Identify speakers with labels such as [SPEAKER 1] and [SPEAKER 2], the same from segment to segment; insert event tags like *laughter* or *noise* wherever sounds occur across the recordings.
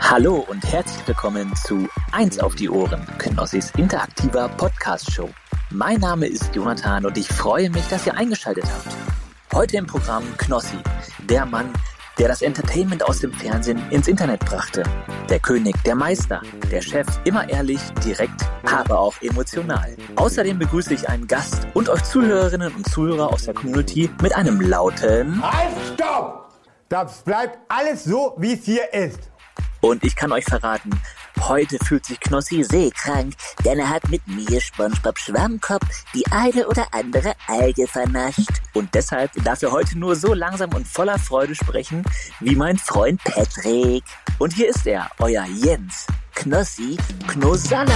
[SPEAKER 1] Hallo und herzlich willkommen zu Eins auf die Ohren, Knossis interaktiver Podcast-Show. Mein Name ist Jonathan und ich freue mich, dass ihr eingeschaltet habt. Heute im Programm Knossi, der Mann, der das Entertainment aus dem Fernsehen ins Internet brachte. Der König, der Meister, der Chef, immer ehrlich, direkt, aber auch emotional. Außerdem begrüße ich einen Gast und euch Zuhörerinnen und Zuhörer aus der Community mit einem lauten
[SPEAKER 2] Halt, stopp! Das bleibt alles so, wie es hier ist.
[SPEAKER 1] und ich kann euch verraten, heute fühlt sich Knossi seekrank, denn er hat mit mir SpongeBob Schwammkopf die eine oder andere Alge vernascht. Und deshalb darf er heute nur so langsam und voller Freude sprechen wie mein Freund Patrick. Und hier ist er, euer Jens, Knossi Knosanna.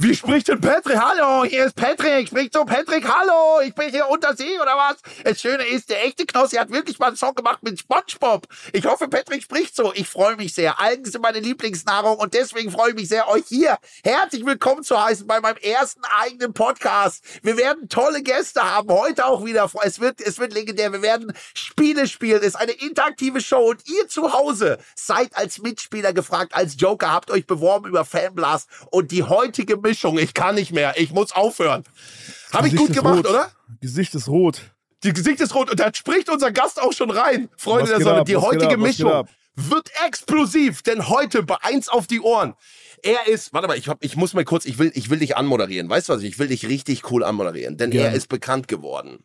[SPEAKER 3] Wie spricht denn Patrick? Hallo, hier ist Patrick. Spricht so Patrick, hallo. Ich bin hier unter See oder was? Das Schöne ist, der echte Knossi hat wirklich mal einen Song gemacht mit Spongebob. Ich hoffe, Patrick spricht so. Ich freue mich sehr. Algen sind meine Lieblingsnahrung und deswegen freue ich mich sehr, euch hier herzlich willkommen zu heißen bei meinem ersten eigenen Podcast. Wir werden tolle Gäste haben. Heute auch wieder. Es wird, es wird legendär. Wir werden Spiele spielen. Es ist eine interaktive Show und ihr zu Hause seid als Mitspieler gefragt, als Joker, habt euch beworben über Fanblast und die heutige Mischung, ich kann nicht mehr, ich muss aufhören. Habe ich
[SPEAKER 4] Gesicht
[SPEAKER 3] gut
[SPEAKER 4] ist
[SPEAKER 3] gemacht,
[SPEAKER 4] rot.
[SPEAKER 3] oder?
[SPEAKER 4] Gesicht ist rot.
[SPEAKER 3] Die Gesicht ist rot und da spricht unser Gast auch schon rein. Freunde
[SPEAKER 4] Was
[SPEAKER 3] der
[SPEAKER 4] geht
[SPEAKER 3] Sonne,
[SPEAKER 4] ab,
[SPEAKER 3] die
[SPEAKER 4] was geht
[SPEAKER 3] heutige
[SPEAKER 4] ab, was geht
[SPEAKER 3] Mischung
[SPEAKER 4] ab?
[SPEAKER 3] wird explosiv, denn heute bei eins auf die Ohren. Er ist, warte mal, ich, hab, ich muss mal kurz, ich will, ich will dich anmoderieren. Weißt du was? Ich will dich richtig cool anmoderieren, denn er
[SPEAKER 4] Gerne.
[SPEAKER 3] ist bekannt geworden.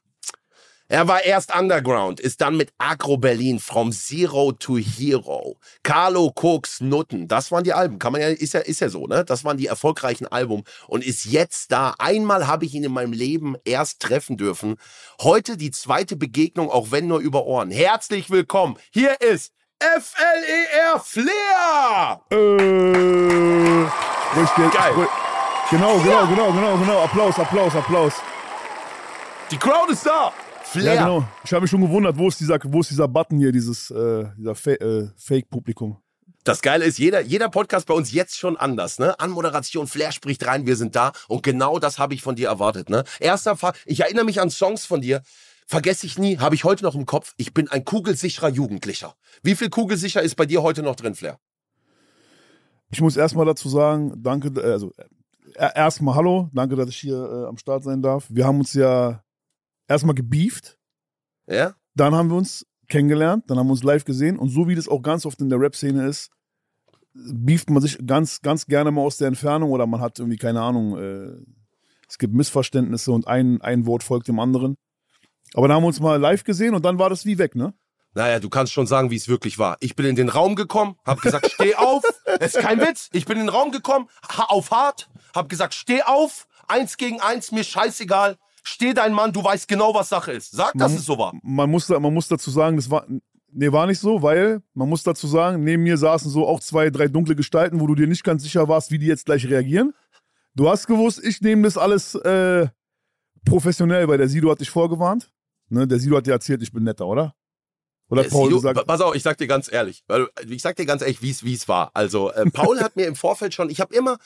[SPEAKER 3] Er war erst Underground, ist dann mit Agro Berlin from Zero to Hero. Carlo Koks Nutten, das waren die Alben. Kann man ja, ist ja, ist ja so, ne? Das waren die erfolgreichen Alben und ist jetzt da. Einmal habe ich ihn in meinem Leben erst treffen dürfen. Heute die zweite Begegnung, auch wenn nur über Ohren. Herzlich willkommen. Hier ist FLER Flair.
[SPEAKER 4] Äh, ruhig, ge-
[SPEAKER 3] Geil.
[SPEAKER 4] ruhig. Genau, genau, genau, genau, genau. Applaus, Applaus, Applaus.
[SPEAKER 3] Die Crowd ist da. Flair.
[SPEAKER 4] Ja, genau. Ich habe mich schon gewundert, wo ist dieser, wo ist dieser Button hier, dieses äh, dieser Fa äh, Fake-Publikum.
[SPEAKER 3] Das Geile ist, jeder, jeder Podcast bei uns jetzt schon anders, ne? Anmoderation, Flair spricht rein, wir sind da. Und genau das habe ich von dir erwartet, ne? Erster Fall, ich erinnere mich an Songs von dir. Vergesse ich nie, habe ich heute noch im Kopf. Ich bin ein kugelsicherer Jugendlicher. Wie viel kugelsicher ist bei dir heute noch drin, Flair?
[SPEAKER 4] Ich muss erstmal dazu sagen, danke, äh, also äh, erstmal hallo, danke, dass ich hier äh, am Start sein darf. Wir haben uns ja erstmal gebieft,
[SPEAKER 3] Ja?
[SPEAKER 4] dann haben wir uns kennengelernt, dann haben wir uns live gesehen und so wie das auch ganz oft in der Rap-Szene ist, beeft man sich ganz, ganz gerne mal aus der Entfernung oder man hat irgendwie, keine Ahnung, äh, es gibt Missverständnisse und ein, ein Wort folgt dem anderen. Aber da haben wir uns mal live gesehen und dann war das wie weg, ne?
[SPEAKER 3] Naja, du kannst schon sagen, wie es wirklich war. Ich bin in den Raum gekommen, hab gesagt, steh auf. *laughs* Das ist kein Witz. Ich bin in den Raum gekommen, ha auf hart, hab gesagt, steh auf. Eins gegen eins, mir scheißegal. Steh dein Mann, du weißt genau, was Sache ist. Sag, dass
[SPEAKER 4] Mhm.
[SPEAKER 3] es so war.
[SPEAKER 4] Man muss, da, man muss dazu sagen, das war, nee, war nicht so, weil man muss dazu sagen, neben mir saßen so auch zwei, drei dunkle Gestalten, wo du dir nicht ganz sicher warst, wie die jetzt gleich reagieren. Du hast gewusst, ich nehme das alles äh, professionell, weil der Sido hat dich vorgewarnt. Ne, der Sido hat dir erzählt, ich bin netter, oder? Oder
[SPEAKER 3] Äh,
[SPEAKER 4] hat Paul
[SPEAKER 3] Sido,
[SPEAKER 4] gesagt,
[SPEAKER 3] pa- pass auf, ich sag dir ganz ehrlich, weil, ich sag dir ganz ehrlich, wie es wie es war. Also äh, Paul hat mir im Vorfeld schon, ich habe immer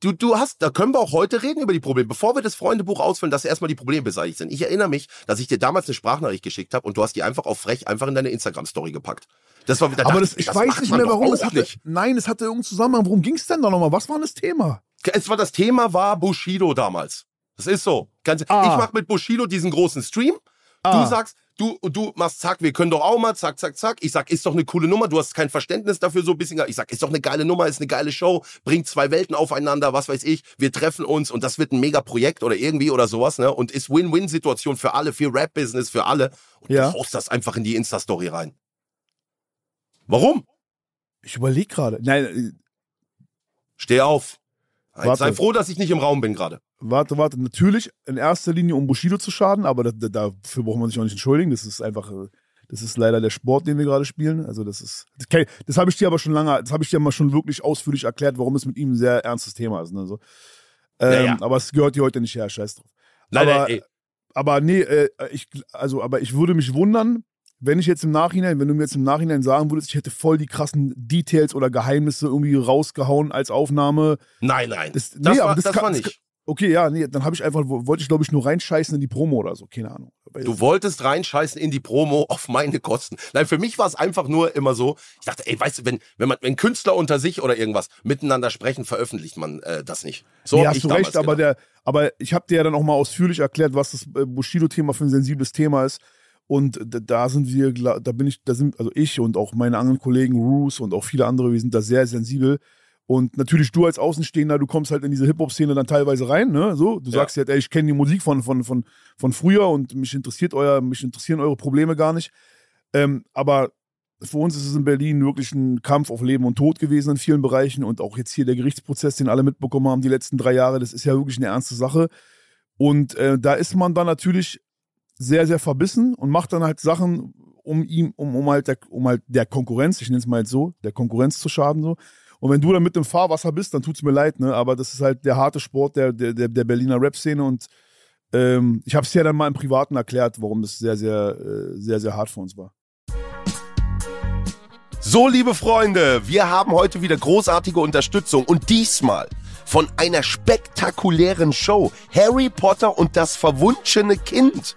[SPEAKER 3] Du, du hast, da können wir auch heute reden über die Probleme. Bevor wir das Freundebuch ausfüllen, dass erstmal die Probleme beseitigt sind. Ich erinnere mich, dass ich dir damals eine Sprachnachricht geschickt habe und du hast die einfach auf frech einfach in deine Instagram-Story gepackt. Das war wieder
[SPEAKER 4] aber das, ich weiß
[SPEAKER 3] macht
[SPEAKER 4] nicht
[SPEAKER 3] man
[SPEAKER 4] mehr
[SPEAKER 3] doch
[SPEAKER 4] warum.
[SPEAKER 3] auch
[SPEAKER 4] Es hatte,
[SPEAKER 3] nicht.
[SPEAKER 4] Nein, es hatte irgendeinen Zusammenhang. Worum ging es denn da nochmal? Was war denn das Thema?
[SPEAKER 3] Es war das Thema war Bushido damals. Das ist so. Ganz,
[SPEAKER 4] Ah.
[SPEAKER 3] Ich mache mit Bushido diesen großen Stream. Du sagst, du, du machst, zack, wir können doch auch mal, zack, zack, zack. Ich sag, ist doch eine coole Nummer. Du hast kein Verständnis dafür, so ein bisschen. Ich sag, ist doch eine geile Nummer, ist eine geile Show, bringt zwei Welten aufeinander, was weiß ich. Wir treffen uns und das wird ein mega Projekt oder irgendwie oder sowas, ne? Und ist Win-Win-Situation für alle, für Rap-Business, für alle. Und
[SPEAKER 4] Ja.
[SPEAKER 3] du haust das einfach in die Insta-Story rein. Warum?
[SPEAKER 4] Ich überlege gerade. Nein, äh,
[SPEAKER 3] Steh auf.
[SPEAKER 4] Warte.
[SPEAKER 3] Sei froh, dass ich nicht im Raum bin gerade.
[SPEAKER 4] warte, warte. Natürlich in erster Linie, um Bushido zu schaden, aber da, da, dafür braucht man sich auch nicht entschuldigen. Das ist einfach, äh, das ist leider der Sport, den wir gerade spielen. Also das ist, das, kann- das habe ich dir aber schon lange, das habe ich dir mal schon wirklich ausführlich erklärt, warum es mit ihm ein sehr ernstes Thema ist. Ne? So. Ähm,
[SPEAKER 3] Ja, ja.
[SPEAKER 4] Aber es gehört dir heute nicht her, scheiß drauf.
[SPEAKER 3] Nein,
[SPEAKER 4] Aber-
[SPEAKER 3] nein, ey.
[SPEAKER 4] aber nee, äh, ich, gl- also, aber ich würde mich wundern, wenn ich jetzt im Nachhinein, wenn du mir jetzt im Nachhinein sagen würdest, ich hätte voll die krassen Details oder Geheimnisse irgendwie rausgehauen als Aufnahme.
[SPEAKER 3] Nein, nein.
[SPEAKER 4] Das-
[SPEAKER 3] Das,
[SPEAKER 4] nee,
[SPEAKER 3] war,
[SPEAKER 4] aber
[SPEAKER 3] das,
[SPEAKER 4] das kann-
[SPEAKER 3] war
[SPEAKER 4] das
[SPEAKER 3] nicht.
[SPEAKER 4] Okay, ja, nee, dann habe ich einfach, wollte ich glaube ich nur reinscheißen in die Promo oder so, keine Ahnung.
[SPEAKER 3] Du wolltest reinscheißen in die Promo auf meine Kosten. Nein, für mich war es einfach nur immer so, ich dachte, ey, weißt du, wenn, wenn, man, wenn Künstler unter sich oder irgendwas miteinander sprechen, veröffentlicht man äh, das nicht. So
[SPEAKER 4] nee,
[SPEAKER 3] hab
[SPEAKER 4] hast
[SPEAKER 3] ich
[SPEAKER 4] du
[SPEAKER 3] damals genau.
[SPEAKER 4] recht, aber,
[SPEAKER 3] gedacht.
[SPEAKER 4] der, aber ich habe dir ja dann auch mal ausführlich erklärt, was das äh, Bushido-Thema für ein sensibles Thema ist. Und d- da sind wir, gla- da bin ich, da sind, also ich und auch meine anderen Kollegen, Roos und auch viele andere, wir sind da sehr sensibel. Und natürlich du als Außenstehender, du kommst halt in diese Hip-Hop-Szene dann teilweise rein, ne? So, du
[SPEAKER 3] Ja.
[SPEAKER 4] sagst halt, ey, ich kenne die Musik von, von, von, von früher und mich interessiert euer, mich interessieren eure Probleme gar nicht. Ähm, aber für uns ist es in Berlin wirklich ein Kampf auf Leben und Tod gewesen in vielen Bereichen und auch jetzt hier der Gerichtsprozess, den alle mitbekommen haben, die letzten drei Jahre, das ist ja wirklich eine ernste Sache. Und äh, da ist man dann natürlich sehr, sehr verbissen und macht dann halt Sachen, um ihm, um, um halt der, um halt der Konkurrenz, ich nenne es mal jetzt so, der Konkurrenz zu schaden so. Und wenn du dann mit dem Fahrwasser bist, dann tut's mir leid, ne? Aber das ist halt der harte Sport der, der, der der Berliner Rap-Szene und ähm, ich habe es ja dann mal im Privaten erklärt, warum das sehr, sehr, äh, sehr, sehr hart für uns war.
[SPEAKER 3] So, liebe Freunde, wir haben heute wieder großartige Unterstützung und diesmal von einer spektakulären Show Harry Potter und das verwunschene Kind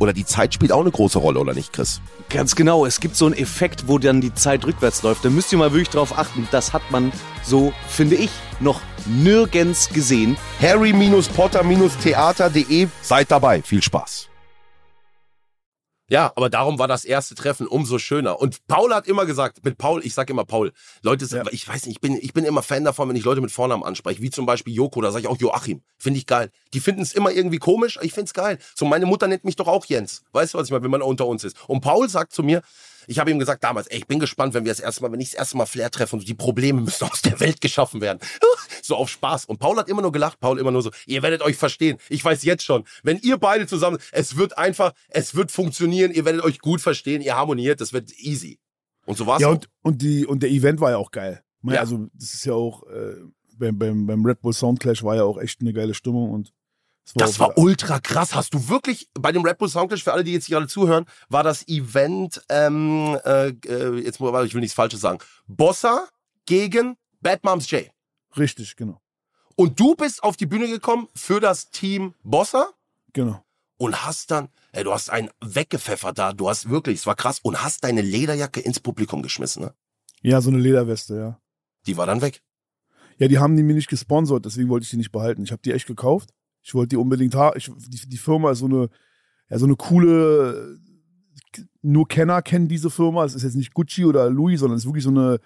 [SPEAKER 3] oder die Zeit spielt auch eine große Rolle, oder nicht, Chris?
[SPEAKER 5] Ganz genau, es gibt so einen Effekt, wo dann die Zeit rückwärts läuft. Da müsst ihr mal wirklich drauf achten. Das hat man, so finde ich, noch nirgends gesehen.
[SPEAKER 3] harry-potter-theater.de. Seid dabei. Viel Spaß. Ja, aber darum war das erste Treffen umso schöner. Und Paul hat immer gesagt, mit Paul, ich sag immer Paul, Leute,
[SPEAKER 4] Ja.
[SPEAKER 3] ich weiß nicht, ich bin, ich bin immer Fan davon, wenn ich Leute mit Vornamen anspreche, wie zum Beispiel Joko, da sage ich auch Joachim. Finde ich geil. Die finden es immer irgendwie komisch, ich find's geil. So, meine Mutter nennt mich doch auch Jens. Weißt du, was ich meine, wenn man unter uns ist. Und Paul sagt zu mir, ich habe ihm gesagt damals, ey, ich bin gespannt, wenn wir das erste Mal, wenn ich das erste Mal Flair treffe und so, die Probleme müssen aus der Welt geschaffen werden. *laughs* So auf Spaß. Und Paul hat immer nur gelacht, Paul immer nur so, ihr werdet euch verstehen. Ich weiß jetzt schon, wenn ihr beide zusammen, es wird einfach, es wird funktionieren, ihr werdet euch gut verstehen, ihr harmoniert, das wird easy. Und so war's.
[SPEAKER 4] Ja,
[SPEAKER 3] auch.
[SPEAKER 4] und, und, die, und der Event war ja auch geil. Ich Meine,
[SPEAKER 3] Ja.
[SPEAKER 4] Also, das ist ja auch äh, beim, beim, beim Red Bull Sound Clash war ja auch echt eine geile Stimmung und es
[SPEAKER 3] Das
[SPEAKER 4] auch-
[SPEAKER 3] war ultra krass. Hast du wirklich bei dem Red Bull Soundclash, für alle, die jetzt hier gerade zuhören, war das Event, ähm, äh, äh, jetzt muss- warte, ich will nichts Falsches sagen, Bossa gegen Bad Moms J.
[SPEAKER 4] richtig, genau.
[SPEAKER 3] Und du bist auf die Bühne gekommen für das Team Bossa
[SPEAKER 4] Genau.
[SPEAKER 3] und hast dann, ey, du hast einen weggepfeffert da, du hast wirklich, es war krass, und hast deine Lederjacke ins Publikum geschmissen, ne?
[SPEAKER 4] Ja, so eine Lederweste, ja.
[SPEAKER 3] Die war dann weg.
[SPEAKER 4] Ja, die haben die mir nicht gesponsert, deswegen wollte ich die nicht behalten. Ich habe die echt gekauft. Ich wollte die unbedingt haben. Die, die Firma ist so eine, ja, so eine coole, nur Kenner kennen diese Firma. Es ist jetzt nicht Gucci oder Louis, sondern es ist wirklich so eine,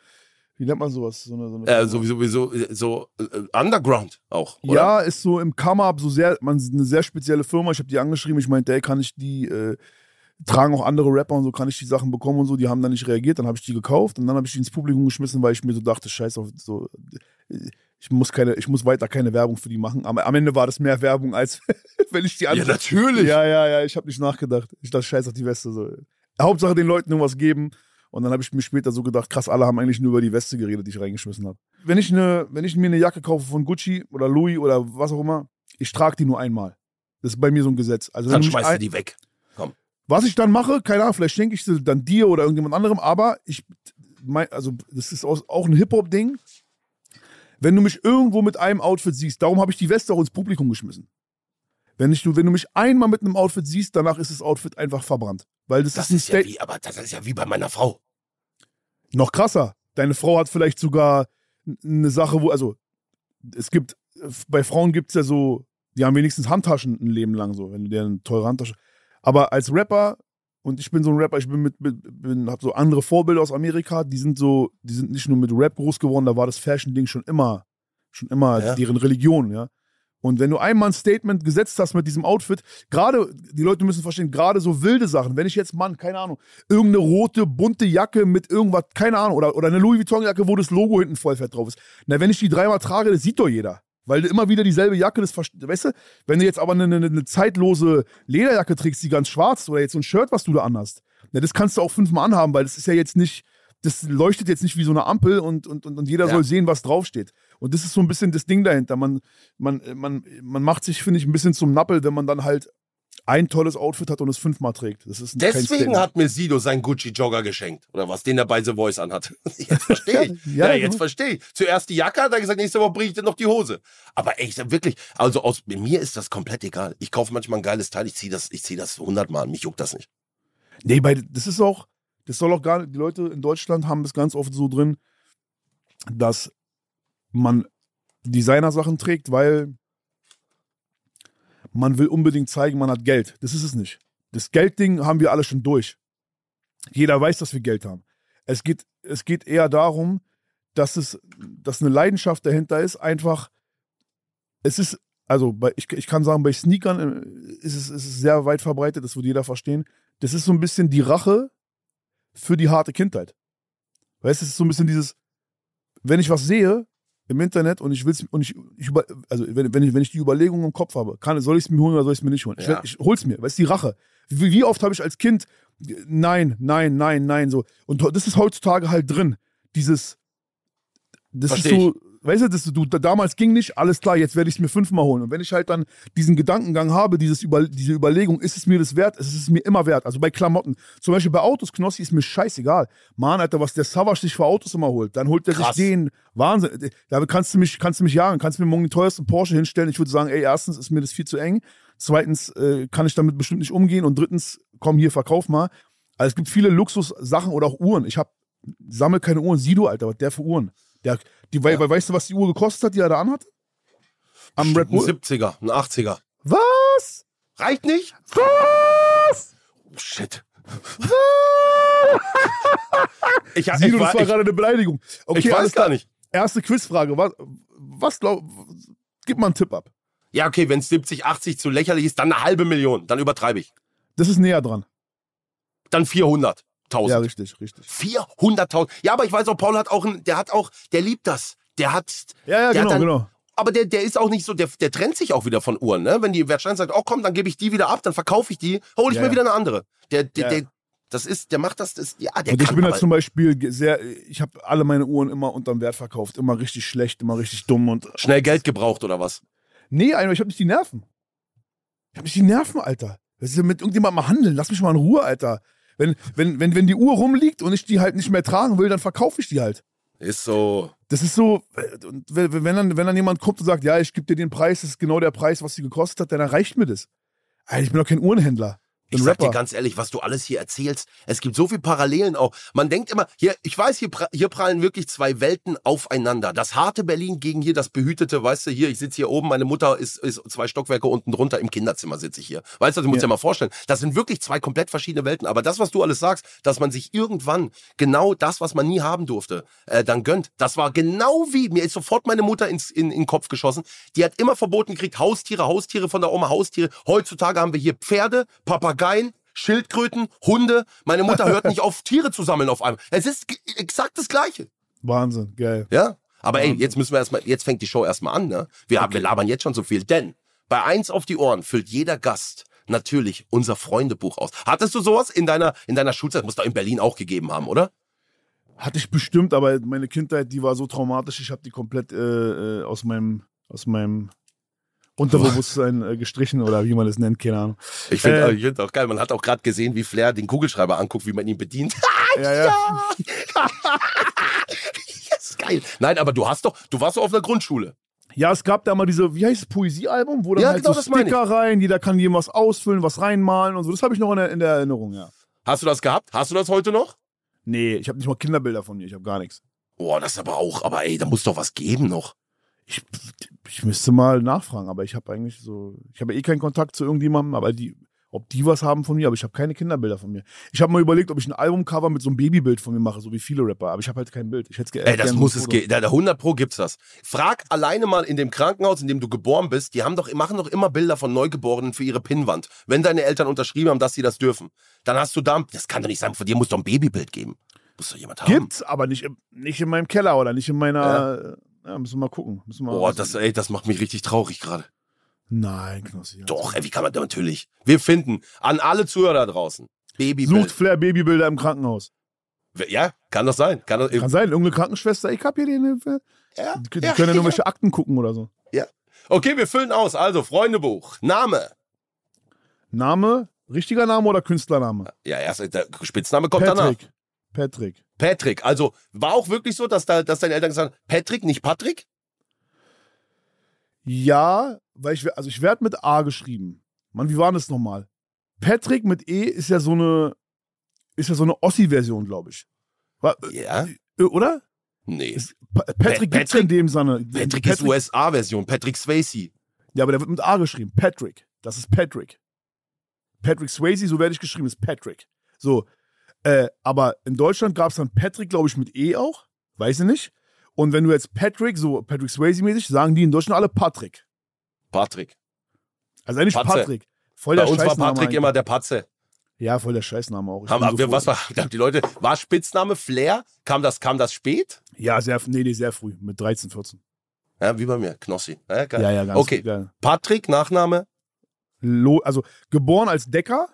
[SPEAKER 4] wie nennt man sowas? So eine, so eine
[SPEAKER 3] Äh,
[SPEAKER 4] Firma.
[SPEAKER 3] sowieso, sowieso, äh, so äh, Underground auch, oder?
[SPEAKER 4] Ja, ist so im Come-Up so sehr, man eine sehr spezielle Firma. Ich habe die angeschrieben, ich meinte, ey, kann ich die, äh, tragen auch andere Rapper und so, kann ich die Sachen bekommen und so. Die haben dann nicht reagiert, dann habe ich die gekauft und dann habe ich die ins Publikum geschmissen, weil ich mir so dachte, scheiß auf so. äh, Ich muss, keine, ich muss weiter keine Werbung für die machen. Aber am Ende war das mehr Werbung, als *laughs* wenn ich die
[SPEAKER 3] Ja,
[SPEAKER 4] andere.
[SPEAKER 3] natürlich.
[SPEAKER 4] Ja, ja, ja, ich habe nicht nachgedacht. Ich dachte, scheiß auf die Weste. So. Hauptsache den Leuten irgendwas geben. Und dann habe ich mir später so gedacht, krass, alle haben eigentlich nur über die Weste geredet, die ich reingeschmissen habe. Wenn ich, eine, wenn ich mir eine Jacke kaufe von Gucci oder Louis oder was auch immer, ich trage die nur einmal. Das ist bei mir so ein Gesetz. Also, wenn
[SPEAKER 3] Dann
[SPEAKER 4] du mich
[SPEAKER 3] schmeißt du
[SPEAKER 4] ein-
[SPEAKER 3] die weg.
[SPEAKER 4] was ich dann mache, keine Ahnung, vielleicht schenke ich sie dann dir oder irgendjemand anderem, aber ich, mein, also das ist aus, auch ein Hip-Hop-Ding. Wenn du mich irgendwo mit einem Outfit siehst, darum habe ich die Weste auch ins Publikum geschmissen. Wenn, ich, du- wenn du mich einmal mit einem Outfit siehst, danach ist das Outfit einfach verbrannt. Weil das,
[SPEAKER 3] Das
[SPEAKER 4] ist ein
[SPEAKER 3] ist ja
[SPEAKER 4] Statement.
[SPEAKER 3] wie, aber das ist ja wie bei meiner Frau.
[SPEAKER 4] Noch krasser. Deine Frau hat vielleicht sogar n- eine Sache, wo, also es gibt, bei Frauen gibt es ja so, die haben wenigstens Handtaschen ein Leben lang so, wenn du dir eine teure Handtasche. Aber als Rapper, und ich bin so ein Rapper, ich bin mit, mit bin, hab so andere Vorbilder aus Amerika, die sind so, die sind nicht nur mit Rap groß geworden, da war das Fashion-Ding schon immer, schon immer
[SPEAKER 3] Ja.
[SPEAKER 4] deren Religion, ja. Und wenn du einmal ein Statement gesetzt hast mit diesem Outfit, gerade, die Leute müssen verstehen, gerade so wilde Sachen, wenn ich jetzt, Mann, keine Ahnung, irgendeine rote, bunte Jacke mit irgendwas, keine Ahnung, oder, oder eine Louis Vuitton-Jacke, wo das Logo hinten voll fett drauf ist. Na, wenn ich die dreimal trage, das sieht doch jeder. Weil du immer wieder dieselbe Jacke, das verst- weißt du, wenn du jetzt aber eine, eine, eine zeitlose Lederjacke trägst, die ganz schwarz ist, oder jetzt so ein Shirt, was du da anhast, na, das kannst du auch fünfmal anhaben, weil das ist ja jetzt nicht, das leuchtet jetzt nicht wie so eine Ampel und, und, und, und jeder
[SPEAKER 3] Ja.
[SPEAKER 4] soll sehen, was draufsteht. Und das ist so ein bisschen das Ding dahinter. Man, man, man, man macht sich, finde ich, ein bisschen zum Nappel, wenn man dann halt ein tolles Outfit hat und es fünfmal trägt. Das ist kein
[SPEAKER 3] Deswegen
[SPEAKER 4] Statement.
[SPEAKER 3] hat mir Sido seinen Gucci-Jogger geschenkt. Oder was, den er bei The Voice anhat. *laughs* Jetzt verstehe ich.
[SPEAKER 4] *laughs* Ja,
[SPEAKER 3] ja,
[SPEAKER 4] genau.
[SPEAKER 3] jetzt verstehe ich. Zuerst die Jacke, hat er gesagt, nächste Woche bringe ich dir noch die Hose. Aber echt, wirklich, also aus mir ist das komplett egal. Ich kaufe manchmal ein geiles Teil, ich ziehe das, ich zieh das hundertmal an, mich juckt das nicht.
[SPEAKER 4] Nee, bei, das ist auch, das soll auch gar nicht, die Leute in Deutschland haben das ganz oft so drin, dass man Designersachen trägt, weil man will unbedingt zeigen, man hat Geld. Das ist es nicht. Das Geldding haben wir alle schon durch. Jeder weiß, dass wir Geld haben. Es geht, es geht eher darum, dass es, dass eine Leidenschaft dahinter ist, einfach, es ist, also bei, ich, ich kann sagen, bei Sneakern äh, ist es, ist es sehr weit verbreitet, das wird jeder verstehen das ist so ein bisschen die Rache für die harte Kindheit. Weißt du, es ist so ein bisschen dieses, wenn ich was sehe im Internet und ich will's und ich, ich über, also wenn, wenn ich wenn ich die Überlegung im Kopf habe, kann soll ich es mir holen oder soll ich es mir nicht holen? Ich,
[SPEAKER 3] Ja.
[SPEAKER 4] werd- ich hol's mir, weißt du, die Rache. Wie, wie oft habe ich als Kind äh, nein, nein, nein, nein so und das ist heutzutage halt drin, dieses das
[SPEAKER 3] Versteh
[SPEAKER 4] ist so Weißt du, das, du, da- damals ging nicht, alles klar, jetzt werde ich es mir fünfmal holen. Und wenn ich halt dann diesen Gedankengang habe, dieses über, diese Überlegung, ist es mir das wert? Ist es mir immer wert? Also bei Klamotten. Zum Beispiel bei Autos, Knossi, ist mir scheißegal. Mann, Alter, was der Savage sich für Autos immer holt, dann holt der
[SPEAKER 3] Krass.
[SPEAKER 4] sich den. Wahnsinn. Damit kannst du mich, kannst du mich jagen, kannst du mir morgen den teuersten Porsche hinstellen. Ich würde sagen, ey, erstens ist mir das viel zu eng. Zweitens äh, kann ich damit bestimmt nicht umgehen. Und drittens, komm hier, verkauf mal. Also es gibt viele Luxussachen oder auch Uhren. Ich habe sammel keine Uhren. Sido, Alter, was der für Uhren? Der, die, weil, weil, weißt du, was die Uhr gekostet hat, die er da anhat? Am Red
[SPEAKER 3] Ein
[SPEAKER 4] Bull?
[SPEAKER 3] 70er, ein 80er.
[SPEAKER 4] Was?
[SPEAKER 3] Reicht nicht? Oh, shit. ich, hab- ich,
[SPEAKER 4] Sido, das
[SPEAKER 3] war,
[SPEAKER 4] war
[SPEAKER 3] ich,
[SPEAKER 4] gerade eine Beleidigung. Okay,
[SPEAKER 3] ich
[SPEAKER 4] alles
[SPEAKER 3] weiß
[SPEAKER 4] klar.
[SPEAKER 3] gar nicht.
[SPEAKER 4] Erste Quizfrage. Was, was glaub, gib mal einen Tipp ab.
[SPEAKER 3] Ja, okay, wenn 70, 80 zu lächerlich ist, dann eine halbe Million. Dann übertreibe ich.
[SPEAKER 4] Das ist näher dran.
[SPEAKER 3] Dann 400.000.
[SPEAKER 4] Ja, richtig, richtig.
[SPEAKER 3] 400.000. Ja, aber ich weiß auch, Paul hat auch, ein, der hat auch, der liebt das. Der hat,
[SPEAKER 4] Ja, ja,
[SPEAKER 3] der
[SPEAKER 4] genau,
[SPEAKER 3] hat dann,
[SPEAKER 4] genau.
[SPEAKER 3] Aber der, der ist auch nicht so, der, der trennt sich auch wieder von Uhren, ne? Wenn die Wertstein sagt, oh komm, dann gebe ich die wieder ab, dann verkaufe ich die, hole ich
[SPEAKER 4] Ja,
[SPEAKER 3] mir
[SPEAKER 4] ja.
[SPEAKER 3] wieder eine andere. Der, der,
[SPEAKER 4] Ja.
[SPEAKER 3] der, das ist, der macht das, das ja, der
[SPEAKER 4] Und Also ich
[SPEAKER 3] kann
[SPEAKER 4] bin da
[SPEAKER 3] aber,
[SPEAKER 4] zum Beispiel ge- sehr, ich habe alle meine Uhren immer unterm Wert verkauft. Immer richtig schlecht, immer richtig dumm und
[SPEAKER 3] schnell Geld gebraucht oder was?
[SPEAKER 4] Nee, Alter, ich hab nicht die Nerven. Ich hab nicht die Nerven, Alter. Was ist denn mit irgendjemandem mal handeln? Lass mich mal in Ruhe, Alter. Wenn, wenn, wenn, wenn die Uhr rumliegt und ich die halt nicht mehr tragen will, dann verkaufe ich die halt.
[SPEAKER 3] Ist so.
[SPEAKER 4] Das ist so, äh, und wenn, wenn, dann, wenn dann jemand kommt und sagt, ja, ich gebe dir den Preis, das ist genau der Preis, was sie gekostet hat, dann erreicht mir das. Alter, ich bin doch kein Uhrenhändler.
[SPEAKER 3] Ich
[SPEAKER 4] Ein
[SPEAKER 3] sag dir
[SPEAKER 4] Rapper.
[SPEAKER 3] ganz ehrlich, was du alles hier erzählst, es gibt so viele Parallelen auch. Man denkt immer, hier, ich weiß, hier, pra- hier prallen wirklich zwei Welten aufeinander. Das harte Berlin gegen hier das behütete, weißt du, hier, ich sitze hier oben, meine Mutter ist, ist zwei Stockwerke unten drunter, im Kinderzimmer sitze ich hier. Weißt du, das muss
[SPEAKER 4] Ja.
[SPEAKER 3] ja. dir mal vorstellen. Das sind wirklich zwei komplett verschiedene Welten. Aber das, was du alles sagst, dass man sich irgendwann genau das, was man nie haben durfte, äh, dann gönnt. Das war genau wie, mir ist sofort meine Mutter ins, in, in den Kopf geschossen. Die hat immer verboten gekriegt, Haustiere, Haustiere von der Oma, Haustiere. Heutzutage haben wir hier Pferde, Papageien, Schildkröten, Hunde. Meine Mutter hört nicht auf, Tiere zu sammeln auf einmal. Es ist ge- exakt das Gleiche.
[SPEAKER 4] Wahnsinn, geil.
[SPEAKER 3] Ja? Aber ey, jetzt müssen wir erstmal, jetzt fängt die Show erstmal an, ne? Wir, haben, wir labern jetzt schon so viel, denn bei eins auf die Ohren füllt jeder Gast natürlich unser Freundebuch aus. Hattest du sowas in deiner, in deiner Schulzeit? Muss da in Berlin auch gegeben haben, oder?
[SPEAKER 4] Hatte ich bestimmt, aber meine Kindheit, die war so traumatisch, ich habe die komplett äh, äh, aus meinem, aus meinem Unterbewusstsein äh, gestrichen oder wie man es nennt, keine Ahnung.
[SPEAKER 3] Ich finde
[SPEAKER 4] Äh.
[SPEAKER 3] ich find's auch geil. Man hat auch gerade gesehen, wie Flair den Kugelschreiber anguckt, wie man ihn bedient. *laughs*
[SPEAKER 4] Ja, ja.
[SPEAKER 3] das ist geil. Nein, aber du hast doch, du warst doch auf einer Grundschule.
[SPEAKER 4] ja, es gab da mal diese, wie heißt es, Poesiealbum, wo dann
[SPEAKER 3] Ja,
[SPEAKER 4] halt
[SPEAKER 3] genau,
[SPEAKER 4] so
[SPEAKER 3] das meine ich.
[SPEAKER 4] Sticker rein, jeder kann jemand was ausfüllen, was reinmalen und so. Das habe ich noch in der, in der Erinnerung, ja.
[SPEAKER 3] Hast du das gehabt? Hast du das heute noch?
[SPEAKER 4] Nee, ich habe nicht mal Kinderbilder von mir, ich habe gar nichts.
[SPEAKER 3] Boah, das ist aber auch, aber ey, da muss doch was geben noch.
[SPEAKER 4] Ich, ich müsste mal nachfragen, aber ich habe eigentlich so, ich habe eh keinen Kontakt zu irgendjemandem, aber die, ob die was haben von mir, aber ich habe keine Kinderbilder von mir. Ich habe mal überlegt, ob ich ein Albumcover mit so einem Babybild von mir mache, so wie viele Rapper, aber ich habe halt kein Bild. Ich hätte ge-
[SPEAKER 3] Ey, das
[SPEAKER 4] gern
[SPEAKER 3] muss
[SPEAKER 4] so ein
[SPEAKER 3] es
[SPEAKER 4] Foto.
[SPEAKER 3] gehen. Da, da 100 Pro gibt's das. Frag alleine mal in dem Krankenhaus, in dem du geboren bist, die haben doch, machen doch immer Bilder von Neugeborenen für ihre Pinnwand. Wenn deine Eltern unterschrieben haben, dass sie das dürfen, dann hast du da, das kann doch nicht sein, von dir muss doch ein Babybild geben. Muss doch jemand haben.
[SPEAKER 4] Gibt's, aber nicht, im- nicht in meinem Keller oder nicht in meiner. Ja, müssen wir mal gucken. Müssen wir
[SPEAKER 3] Boah, das, ey, das macht mich richtig traurig gerade.
[SPEAKER 4] Nein, Knossi. also.
[SPEAKER 3] Doch, ey, wie kann man da natürlich? Wir finden an alle Zuhörer da draußen.
[SPEAKER 4] Sucht
[SPEAKER 3] Babybild.
[SPEAKER 4] Flair Babybilder im Krankenhaus.
[SPEAKER 3] Ja, kann das sein. Kann das,
[SPEAKER 4] Kann sein, irgendeine Krankenschwester, ich hab hier den. äh,
[SPEAKER 3] ja,
[SPEAKER 4] Die, die
[SPEAKER 3] ja,
[SPEAKER 4] können ja nur
[SPEAKER 3] ja.
[SPEAKER 4] welche Akten gucken oder so.
[SPEAKER 3] Okay, wir füllen aus. Also, Freundebuch, Name.
[SPEAKER 4] Name, richtiger Name oder Künstlername?
[SPEAKER 3] Ja, erst der Spitzname kommt danach.
[SPEAKER 4] Patrick. Patrick.
[SPEAKER 3] Patrick. Also war auch wirklich so, dass, da, dass deine Eltern gesagt haben, Patrick, nicht Patrick?
[SPEAKER 4] Ja, weil ich, also ich werde mit A geschrieben. Mann, wie war denn das nochmal? Patrick mit E ist ja so eine, ist ja so eine Ossi-Version, glaube ich. War,
[SPEAKER 3] Ja.
[SPEAKER 4] äh, oder?
[SPEAKER 3] Nee.
[SPEAKER 4] Ist, pa Patrick gibt's
[SPEAKER 3] Patrick-
[SPEAKER 4] in dem Sinne.
[SPEAKER 3] Patrick ist USA-Version, Patrick Swayze.
[SPEAKER 4] Ja, aber der wird mit A geschrieben. Patrick. Das ist Patrick. Patrick Swayze, so werde ich geschrieben, ist Patrick. So. Äh, aber in Deutschland gab es dann Patrick, glaube ich, mit E auch. Weiß ich nicht. Und wenn du jetzt Patrick, so Patrick Swayze-mäßig, sagen die in Deutschland alle Patrick.
[SPEAKER 3] Patrick.
[SPEAKER 4] Also eigentlich
[SPEAKER 3] Patze.
[SPEAKER 4] Patrick. Voll
[SPEAKER 3] Bei
[SPEAKER 4] der
[SPEAKER 3] uns war
[SPEAKER 4] Scheißname
[SPEAKER 3] Patrick
[SPEAKER 4] eigentlich.
[SPEAKER 3] immer der Patze.
[SPEAKER 4] Ja, voll der Scheißname auch. Ich
[SPEAKER 3] Haben,
[SPEAKER 4] bin so
[SPEAKER 3] wir,
[SPEAKER 4] froh.
[SPEAKER 3] was war, *laughs* haben die Leute, war Spitzname Flair? Kam das, kam das spät?
[SPEAKER 4] Ja, sehr, nee, nee, sehr früh. Mit 13, 14.
[SPEAKER 3] Ja, wie bei mir, Knossi. Ja, geil.
[SPEAKER 4] Ja, ja, ganz
[SPEAKER 3] Okay.
[SPEAKER 4] Ja.
[SPEAKER 3] Patrick, Nachname?
[SPEAKER 4] Lo, also geboren als Decker.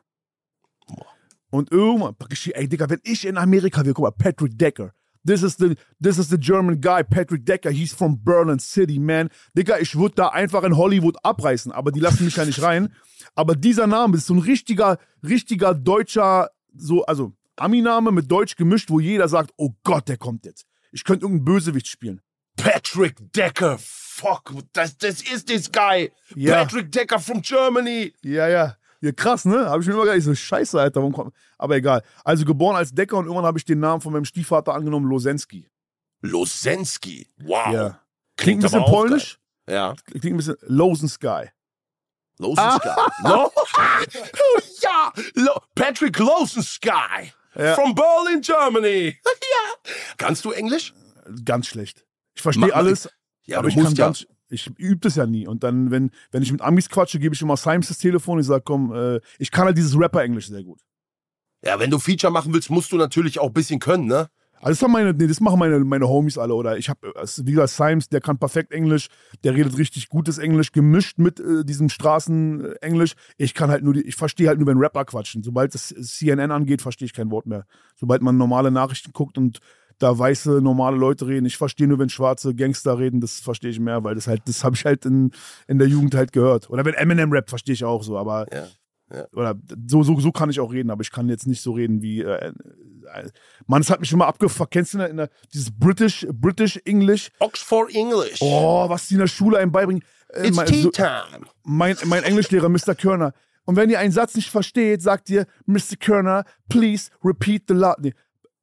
[SPEAKER 4] Und irgendwann, ey Digga, wenn ich in Amerika wäre, guck mal, Patrick Decker. This is, the, this is the German guy, Patrick Decker. He's from Berlin City, man. Digga, ich würde da einfach in Hollywood abreißen, aber die lassen mich ja nicht rein. Aber dieser Name ist so ein richtiger, richtiger deutscher, so, also Ami-Name mit Deutsch gemischt, wo jeder sagt, oh Gott, der kommt jetzt. Ich könnte irgendeinen Bösewicht spielen.
[SPEAKER 3] Patrick Decker. Fuck, das, das ist this guy.
[SPEAKER 4] Ja.
[SPEAKER 3] Patrick Decker from Germany.
[SPEAKER 4] Ja, ja. Ja, krass, ne? Habe ich mir immer gedacht, ich so, scheiße, Alter, warum kommt... Aber egal. Also geboren als Decker und irgendwann habe ich den Namen von meinem Stiefvater angenommen, Losensky.
[SPEAKER 3] Losensky. Wow.
[SPEAKER 4] Ja. Klingt ein bisschen
[SPEAKER 3] aber auch
[SPEAKER 4] polnisch,
[SPEAKER 3] Geil. Ja.
[SPEAKER 4] klingt ein bisschen Losensky.
[SPEAKER 3] Losensky.
[SPEAKER 4] Ah.
[SPEAKER 3] Lo oh, *laughs* ja, Lo Patrick Losensky.
[SPEAKER 4] Ja.
[SPEAKER 3] From Berlin, Germany. *laughs* ja. Kannst du Englisch?
[SPEAKER 4] Ganz schlecht. Ich
[SPEAKER 3] Ma-
[SPEAKER 4] verstehe
[SPEAKER 3] ma-
[SPEAKER 4] alles,
[SPEAKER 3] Ja,
[SPEAKER 4] aber ich kann ganz... Ich übe das ja nie. Und dann, wenn, wenn ich mit Amis quatsche, gebe ich immer Simes das Telefon. Ich sage, komm, äh, ich kann halt dieses Rapper-Englisch sehr gut.
[SPEAKER 3] Ja, wenn du Feature machen willst, musst du natürlich auch ein bisschen können, ne?
[SPEAKER 4] Also das, haben meine, nee, das machen meine, meine Homies alle. Oder ich habe, wie gesagt, Simes, der kann perfekt Englisch, der redet richtig gutes Englisch, gemischt mit äh, diesem Straßenenglisch. Ich kann halt nur, die, ich verstehe halt nur, wenn Rapper quatschen. Sobald das CNN angeht, verstehe ich kein Wort mehr. Sobald man normale Nachrichten guckt und da weiße, normale Leute reden. Ich verstehe nur, wenn schwarze Gangster reden, das verstehe ich mehr, weil das halt, das habe ich halt in, in der Jugend halt gehört. Oder wenn Eminem Rap, verstehe ich auch so, aber
[SPEAKER 3] Ja, ja.
[SPEAKER 4] oder so, so, so kann ich auch reden, aber ich kann jetzt nicht so reden wie äh, äh, Mann, es hat mich immer abgefuckt. Kennst du in der, in der, dieses British, British English?
[SPEAKER 3] Oxford English.
[SPEAKER 4] Oh, was die in der Schule einem beibringen. Äh,
[SPEAKER 3] It's
[SPEAKER 4] mein,
[SPEAKER 3] tea
[SPEAKER 4] so,
[SPEAKER 3] time.
[SPEAKER 4] mein, mein Englischlehrer, Mr. Körner. Und wenn ihr einen Satz nicht versteht, sagt ihr, Mr. Körner, please repeat the last, nee,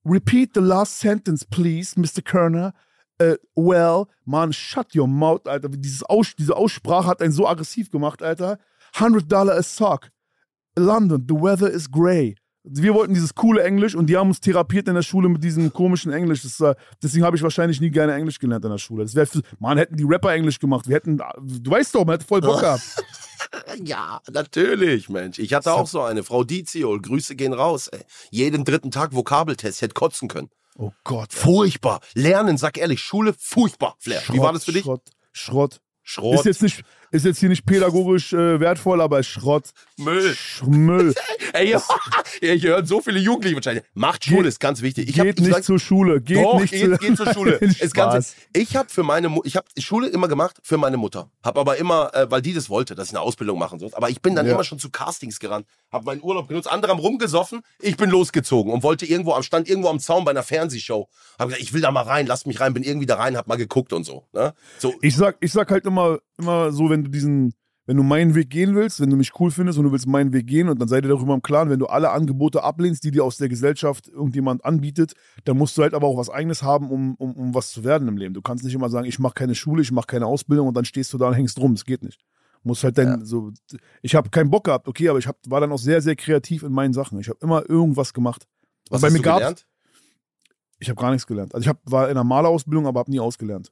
[SPEAKER 4] repeat the last sentence, please, Mr. Körner. Äh, well, man, shut your mouth, Alter. Dieses Aus, diese Aussprache hat einen so aggressiv gemacht, Alter. 100 Dollar a sock. London, the weather is grey. Wir wollten dieses coole Englisch und die haben uns therapiert in der Schule mit diesem komischen Englisch. Das, äh, deswegen habe ich wahrscheinlich nie gerne Englisch gelernt in der Schule. Das wär für, man, hätten die Rapper Englisch gemacht. Wir hätten, du weißt doch, man hätte voll Bock gehabt.
[SPEAKER 3] Ja, natürlich, Mensch. Ich hatte auch so eine. Frau Diziol, Grüße gehen raus, ey. Jeden dritten Tag Vokabeltest, ich hätte kotzen können.
[SPEAKER 4] Oh Gott.
[SPEAKER 3] Furchtbar. Lernen, sag ehrlich, Schule, furchtbar. Flair. Wie war das für dich?
[SPEAKER 4] Schrott. Schrott.
[SPEAKER 3] Schrott.
[SPEAKER 4] Ist jetzt nicht, Ist jetzt hier nicht pädagogisch äh, wertvoll, aber Schrott.
[SPEAKER 3] Müll.
[SPEAKER 4] Sch- Müll.
[SPEAKER 3] Ey, ja, ich höre so viele Jugendliche wahrscheinlich. Macht Schule, ist ganz wichtig. *laughs* Ich hab-
[SPEAKER 4] Geht
[SPEAKER 3] ich
[SPEAKER 4] nicht
[SPEAKER 3] sag-
[SPEAKER 4] zur Schule. Geht
[SPEAKER 3] Doch,
[SPEAKER 4] nicht
[SPEAKER 3] geht,
[SPEAKER 4] zu-
[SPEAKER 3] geht zur Schule.
[SPEAKER 4] *laughs* Nein,
[SPEAKER 3] Ist ganz,
[SPEAKER 4] Spaß.
[SPEAKER 3] ich habe für meine Mu ich habe Schule immer gemacht für meine Mutter. Hab aber immer, äh, weil die das wollte, dass ich eine Ausbildung machen soll. Aber ich bin dann
[SPEAKER 4] Ja.
[SPEAKER 3] immer schon zu Castings gerannt, habe meinen Urlaub genutzt, andere haben rumgesoffen, ich bin losgezogen und wollte irgendwo am stand irgendwo am Zaun bei einer Fernsehshow. Hab gesagt, ich will da mal rein, lass mich rein, bin irgendwie da rein, hab mal geguckt und so. Ne? So
[SPEAKER 4] Ich sag, ich sag halt immer, immer so, wenn du diesen, wenn du meinen Weg gehen willst, wenn du mich cool findest und du willst meinen Weg gehen und dann seid ihr darüber im Klaren, wenn du alle Angebote ablehnst, die dir aus der Gesellschaft irgendjemand anbietet, dann musst du halt aber auch was eigenes haben, um, um, um was zu werden im Leben. Du kannst nicht immer sagen, ich mache keine Schule, ich mache keine Ausbildung und dann stehst du da und hängst rum. Das geht nicht. Muss halt dann so. Ich habe keinen Bock gehabt, okay, aber ich hab, war dann auch sehr, sehr kreativ in meinen Sachen. Ich habe immer irgendwas gemacht.
[SPEAKER 3] was
[SPEAKER 4] bei
[SPEAKER 3] hast
[SPEAKER 4] mir
[SPEAKER 3] du
[SPEAKER 4] gab's-
[SPEAKER 3] gelernt?
[SPEAKER 4] Ich habe gar nichts gelernt. Also ich hab, war in einer Malerausbildung, aber habe nie ausgelernt.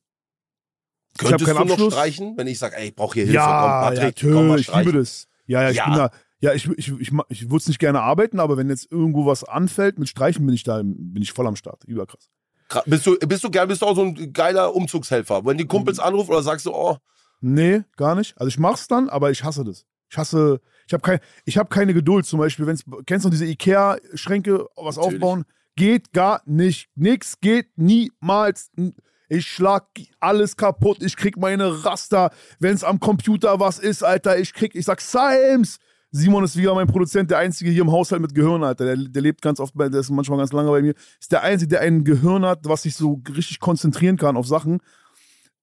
[SPEAKER 4] Ich hab
[SPEAKER 3] Könntest
[SPEAKER 4] keinen
[SPEAKER 3] du noch
[SPEAKER 4] Abschluss.
[SPEAKER 3] streichen, wenn ich sage, ey, ich brauche hier Hilfe,
[SPEAKER 4] Ja,
[SPEAKER 3] komm, Patrick,
[SPEAKER 4] ja,
[SPEAKER 3] komm mal
[SPEAKER 4] natürlich, ich liebe
[SPEAKER 3] streichen.
[SPEAKER 4] das. Ja, ja, ich
[SPEAKER 3] Ja.
[SPEAKER 4] bin da. Ja, ich, ich, ich, ma- ich würde es nicht gerne arbeiten, aber wenn jetzt irgendwo was anfällt, mit Streichen bin ich da, bin ich voll am Start. Überkrass.
[SPEAKER 3] Gra- Bist du, bist du geil, bist du auch so ein geiler Umzugshelfer? Wenn die Kumpels anrufen oder sagst du, oh,
[SPEAKER 4] Nee, gar nicht. Also ich mach's dann, aber ich hasse das. Ich hasse, ich habe kein, ich hab keine Geduld. Zum Beispiel, wenn's, kennst du diese Ikea-Schränke, was
[SPEAKER 3] Natürlich.
[SPEAKER 4] aufbauen? Geht gar nicht. Nix geht niemals. Ich schlag alles kaputt. Ich krieg meine Raster. Wenn's am Computer was ist, Alter, ich krieg, ich sag Salms. Simon ist wieder mein Produzent, der Einzige hier im Haushalt mit Gehirn, Alter. Der, der lebt ganz oft, bei, der ist manchmal ganz lange bei mir. Ist der Einzige, der ein Gehirn hat, was sich so richtig konzentrieren kann auf Sachen.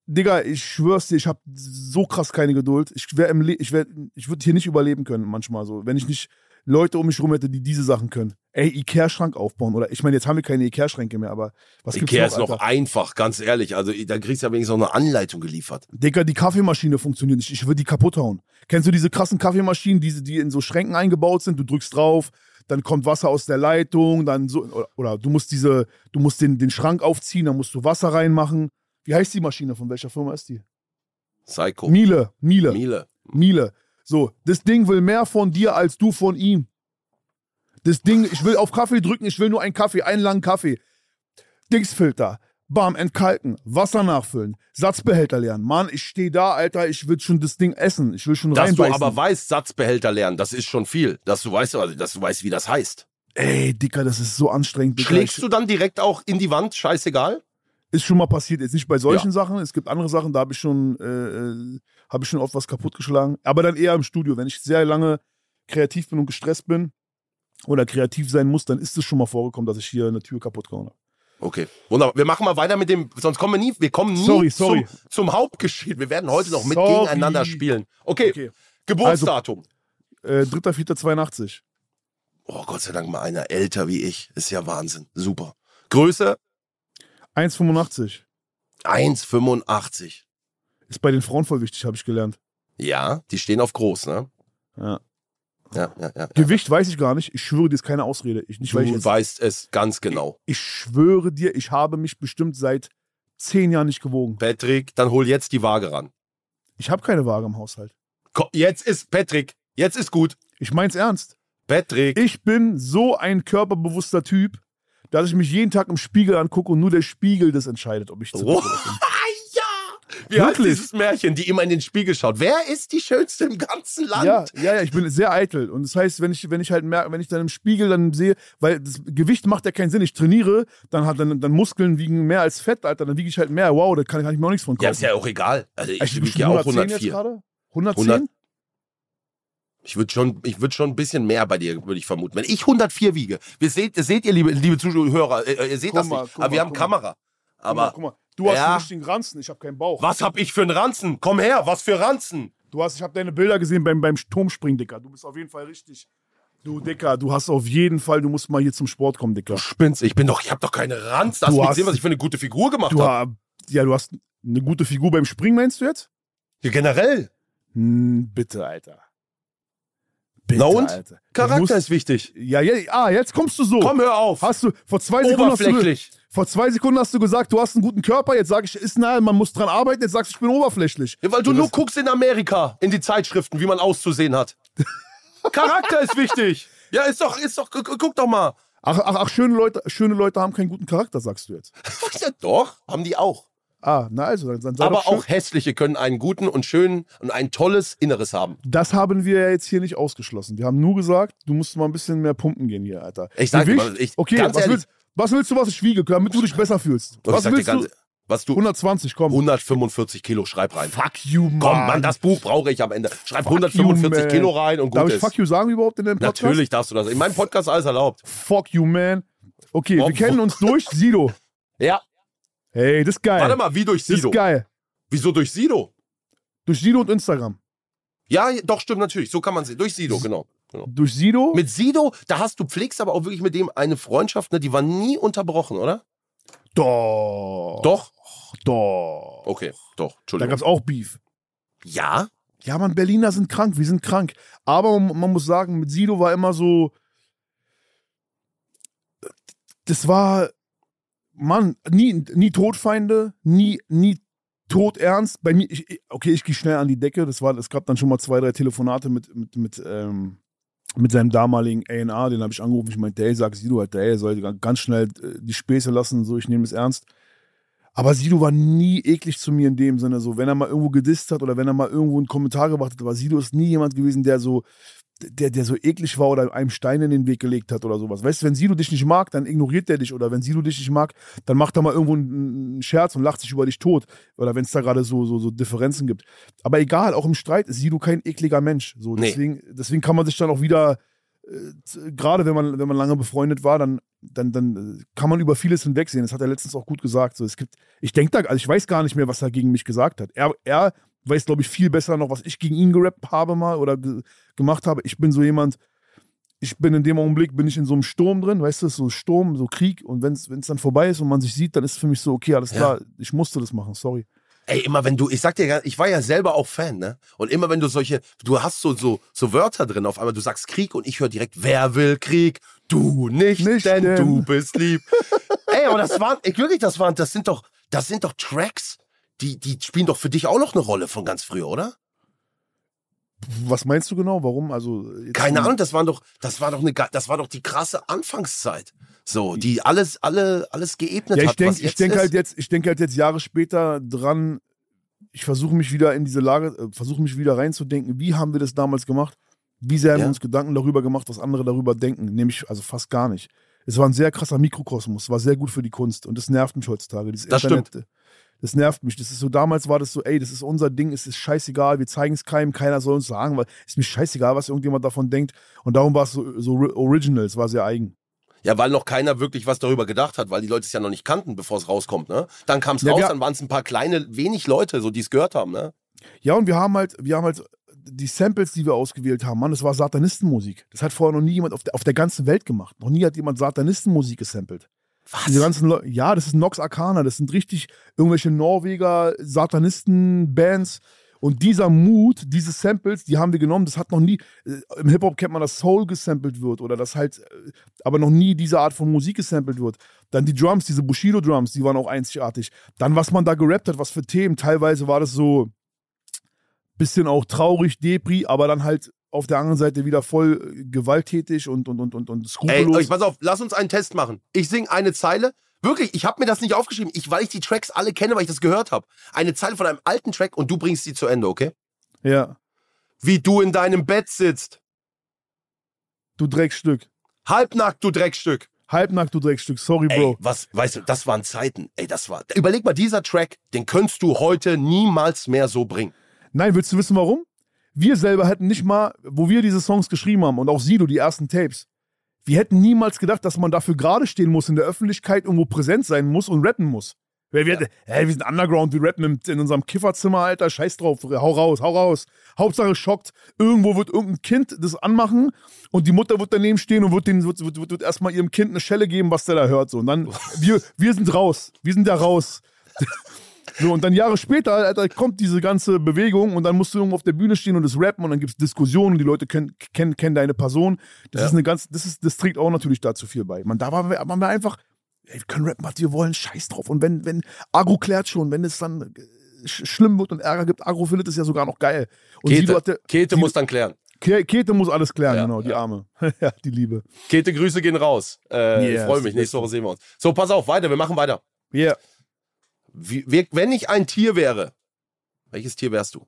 [SPEAKER 4] Digga, ich schwör's dir, ich hab so krass keine Geduld. Ich wär im Le ich wär, ich würde hier nicht überleben können manchmal so, wenn ich nicht Leute um mich rum hätte, die diese Sachen können. Ey, Ikea-Schrank aufbauen oder ich meine, jetzt haben wir keine Ikea-Schränke mehr, aber was gibt's
[SPEAKER 3] Ikea
[SPEAKER 4] noch,
[SPEAKER 3] ist noch
[SPEAKER 4] Alter?
[SPEAKER 3] einfach, ganz ehrlich. Also da kriegst du ja wenigstens noch eine Anleitung geliefert.
[SPEAKER 4] Digga, die Kaffeemaschine funktioniert nicht. Ich würde die kaputt hauen. Kennst du diese krassen Kaffeemaschinen, diese, die in so Schränken eingebaut sind? Du drückst drauf, dann kommt Wasser aus der Leitung, dann so oder, oder du musst diese, du musst den, den Schrank aufziehen, dann musst du Wasser reinmachen. Wie heißt die Maschine? Von welcher Firma ist die?
[SPEAKER 3] Psycho.
[SPEAKER 4] Miele, Miele.
[SPEAKER 3] Oh. Miele.
[SPEAKER 4] Miele. So, das Ding will mehr von dir als du von ihm. Das Ding, ich will auf Kaffee drücken, ich will nur einen Kaffee, einen langen Kaffee. Dingsfilter, bam, entkalken, Wasser nachfüllen, Satzbehälter leeren. Mann, ich stehe da, Alter, ich will schon das Ding essen, ich will schon
[SPEAKER 3] Dass du
[SPEAKER 4] reinbeißen.
[SPEAKER 3] aber weißt, Satzbehälter lernen, das ist schon viel. Dass du weißt, also, dass du weißt, wie das heißt.
[SPEAKER 4] Ey, Dicker, das ist so anstrengend. Dicker.
[SPEAKER 3] Schlägst
[SPEAKER 4] Ich-
[SPEAKER 3] du dann direkt auch in die Wand, scheißegal?
[SPEAKER 4] Ist schon mal passiert, jetzt nicht bei solchen
[SPEAKER 3] Ja.
[SPEAKER 4] Sachen, es gibt andere Sachen, da habe ich schon, äh, habe ich schon oft was kaputtgeschlagen. Aber dann eher im Studio, wenn ich sehr lange kreativ bin und gestresst bin oder kreativ sein muss, dann ist es schon mal vorgekommen, dass ich hier eine Tür kaputt gehauen habe.
[SPEAKER 3] Okay, wunderbar. Wir machen mal weiter mit dem, sonst kommen wir nie, wir kommen nie
[SPEAKER 4] Sorry, sorry.
[SPEAKER 3] Zum, zum Hauptgeschehen. Wir werden heute noch mit
[SPEAKER 4] Sorry.
[SPEAKER 3] gegeneinander spielen. Okay, Also-
[SPEAKER 4] Okay.
[SPEAKER 3] Geburtsdatum.
[SPEAKER 4] Äh, 3.4.82.
[SPEAKER 3] oh, Gott sei Dank mal einer älter wie ich. Ist ja Wahnsinn. Super. Größe
[SPEAKER 4] 1,85.
[SPEAKER 3] 1,85.
[SPEAKER 4] Ist bei den Frauen voll wichtig, habe ich gelernt.
[SPEAKER 3] Ja, die stehen auf groß, ne?
[SPEAKER 4] Ja.
[SPEAKER 3] Ja, ja, ja.
[SPEAKER 4] Gewicht weiß ich gar nicht. Ich schwöre dir, ist keine Ausrede. Ich, nicht,
[SPEAKER 3] Du
[SPEAKER 4] weil ich, jetzt,
[SPEAKER 3] weißt es ganz genau.
[SPEAKER 4] ich schwöre dir, ich habe mich bestimmt seit zehn Jahren nicht gewogen.
[SPEAKER 3] Patrick, dann hol jetzt die Waage ran.
[SPEAKER 4] Ich habe keine Waage im Haushalt.
[SPEAKER 3] Ko- Jetzt ist Patrick. Jetzt ist gut.
[SPEAKER 4] Ich mein's ernst.
[SPEAKER 3] Patrick.
[SPEAKER 4] Ich bin so ein körperbewusster Typ, dass ich mich jeden Tag im Spiegel angucke und nur der Spiegel das entscheidet, ob ich zu
[SPEAKER 3] Oh.
[SPEAKER 4] dick oder dünn
[SPEAKER 3] Wie heißt
[SPEAKER 4] Wirklich?
[SPEAKER 3] dieses Märchen, die immer in den Spiegel schaut? Wer ist die Schönste im ganzen
[SPEAKER 4] bin.
[SPEAKER 3] Land?
[SPEAKER 4] Ja, ja, ja, ich bin sehr eitel. Und das heißt, wenn ich, wenn ich halt merke, wenn ich dann im Spiegel dann sehe, weil das Gewicht macht ja keinen Sinn, ich trainiere, dann hat dann, dann Muskeln wiegen mehr als Fett, Alter, dann wiege ich halt mehr. Wow, da kann, kann ich mir auch nichts von
[SPEAKER 3] Ja,
[SPEAKER 4] kaufen.
[SPEAKER 3] ist ja auch egal. Also ich,
[SPEAKER 4] bin
[SPEAKER 3] wiege
[SPEAKER 4] bestimmt
[SPEAKER 3] ja auch
[SPEAKER 4] jetzt
[SPEAKER 3] 104.
[SPEAKER 4] gerade? 110?
[SPEAKER 3] 100 Ich würde schon, ich würd schon ein bisschen mehr bei dir, würde ich vermuten. Wenn ich 104 wiege, wir seht, seht ihr, liebe, liebe Zuhörer, äh, ihr seht
[SPEAKER 4] Guck
[SPEAKER 3] das
[SPEAKER 4] mal,
[SPEAKER 3] nicht.
[SPEAKER 4] guck
[SPEAKER 3] Aber wir
[SPEAKER 4] mal,
[SPEAKER 3] haben
[SPEAKER 4] guck
[SPEAKER 3] Kamera.
[SPEAKER 4] Guck mal,
[SPEAKER 3] Aber
[SPEAKER 4] guck mal. Du hast
[SPEAKER 3] Ja.
[SPEAKER 4] einen richtigen Ranzen, ich habe keinen Bauch.
[SPEAKER 3] was hab ich für einen Ranzen? Komm her, was für Ranzen?
[SPEAKER 4] Du hast, ich habe deine Bilder gesehen beim, beim Turmspringen, Dicker. Du bist auf jeden Fall richtig. Du, Dicker, du hast auf jeden Fall, du musst mal hier zum Sport kommen, Dicker.
[SPEAKER 3] Du spinnst, Oh, ich bin doch, ich habe doch keine Ranz. Hast
[SPEAKER 4] Du
[SPEAKER 3] du
[SPEAKER 4] hast-
[SPEAKER 3] gesehen, was ich für eine gute Figur gemacht
[SPEAKER 4] Du,
[SPEAKER 3] habe?
[SPEAKER 4] ha- ja, du hast eine gute Figur beim Springen, meinst du jetzt?
[SPEAKER 3] Ja, generell.
[SPEAKER 4] Hm, bitte, Alter. Bitte,
[SPEAKER 3] Na und?
[SPEAKER 4] Alter. Du
[SPEAKER 3] Charakter
[SPEAKER 4] musst-
[SPEAKER 3] ist wichtig.
[SPEAKER 4] Ja, ja, ah, jetzt kommst du so.
[SPEAKER 3] Komm, hör auf.
[SPEAKER 4] Hast du, vor zwei Sekunden hast du,
[SPEAKER 3] Oberflächlich.
[SPEAKER 4] vor zwei Sekunden hast du gesagt, du hast einen guten Körper, jetzt sage ich, ist nahe, man muss dran arbeiten, jetzt sagst du, ich bin oberflächlich.
[SPEAKER 3] Ja, weil du
[SPEAKER 4] Ja,
[SPEAKER 3] nur
[SPEAKER 4] was-
[SPEAKER 3] guckst in Amerika, in die Zeitschriften, wie man auszusehen
[SPEAKER 4] *laughs*
[SPEAKER 3] hat. Charakter ist wichtig. Ja, ist doch, ist doch, gu- gu- guck doch mal.
[SPEAKER 4] Ach, ach, ach schöne, Leute, schöne Leute haben keinen guten Charakter, sagst du jetzt.
[SPEAKER 3] Ja, doch, haben die auch.
[SPEAKER 4] Ah, na also, dann, dann sei doch
[SPEAKER 3] Aber
[SPEAKER 4] schön.
[SPEAKER 3] auch hässliche können einen guten und schönen und ein tolles Inneres haben.
[SPEAKER 4] Das haben wir ja jetzt hier nicht ausgeschlossen. Wir haben nur gesagt, du musst mal ein bisschen mehr pumpen gehen hier, Alter.
[SPEAKER 3] Ich sag dir
[SPEAKER 4] Gewicht-
[SPEAKER 3] mal, ich-
[SPEAKER 4] okay,
[SPEAKER 3] ganz
[SPEAKER 4] was,
[SPEAKER 3] ehrlich-
[SPEAKER 4] willst, was willst du, was ich wiege, damit du dich besser fühlst?
[SPEAKER 3] Und ich
[SPEAKER 4] Was
[SPEAKER 3] sag dir
[SPEAKER 4] willst
[SPEAKER 3] ganz,
[SPEAKER 4] du?
[SPEAKER 3] was du
[SPEAKER 4] 120, komm.
[SPEAKER 3] 145 Kilo schreib rein.
[SPEAKER 4] Fuck you, Mann.
[SPEAKER 3] Komm, Mann, das Buch brauche ich am Ende. Schreib
[SPEAKER 4] Fuck
[SPEAKER 3] 145
[SPEAKER 4] you, man.
[SPEAKER 3] Kilo rein und gut
[SPEAKER 4] Darf ich
[SPEAKER 3] ist.
[SPEAKER 4] fuck you sagen überhaupt in dem Podcast?
[SPEAKER 3] Natürlich darfst du das. In meinem Podcast alles erlaubt.
[SPEAKER 4] Fuck you, man. Okay,
[SPEAKER 3] Wow.
[SPEAKER 4] wir kennen uns durch Sido.
[SPEAKER 3] Ja.
[SPEAKER 4] Hey, das ist geil.
[SPEAKER 3] Warte mal, wie durch
[SPEAKER 4] Das
[SPEAKER 3] Sido?
[SPEAKER 4] ist geil.
[SPEAKER 3] Wieso durch Sido?
[SPEAKER 4] Durch Sido und Instagram.
[SPEAKER 3] Ja, doch, stimmt, natürlich. So kann man sie. Durch Sido, genau. genau.
[SPEAKER 4] Durch Sido.
[SPEAKER 3] Mit Sido, da hast du pflegst aber auch wirklich mit dem eine Freundschaft, ne? die war nie unterbrochen, oder?
[SPEAKER 4] doch.
[SPEAKER 3] Doch?
[SPEAKER 4] Doch.
[SPEAKER 3] Okay, doch.
[SPEAKER 4] Da
[SPEAKER 3] Entschuldigung.
[SPEAKER 4] gab's auch Beef.
[SPEAKER 3] Ja?
[SPEAKER 4] Ja, man, Berliner sind krank, wir sind krank. Aber man, man muss sagen, mit Sido war immer so. Das war. Mann, nie, nie Todfeinde, nie, nie todernst. Bei mir, ich, ich- okay, ich gehe schnell an die Decke. Das war, es gab dann schon mal zwei, drei Telefonate mit, mit, mit, ähm, mit seinem damaligen A&R, den habe ich angerufen. Ich meinte, ey, sag Sido halt, ey, soll ganz schnell äh, die Späße lassen, so, ich nehme es ernst. Aber Sido war nie eklig zu mir in dem Sinne. So, wenn er mal irgendwo gedisst hat oder wenn er mal irgendwo einen Kommentar gemacht hat, aber Sido ist nie jemand gewesen, der so, der, der so eklig war oder einem Stein in den Weg gelegt hat oder sowas. Weißt du, wenn Sido dich nicht mag, dann ignoriert der dich. Oder wenn Sido dich nicht mag, dann macht er mal irgendwo einen einen Scherz und lacht sich über dich tot. Oder wenn es da gerade so, so, so Differenzen gibt. Aber egal, auch im Streit ist Sido kein ekliger Mensch. So,
[SPEAKER 3] Nee.
[SPEAKER 4] deswegen, deswegen kann man sich dann auch wieder, äh, z- gerade wenn man, wenn man lange befreundet war, dann, dann, dann äh, kann man über vieles hinwegsehen. Das hat er letztens auch gut gesagt. So, es gibt, ich denke da, also ich weiß gar nicht mehr, was er gegen mich gesagt hat. Er, er weiß, glaube ich, viel besser noch, was ich gegen ihn gerappt habe mal oder ge gemacht habe. Ich bin so jemand, ich bin in dem Augenblick, bin ich in so einem Sturm drin, weißt du, so Sturm, so Krieg und wenn es dann vorbei ist und man sich sieht, dann ist für mich so, okay, alles klar, ich musste das machen, sorry.
[SPEAKER 3] Ey, immer wenn du, ich sag dir, gar- ich war ja selber auch Fan, ne? Und immer wenn du solche, du hast so so, so Wörter drin, auf einmal du sagst Krieg und ich höre direkt, wer will Krieg? Du nicht,
[SPEAKER 4] Nicht
[SPEAKER 3] denn,
[SPEAKER 4] denn.
[SPEAKER 3] du bist
[SPEAKER 4] *laughs*
[SPEAKER 3] lieb. Ey, aber das waren, ey, wirklich, das waren, das sind doch, das sind doch Tracks, die, die spielen doch für dich auch noch eine Rolle von ganz früher, oder?
[SPEAKER 4] Was meinst du genau? Warum? Also jetzt-
[SPEAKER 3] Keine Ahnung, das waren doch, das war doch eine, ge- das war doch die krasse Anfangszeit. So, die alles, alle, alles geebnet
[SPEAKER 4] Hm. Ja, ich
[SPEAKER 3] hat. was
[SPEAKER 4] denke, ich
[SPEAKER 3] jetzt
[SPEAKER 4] denke
[SPEAKER 3] ist.
[SPEAKER 4] halt jetzt, ich denke halt jetzt Jahre später dran. Ich versuche mich wieder in diese Lage, äh, versuche mich wieder reinzudenken. Wie haben wir das damals gemacht? Wie sehr haben
[SPEAKER 3] Ja.
[SPEAKER 4] wir uns Gedanken darüber gemacht, was andere darüber denken? Nämlich also fast gar nicht. Es war ein sehr krasser Mikrokosmos, war sehr gut für die Kunst und das nervt mich heutzutage. Dieses
[SPEAKER 3] Das
[SPEAKER 4] Internet, äh, Das nervt mich. Das ist so, damals war das so, ey, das ist unser Ding, es ist scheißegal, wir zeigen es keinem, keiner soll uns sagen, weil es ist mir scheißegal, was irgendjemand davon denkt. Und darum war es so, so original, es war sehr eigen.
[SPEAKER 3] Ja, weil noch keiner wirklich was darüber gedacht hat, weil die Leute es ja noch nicht kannten, bevor es rauskommt, ne? Dann kam es
[SPEAKER 4] Ja,
[SPEAKER 3] raus,
[SPEAKER 4] wir-
[SPEAKER 3] dann waren es ein paar kleine, wenig Leute, so die es gehört haben, ne?
[SPEAKER 4] Ja, und wir haben halt, wir haben halt die Samples, die wir ausgewählt haben, Mann, das war Satanistenmusik. Das hat vorher noch nie jemand auf der, auf der ganzen Welt gemacht. Noch nie hat jemand Satanistenmusik gesampelt. Diese ganzen Leu- ja, das ist Nox Arcana, das sind richtig irgendwelche Norweger Satanisten-Bands. Und dieser Mut, diese Samples, die haben wir genommen. Das hat noch nie, äh, im Hip-Hop kennt man, dass Soul gesampelt wird oder dass halt, äh, aber noch nie diese Art von Musik gesampelt wird. Dann die Drums, diese Bushido-Drums, die waren auch einzigartig. Dann, was man da gerappt hat, was für Themen. Teilweise war das so, bisschen auch traurig, Depri, aber dann halt auf der anderen Seite wieder voll äh, gewalttätig und, und, und, und, und
[SPEAKER 3] Ey,
[SPEAKER 4] skrupellos.
[SPEAKER 3] ich, pass auf, lass uns einen Test machen. Ich sing eine Zeile. Wirklich, ich habe mir das nicht aufgeschrieben, ich, weil ich die Tracks alle kenne, weil ich das gehört habe. Eine Zeile von einem alten Track und du bringst sie zu Ende, okay?
[SPEAKER 4] ja,
[SPEAKER 3] Wie du in deinem Bett sitzt.
[SPEAKER 4] du Dreckstück.
[SPEAKER 3] Halbnackt, du Dreckstück.
[SPEAKER 4] Halbnackt, du Dreckstück. Sorry,
[SPEAKER 3] Ey,
[SPEAKER 4] Bro.
[SPEAKER 3] was, weißt du, das waren Zeiten. Ey, das war. Überleg mal, dieser Track, den könntest du heute niemals mehr so bringen.
[SPEAKER 4] Nein, willst du wissen, warum? Wir selber hätten nicht mal, wo wir diese Songs geschrieben haben und auch Sido, die ersten Tapes, wir hätten niemals gedacht, dass man dafür gerade stehen muss, in der Öffentlichkeit irgendwo präsent sein muss und rappen muss. Weil wir, hätten, hey, wir sind Underground, wir rappen im, in unserem Kifferzimmer, Alter, scheiß drauf, hau raus, hau raus. Hauptsache schockt, irgendwo wird irgendein Kind das anmachen und die Mutter wird daneben stehen und wird, den, wird, wird, wird, wird erstmal ihrem Kind eine Schelle geben, was der da hört. So. Und dann, wir, wir sind raus, wir sind da raus. So, und dann Jahre später, Alter, kommt diese ganze Bewegung und dann musst du irgendwo auf der Bühne stehen und das rappen und dann gibt es Diskussionen und die Leute kennen, kennen, kennen deine Person. Das ist eine ganz, das ist, das trägt auch natürlich dazu viel bei. Man, da waren wir, waren wir einfach, ey, wir können rappen, was wir wollen, scheiß drauf. Und wenn, wenn, Agro klärt schon, wenn es dann äh, sch schlimm wird und Ärger gibt, Agro findet es ja sogar noch geil. Und Sido
[SPEAKER 3] Kete,
[SPEAKER 4] hatte-
[SPEAKER 3] Kete
[SPEAKER 4] Sido-
[SPEAKER 3] muss dann klären.
[SPEAKER 4] Ke Kete muss alles klären,
[SPEAKER 3] Ja,
[SPEAKER 4] genau, die
[SPEAKER 3] ja.
[SPEAKER 4] Arme. *laughs* ja, die Liebe.
[SPEAKER 3] Kete, Grüße gehen raus. Äh,
[SPEAKER 4] Yes.
[SPEAKER 3] ich freue mich. Nächste Woche sehen wir uns. So, pass auf, weiter. Wir machen weiter.
[SPEAKER 4] Yeah.
[SPEAKER 3] Wie, wir- wenn ich ein Tier wäre, welches Tier wärst du?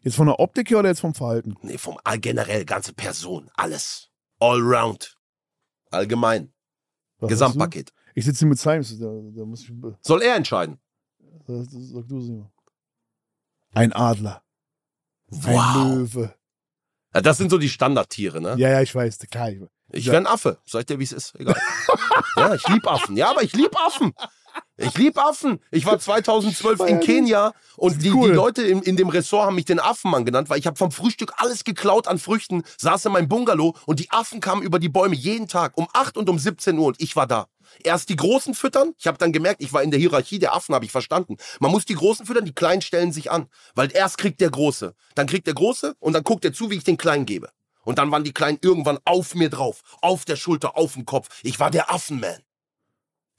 [SPEAKER 4] Jetzt von der Optik her oder jetzt vom Verhalten?
[SPEAKER 3] Nee, vom all generell, ganze Person, alles. Allround. Allgemein.
[SPEAKER 4] Was hast
[SPEAKER 3] Gesamtpaket.
[SPEAKER 4] du? Ich sitze hier mit Simes, da, da muss ich. Da,
[SPEAKER 3] Soll er entscheiden.
[SPEAKER 4] das- sag du,
[SPEAKER 3] Hm.
[SPEAKER 4] Simon. Ein Adler. Ein
[SPEAKER 3] Wow.
[SPEAKER 4] Löwe.
[SPEAKER 3] Ja, das sind so die Standardtiere, ne?
[SPEAKER 4] Ja, ja, ich weiß, klar. Ich,
[SPEAKER 3] Ich
[SPEAKER 4] Ja.
[SPEAKER 3] wär ein Affe. Sag ich dir, wie es ist.
[SPEAKER 4] *laughs*
[SPEAKER 3] Egal. ja, ich lieb Affen. Ja, aber ich lieb Affen. Ich lieb Affen. Ich war 2012 in Kenia und die,
[SPEAKER 4] Cool.
[SPEAKER 3] die Leute in, in dem Ressort haben mich den Affenmann genannt, weil ich habe vom Frühstück alles geklaut an Früchten, saß in meinem Bungalow und die Affen kamen über die Bäume jeden Tag um 8 und um 17 Uhr und ich war da. Erst die Großen füttern. Ich habe dann gemerkt, ich war in der Hierarchie der Affen, habe ich verstanden. Man muss die Großen füttern, die Kleinen stellen sich an. Weil erst kriegt der Große, dann kriegt der Große und dann guckt er zu, wie ich den Kleinen gebe. Und dann waren die Kleinen irgendwann auf mir drauf, auf der Schulter, auf dem Kopf. Ich war der Affenman.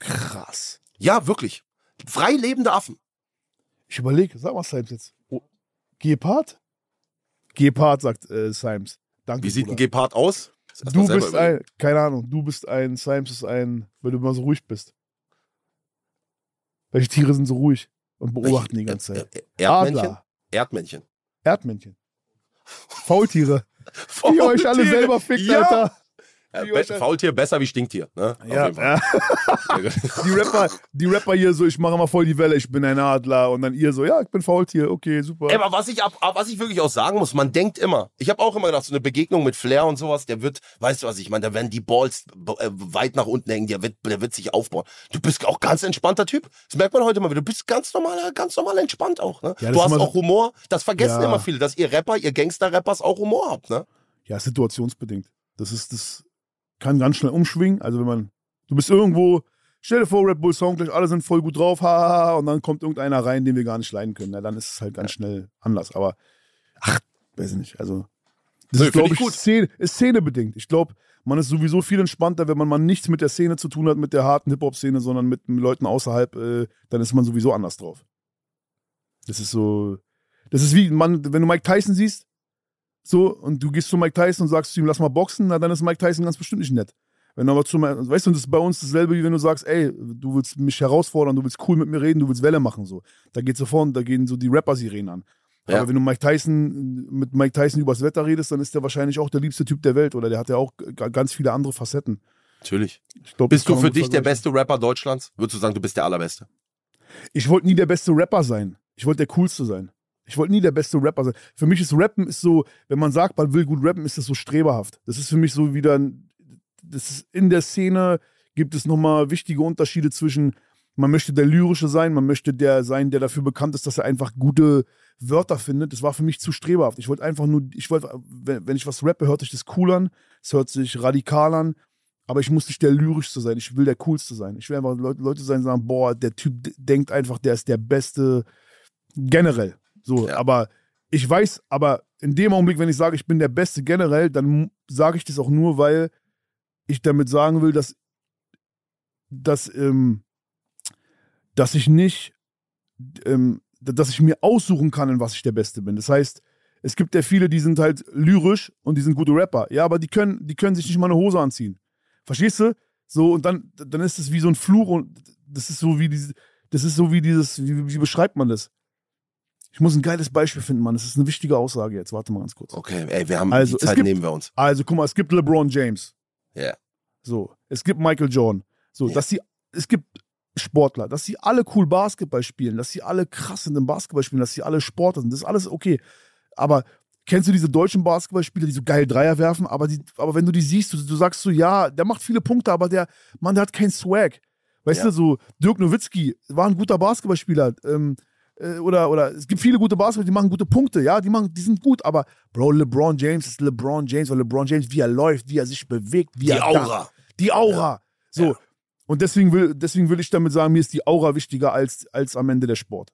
[SPEAKER 4] krass.
[SPEAKER 3] Ja, wirklich. Frei lebende Affen.
[SPEAKER 4] Ich überlege, sag mal Simes jetzt. Oh, Gepard? Gepard, sagt äh, Simes. Danke.
[SPEAKER 3] Wie sieht ein
[SPEAKER 4] Bruder.
[SPEAKER 3] Gepard aus? Das erst mal
[SPEAKER 4] Du
[SPEAKER 3] selber
[SPEAKER 4] bist
[SPEAKER 3] überlegen.
[SPEAKER 4] ein, keine Ahnung, du bist ein, Simes ist ein, weil du immer so ruhig bist. Welche Tiere sind so ruhig und beobachten die ganze
[SPEAKER 3] Äh,
[SPEAKER 4] Zeit?
[SPEAKER 3] äh, Erdmännchen?
[SPEAKER 4] Adler,
[SPEAKER 3] Erdmännchen.
[SPEAKER 4] Erdmännchen. Faultiere, die euch
[SPEAKER 3] *laughs*
[SPEAKER 4] alle
[SPEAKER 3] Faultiere.
[SPEAKER 4] selber fickt,
[SPEAKER 3] ja.
[SPEAKER 4] Alter.
[SPEAKER 3] Ja,
[SPEAKER 4] Die
[SPEAKER 3] be-
[SPEAKER 4] euch alle-
[SPEAKER 3] Faultier besser wie Stinktier. Ne? Auf
[SPEAKER 4] Ja,
[SPEAKER 3] jeden Fall.
[SPEAKER 4] ja. *laughs* Die, Rapper, die Rapper hier so, ich mache immer voll die Welle, ich bin ein Adler. Und dann ihr so, ja, ich bin Faultier, okay, super.
[SPEAKER 3] Ey, aber was ich, ab, ab- was ich wirklich auch sagen muss, man denkt immer, ich habe auch immer gedacht, so eine Begegnung mit Flair und sowas, der wird, weißt du was ich meine, da werden die Balls b- äh, weit nach unten hängen, der wird, der wird sich aufbauen. Du bist auch ganz entspannter Typ. Das merkt man heute mal wieder. Du bist ganz normal, ganz normal entspannt auch. Ne?
[SPEAKER 4] Ja, das
[SPEAKER 3] du
[SPEAKER 4] ist
[SPEAKER 3] hast
[SPEAKER 4] immer so-
[SPEAKER 3] auch Humor. Das vergessen
[SPEAKER 4] Ja.
[SPEAKER 3] immer viele, dass ihr Rapper, ihr Gangster-Rappers auch Humor habt. Ne?
[SPEAKER 4] Ja, situationsbedingt. Das ist, das kann ganz schnell umschwingen. Also wenn man, du bist irgendwo, stell dir vor, Red Bull Song, gleich alle sind voll gut drauf, haha, und dann kommt irgendeiner rein, den wir gar nicht leiden können. Na, dann ist es halt ganz schnell anders. Aber, ach, weiß nicht, also. Das
[SPEAKER 3] Nö, find
[SPEAKER 4] ist, glaube
[SPEAKER 3] ich
[SPEAKER 4] ich,
[SPEAKER 3] gut.
[SPEAKER 4] Szene, ist szenebedingt. Ich glaube, man ist sowieso viel entspannter, wenn man mal nichts mit der Szene zu tun hat, mit der harten Hip-Hop-Szene, sondern mit Leuten außerhalb, äh, dann ist man sowieso anders drauf. Das ist so, das ist wie, man, wenn du Mike Tyson siehst, so, und du gehst zu Mike Tyson und sagst zu ihm, lass mal boxen, na dann ist Mike Tyson ganz bestimmt nicht nett. Wenn du aber zu Mike- weißt du, und das ist bei uns dasselbe, wie wenn du sagst, ey, du willst mich herausfordern, du willst cool mit mir reden, du willst Welle machen, so. Da geht sofort, da gehen so die Rapper-Sirenen an.
[SPEAKER 3] Ja.
[SPEAKER 4] Aber wenn du Mike Tyson, mit Mike Tyson übers Wetter redest, dann ist der wahrscheinlich auch der liebste Typ der Welt oder der hat ja auch g- ganz viele andere Facetten.
[SPEAKER 3] Natürlich.
[SPEAKER 4] Ich glaub, das
[SPEAKER 3] Bist
[SPEAKER 4] kann
[SPEAKER 3] du
[SPEAKER 4] man
[SPEAKER 3] für
[SPEAKER 4] gut
[SPEAKER 3] dich der
[SPEAKER 4] vergleichen.
[SPEAKER 3] beste Rapper Deutschlands? Würdest du sagen, du bist der allerbeste?
[SPEAKER 4] ich wollte nie der beste Rapper sein. Ich wollte der coolste sein. Ich wollte nie der beste Rapper sein. Für mich ist Rappen ist so, wenn man sagt, man will gut rappen, ist das so streberhaft. Das ist für mich so wieder, ein- das ist in der Szene gibt es nochmal wichtige Unterschiede zwischen, man möchte der Lyrische sein, man möchte der sein, der dafür bekannt ist, dass er einfach gute Wörter findet. Das war für mich zu streberhaft. Ich wollte einfach nur, ich wollte, wenn wenn ich was rappe, hört sich das cool an, es hört sich radikal an, aber ich muss nicht der lyrischste sein, ich will der coolste sein. Ich will einfach Leute, Leute sein, die sagen, boah, der Typ d- denkt einfach, der ist der beste generell. So,
[SPEAKER 3] Ja.
[SPEAKER 4] aber ich weiß, aber in dem Augenblick, wenn ich sage, ich bin der beste generell, dann mu- sage ich das auch nur, weil ich damit sagen will, dass dass ähm, dass ich nicht ähm, d- dass ich mir aussuchen kann, in was ich der Beste bin. Das heißt, es gibt ja viele, die sind halt lyrisch und die sind gute Rapper. Ja, aber die können, die können sich nicht mal eine Hose anziehen. Verstehst du? So, und dann, dann ist es wie so ein Fluch und das ist so wie diese, das ist so wie dieses, wie, wie beschreibt man das? Ich muss ein geiles Beispiel finden, Mann. Das ist eine wichtige Aussage jetzt. Warte mal ganz kurz.
[SPEAKER 3] Okay, ey, wir haben
[SPEAKER 4] Also, es
[SPEAKER 3] die Zeit
[SPEAKER 4] gibt-
[SPEAKER 3] nehmen wir uns.
[SPEAKER 4] Also guck mal, es gibt LeBron James.
[SPEAKER 3] Ja.
[SPEAKER 4] So, es gibt Michael Jordan. So,
[SPEAKER 3] Ja.
[SPEAKER 4] dass sie, es gibt Sportler, dass sie alle cool Basketball spielen, dass sie alle krass sind im Basketball spielen, dass sie alle Sportler sind, das ist alles okay. Aber kennst du diese deutschen Basketballspieler, die so geil Dreier werfen, aber, die, aber wenn du die siehst, du, du sagst so, ja, der macht viele Punkte, aber der, Mann, der hat keinen Swag. Weißt
[SPEAKER 3] Ja.
[SPEAKER 4] du, so Dirk Nowitzki war ein guter Basketballspieler. Ähm, äh, oder, oder es gibt viele gute Basketballer, die machen gute Punkte, ja, die, machen, die sind gut, aber Bro, LeBron James ist LeBron James, weil LeBron James, wie er läuft, wie er sich bewegt, wie
[SPEAKER 3] Die
[SPEAKER 4] er
[SPEAKER 3] Aura.
[SPEAKER 4] die Aura. So.
[SPEAKER 3] Ja.
[SPEAKER 4] Und deswegen will, deswegen will ich damit sagen, mir ist die Aura wichtiger als, als am Ende der Sport.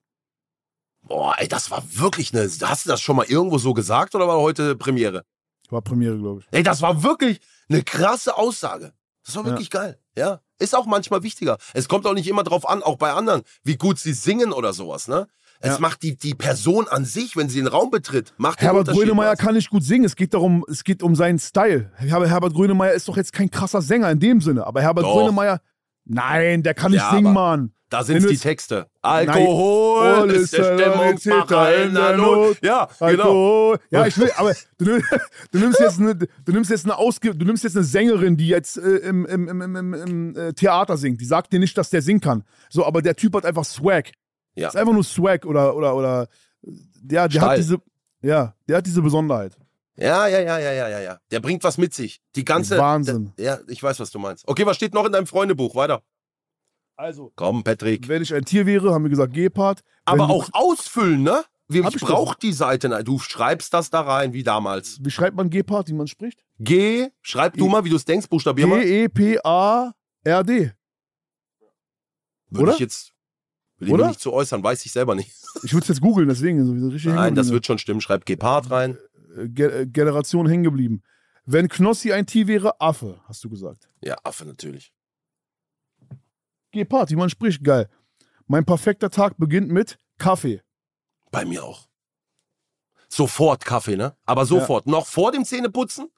[SPEAKER 3] Boah, ey, das war wirklich eine. Hast du das schon mal irgendwo so gesagt oder war heute Premiere?
[SPEAKER 4] War Premiere, glaube ich.
[SPEAKER 3] Ey, das war wirklich eine krasse Aussage. Das war
[SPEAKER 4] Ja.
[SPEAKER 3] wirklich geil. Ja. Ist auch manchmal wichtiger. Es kommt auch nicht immer drauf an, auch bei anderen, wie gut sie singen oder sowas, ne? Es
[SPEAKER 4] Ja.
[SPEAKER 3] macht die, die Person an sich, wenn sie den Raum betritt, macht den
[SPEAKER 4] Herbert
[SPEAKER 3] Unterschied.
[SPEAKER 4] Grönemeyer
[SPEAKER 3] aus.
[SPEAKER 4] kann nicht gut singen. Es geht darum, es geht um seinen Style. Herber- Herbert Grönemeyer ist doch jetzt kein krasser Sänger in dem Sinne. Aber Herbert
[SPEAKER 3] Doch.
[SPEAKER 4] Grönemeyer, nein, der kann nicht
[SPEAKER 3] Ja,
[SPEAKER 4] singen,
[SPEAKER 3] aber-
[SPEAKER 4] Mann.
[SPEAKER 3] Da sind
[SPEAKER 4] Wenn
[SPEAKER 3] die
[SPEAKER 4] du-
[SPEAKER 3] Texte. Alkohol ist der Stimmungsmacher in der Not. Ja, genau.
[SPEAKER 4] Alkohol. Ja, ich will, aber du, nimm- *laughs* du nimmst jetzt eine, du nimmst jetzt eine Ausge du nimmst jetzt eine Sängerin, die jetzt äh, im, im, im, im, im, im äh, Theater singt. Die sagt dir nicht, dass der singen kann. So, aber der Typ hat einfach Swag.
[SPEAKER 3] Ja.
[SPEAKER 4] Ist einfach nur Swag oder oder oder ja, der
[SPEAKER 3] Stall.
[SPEAKER 4] hat diese ja, der hat diese Besonderheit.
[SPEAKER 3] Ja, ja, ja, ja, ja, ja, ja. Der bringt was mit sich. Die ganze.
[SPEAKER 4] Wahnsinn.
[SPEAKER 3] Da, ja, ich weiß, was du meinst. Okay, was steht noch in deinem Freundebuch? Weiter.
[SPEAKER 4] Also,
[SPEAKER 3] Komm, Patrick.
[SPEAKER 4] wenn ich ein Tier wäre, haben wir gesagt Gepard. Wenn
[SPEAKER 3] Aber
[SPEAKER 4] du-
[SPEAKER 3] auch ausfüllen, ne? Wir,
[SPEAKER 4] Hab
[SPEAKER 3] ich
[SPEAKER 4] ich
[SPEAKER 3] brauch die Seite. nicht. Du schreibst das da rein, wie damals.
[SPEAKER 4] Wie schreibt man Gepard, wie man spricht?
[SPEAKER 3] G, schreib du
[SPEAKER 4] G-
[SPEAKER 3] mal, wie du es denkst, buchstabier mal.
[SPEAKER 4] G E P A R D.
[SPEAKER 3] Würde
[SPEAKER 4] oder?
[SPEAKER 3] ich jetzt. Will ich
[SPEAKER 4] Oder?
[SPEAKER 3] mich nicht zu äußern, weiß ich selber nicht.
[SPEAKER 4] Ich würde es jetzt googeln, deswegen sowieso richtig
[SPEAKER 3] Nein, das
[SPEAKER 4] hängen
[SPEAKER 3] wird schon stimmen. Schreib Gepard rein.
[SPEAKER 4] geblieben. Äh, Ge äh, Generation hängen geblieben. Wenn Knossi ein Tier wäre, Affe, hast du gesagt.
[SPEAKER 3] Ja, Affe natürlich.
[SPEAKER 4] Gepard, wie man spricht, geil. Mein perfekter Tag beginnt mit Kaffee.
[SPEAKER 3] Bei mir auch. Sofort Kaffee, ne? Aber sofort. Noch vor dem Zähneputzen?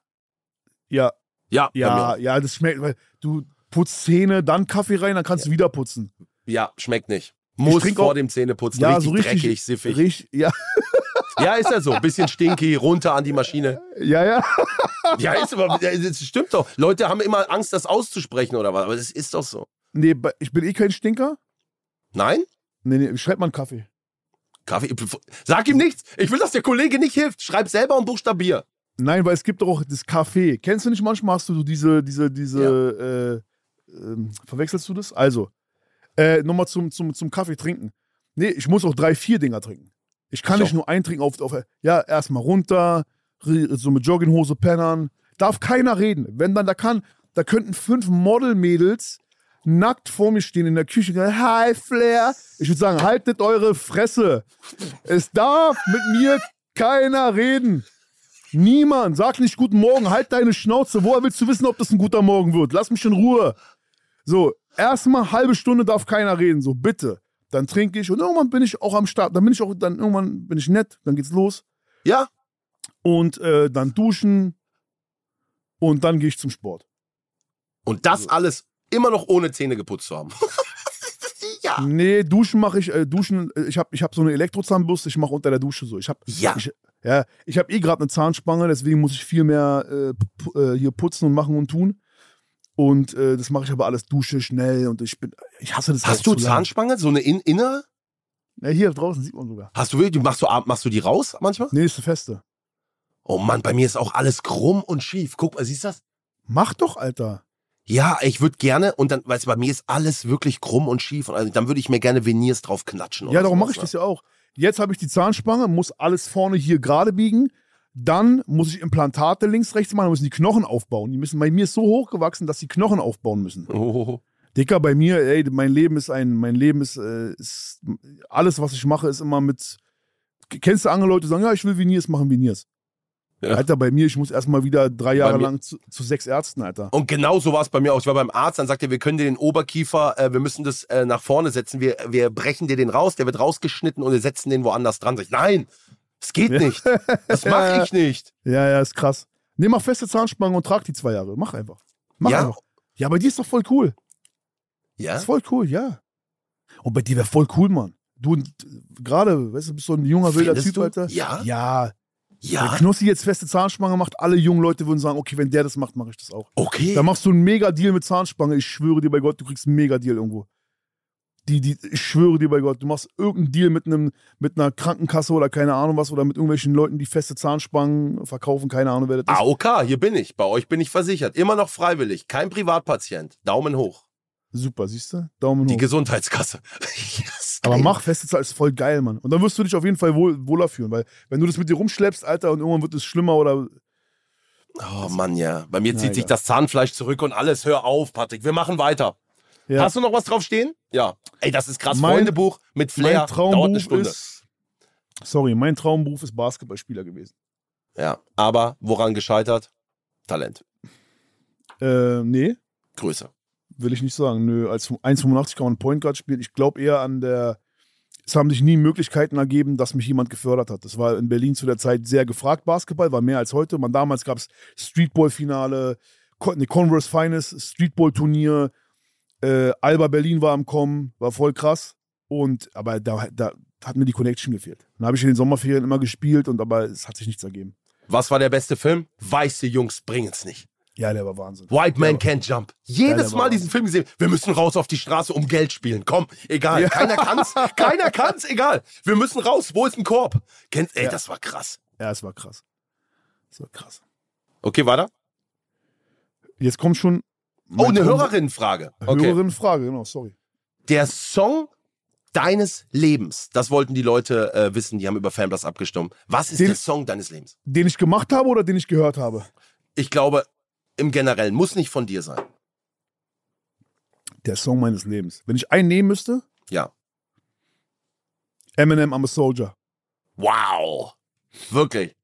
[SPEAKER 4] Ja,
[SPEAKER 3] Ja, bei mir
[SPEAKER 4] ja,
[SPEAKER 3] auch.
[SPEAKER 4] ja, das schmeckt, weil du putzt Zähne, dann Kaffee rein, dann kannst du wieder putzen.
[SPEAKER 3] ja, schmeckt nicht. Muss
[SPEAKER 4] trink
[SPEAKER 3] vor
[SPEAKER 4] auch-
[SPEAKER 3] dem Zähneputzen.
[SPEAKER 4] Ja,
[SPEAKER 3] richtig
[SPEAKER 4] so richtig-
[SPEAKER 3] dreckig, siffig.
[SPEAKER 4] Richtig, ja, *laughs*
[SPEAKER 3] Ja, ist ja so. Bisschen stinky, runter an die Maschine.
[SPEAKER 4] ja, ja.
[SPEAKER 3] Ja, ist aber, ja, das stimmt doch. Leute haben immer Angst, das auszusprechen oder was. Aber das ist doch so.
[SPEAKER 4] Nee, bei- ich bin eh kein Stinker.
[SPEAKER 3] Nein?
[SPEAKER 4] Nee, nee, wie schreibt man Kaffee?
[SPEAKER 3] Kaffee. Sag ihm nichts. Ich will, dass der Kollege nicht hilft. Schreib selber und buchstabier.
[SPEAKER 4] Nein, weil es gibt doch auch das Kaffee. Kennst du nicht, manchmal hast du so diese, diese, diese, äh, ähm, verwechselst du das? Also, äh, nochmal zum, zum, zum Kaffee trinken. Nee, ich muss auch drei, vier Dinger trinken. Ich kann
[SPEAKER 3] Ich
[SPEAKER 4] nicht nur einen trinken auf, auf ja, erstmal runter, ri- so mit Jogginghose pennern. Darf keiner reden. Wenn dann da kann, da könnten fünf Model-Mädels nackt vor mir stehen in der Küche und sagen, hi Flair. Ich würde sagen, haltet eure Fresse. Es darf mit mir keiner reden. Niemand. Sag nicht guten Morgen, halt deine Schnauze. Woher willst du wissen, ob das ein guter Morgen wird? Lass mich in Ruhe. So, erstmal halbe Stunde darf keiner reden, so bitte. Dann trinke ich und irgendwann bin ich auch am Start. Dann bin ich auch, dann irgendwann bin ich nett, dann geht's los.
[SPEAKER 3] Ja?
[SPEAKER 4] Und äh, dann duschen und dann gehe ich zum Sport.
[SPEAKER 3] Und das alles immer noch ohne Zähne geputzt zu haben. ja.
[SPEAKER 4] Nee, duschen mache ich, äh, duschen, äh, ich habe ich hab so eine Elektrozahnbürste, ich mache unter der Dusche so. Ich habe
[SPEAKER 3] Ja.
[SPEAKER 4] Ich, *laughs* ja, ich habe eh gerade eine Zahnspange, deswegen muss ich viel mehr äh, pu- äh, hier putzen und machen und tun. Und äh, das mache ich aber alles Dusche schnell und ich bin, ich hasse das. auch
[SPEAKER 3] Hast du
[SPEAKER 4] zu lang.
[SPEAKER 3] Zahnspange? So eine in innere?
[SPEAKER 4] Ja, hier draußen sieht man sogar.
[SPEAKER 3] Hast du wirklich, machst du, ab- machst du die raus manchmal?
[SPEAKER 4] Nee, ist eine feste.
[SPEAKER 3] Oh Mann, bei mir ist auch alles krumm und schief. Guck mal, siehst du das?
[SPEAKER 4] Mach doch, Alter.
[SPEAKER 3] Ja, ich würde gerne, und dann, weißt du, bei mir ist alles wirklich krumm und schief. Und also, dann würde ich mir gerne Veneers drauf knatschen.
[SPEAKER 4] Ja, darum mache ich das ja auch. Jetzt habe ich die Zahnspange, muss alles vorne hier gerade biegen. Dann muss ich Implantate links, rechts machen, dann müssen die Knochen aufbauen. Die müssen, bei mir ist so hochgewachsen, dass die Knochen aufbauen müssen.
[SPEAKER 3] Oh,
[SPEAKER 4] Dicker, bei mir, ey, mein Leben ist ein, mein Leben ist, äh, ist alles, was ich mache, ist immer mit. Kennst du andere Leute, die sagen, ja, ich will Veneers, machen Veneers.
[SPEAKER 3] Ja.
[SPEAKER 4] Alter, bei mir, ich muss erstmal wieder drei Jahre
[SPEAKER 3] mir-
[SPEAKER 4] lang zu, zu sechs Ärzten, Alter.
[SPEAKER 3] Und genau so war es bei mir auch. Ich war beim Arzt, dann sagte er, wir können dir den Oberkiefer, äh, wir müssen das äh, nach vorne setzen, wir, wir brechen dir den raus, der wird rausgeschnitten und wir setzen den woanders dran. Sag ich, nein, es geht nicht.
[SPEAKER 4] *laughs*
[SPEAKER 3] Das mache ich nicht.
[SPEAKER 4] Ja, ja, ist krass. Nimm mal feste Zahnspangen und trag die zwei Jahre. Mach einfach. Mach
[SPEAKER 3] Ja.
[SPEAKER 4] einfach. Ja, bei dir ist doch voll cool.
[SPEAKER 3] Ja?
[SPEAKER 4] Ist voll cool, ja. Und bei dir wäre voll cool, Mann. Du und gerade, weißt du, bist so ein junger, wilder
[SPEAKER 3] Findest
[SPEAKER 4] Typ,
[SPEAKER 3] du?
[SPEAKER 4] Alter.
[SPEAKER 3] Ja? Ah.
[SPEAKER 4] Ja.
[SPEAKER 3] Ja.
[SPEAKER 4] Wenn Knossi jetzt feste Zahnspange macht, alle jungen Leute würden sagen, okay, wenn der das macht, mache ich das auch.
[SPEAKER 3] Okay.
[SPEAKER 4] Da machst du einen Mega-Deal mit Zahnspange. Ich schwöre dir bei Gott, du kriegst einen Mega-Deal irgendwo. Die, die, ich schwöre dir bei Gott, du machst irgendeinen Deal mit, einem, mit einer Krankenkasse oder keine Ahnung was oder mit irgendwelchen Leuten, die feste Zahnspangen verkaufen, keine Ahnung, wer das ist.
[SPEAKER 3] AOK, Ah, hier bin ich. Bei euch bin ich versichert. Immer noch freiwillig. Kein Privatpatient. Daumen hoch.
[SPEAKER 4] Super, siehst du? Daumen
[SPEAKER 3] Die
[SPEAKER 4] hoch.
[SPEAKER 3] Gesundheitskasse. *laughs* Yes,
[SPEAKER 4] Aber
[SPEAKER 3] geil.
[SPEAKER 4] mach feste Zahn, ist voll geil, Mann. Und dann wirst du dich auf jeden Fall wohl, wohler fühlen, weil wenn du das mit dir rumschleppst, Alter, und irgendwann wird es schlimmer oder.
[SPEAKER 3] Oh Mann, ja. Bei mir
[SPEAKER 4] Na,
[SPEAKER 3] zieht sich
[SPEAKER 4] egal.
[SPEAKER 3] das Zahnfleisch zurück und alles. Hör auf, Patrick. Wir machen weiter.
[SPEAKER 4] Ja.
[SPEAKER 3] Hast du noch was drauf stehen? Ja. Ey, das ist krass.
[SPEAKER 4] Mein-
[SPEAKER 3] Freundebuch mit Flair.
[SPEAKER 4] mein
[SPEAKER 3] Dauert eine
[SPEAKER 4] Traumberuf
[SPEAKER 3] Stunde.
[SPEAKER 4] ist. Sorry, mein Traumberuf ist Basketballspieler gewesen.
[SPEAKER 3] Ja, aber woran gescheitert? Talent.
[SPEAKER 4] Äh, nee.
[SPEAKER 3] Größe.
[SPEAKER 4] will ich nicht sagen. Nö, als 1,85 kann man Point Guard spielen. Ich glaube eher an der. Es haben sich nie Möglichkeiten ergeben, dass mich jemand gefördert hat. Das war in Berlin zu der Zeit sehr gefragt. Basketball war mehr als heute. Man, damals gab es Streetball-Finale, Con- nee, Converse Finest, Streetball-Turnier, Äh, Alba Berlin war am Kommen, war voll krass. Und aber da, da hat mir die Connection gefehlt. Dann habe ich in den Sommerferien immer gespielt und aber es hat sich nichts ergeben.
[SPEAKER 3] Was war der beste Film? Weiße Jungs bringen's nicht.
[SPEAKER 4] Ja, der war Wahnsinn.
[SPEAKER 3] White Man Can't Jump. Jedes
[SPEAKER 4] der
[SPEAKER 3] Mal
[SPEAKER 4] war-
[SPEAKER 3] diesen Film gesehen. Wir müssen raus auf die Straße, um Geld spielen. Komm, egal. Keiner kann's. Keiner kann's, egal. Wir müssen raus. Wo ist ein Korb? Kennst, ey, das war krass.
[SPEAKER 4] Ja, es war krass. Es war krass.
[SPEAKER 3] Okay, weiter.
[SPEAKER 4] Jetzt kommt schon.
[SPEAKER 3] Oh,
[SPEAKER 4] meine
[SPEAKER 3] eine Hörerinnenfrage. Okay.
[SPEAKER 4] Hörerinnenfrage, genau, sorry.
[SPEAKER 3] Der Song deines Lebens. Das wollten die Leute äh, wissen. Die haben über Fanblast abgestimmt. Was ist
[SPEAKER 4] Den-
[SPEAKER 3] der Song deines Lebens?
[SPEAKER 4] Den ich gemacht habe oder den ich gehört habe?
[SPEAKER 3] Ich glaube, im Generellen muss nicht von dir sein.
[SPEAKER 4] Der Song meines Lebens. Wenn ich einen nehmen müsste,
[SPEAKER 3] Ja.
[SPEAKER 4] Eminem, I'm a Soldier.
[SPEAKER 3] Wow. Wirklich.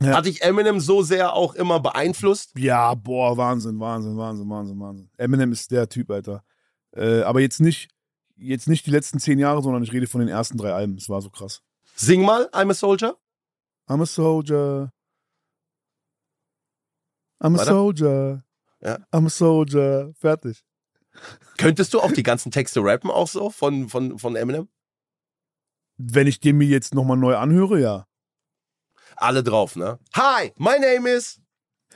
[SPEAKER 4] Ja.
[SPEAKER 3] Hat dich Eminem so sehr auch immer beeinflusst?
[SPEAKER 4] Ja, boah, Wahnsinn, Wahnsinn, Wahnsinn, Wahnsinn, Wahnsinn. Eminem ist der Typ, Alter. Äh, aber jetzt nicht, jetzt nicht die letzten zehn Jahre, sondern ich rede von den ersten drei Alben. Es war so krass.
[SPEAKER 3] Sing mal, I'm a Soldier.
[SPEAKER 4] I'm a soldier. I'm a
[SPEAKER 3] Weiter?
[SPEAKER 4] soldier.
[SPEAKER 3] Ja.
[SPEAKER 4] I'm a soldier. Fertig.
[SPEAKER 3] Könntest du auch die ganzen Texte rappen auch so von, von, von Eminem?
[SPEAKER 4] Wenn ich den mir jetzt nochmal neu anhöre, ja.
[SPEAKER 3] Alle drauf, ne? Hi, my name is.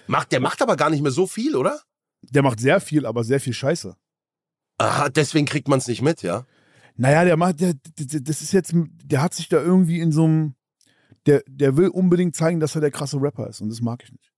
[SPEAKER 3] Macht, der macht aber gar nicht mehr so viel, oder?
[SPEAKER 4] Der macht sehr viel, aber sehr viel Scheiße.
[SPEAKER 3] Ah, deswegen kriegt man es nicht mit, ja?
[SPEAKER 4] Naja, der macht, der, der- der, das ist jetzt, der hat sich da irgendwie in so einem, der, der will unbedingt zeigen, dass er der krasse Rapper ist und das mag ich nicht.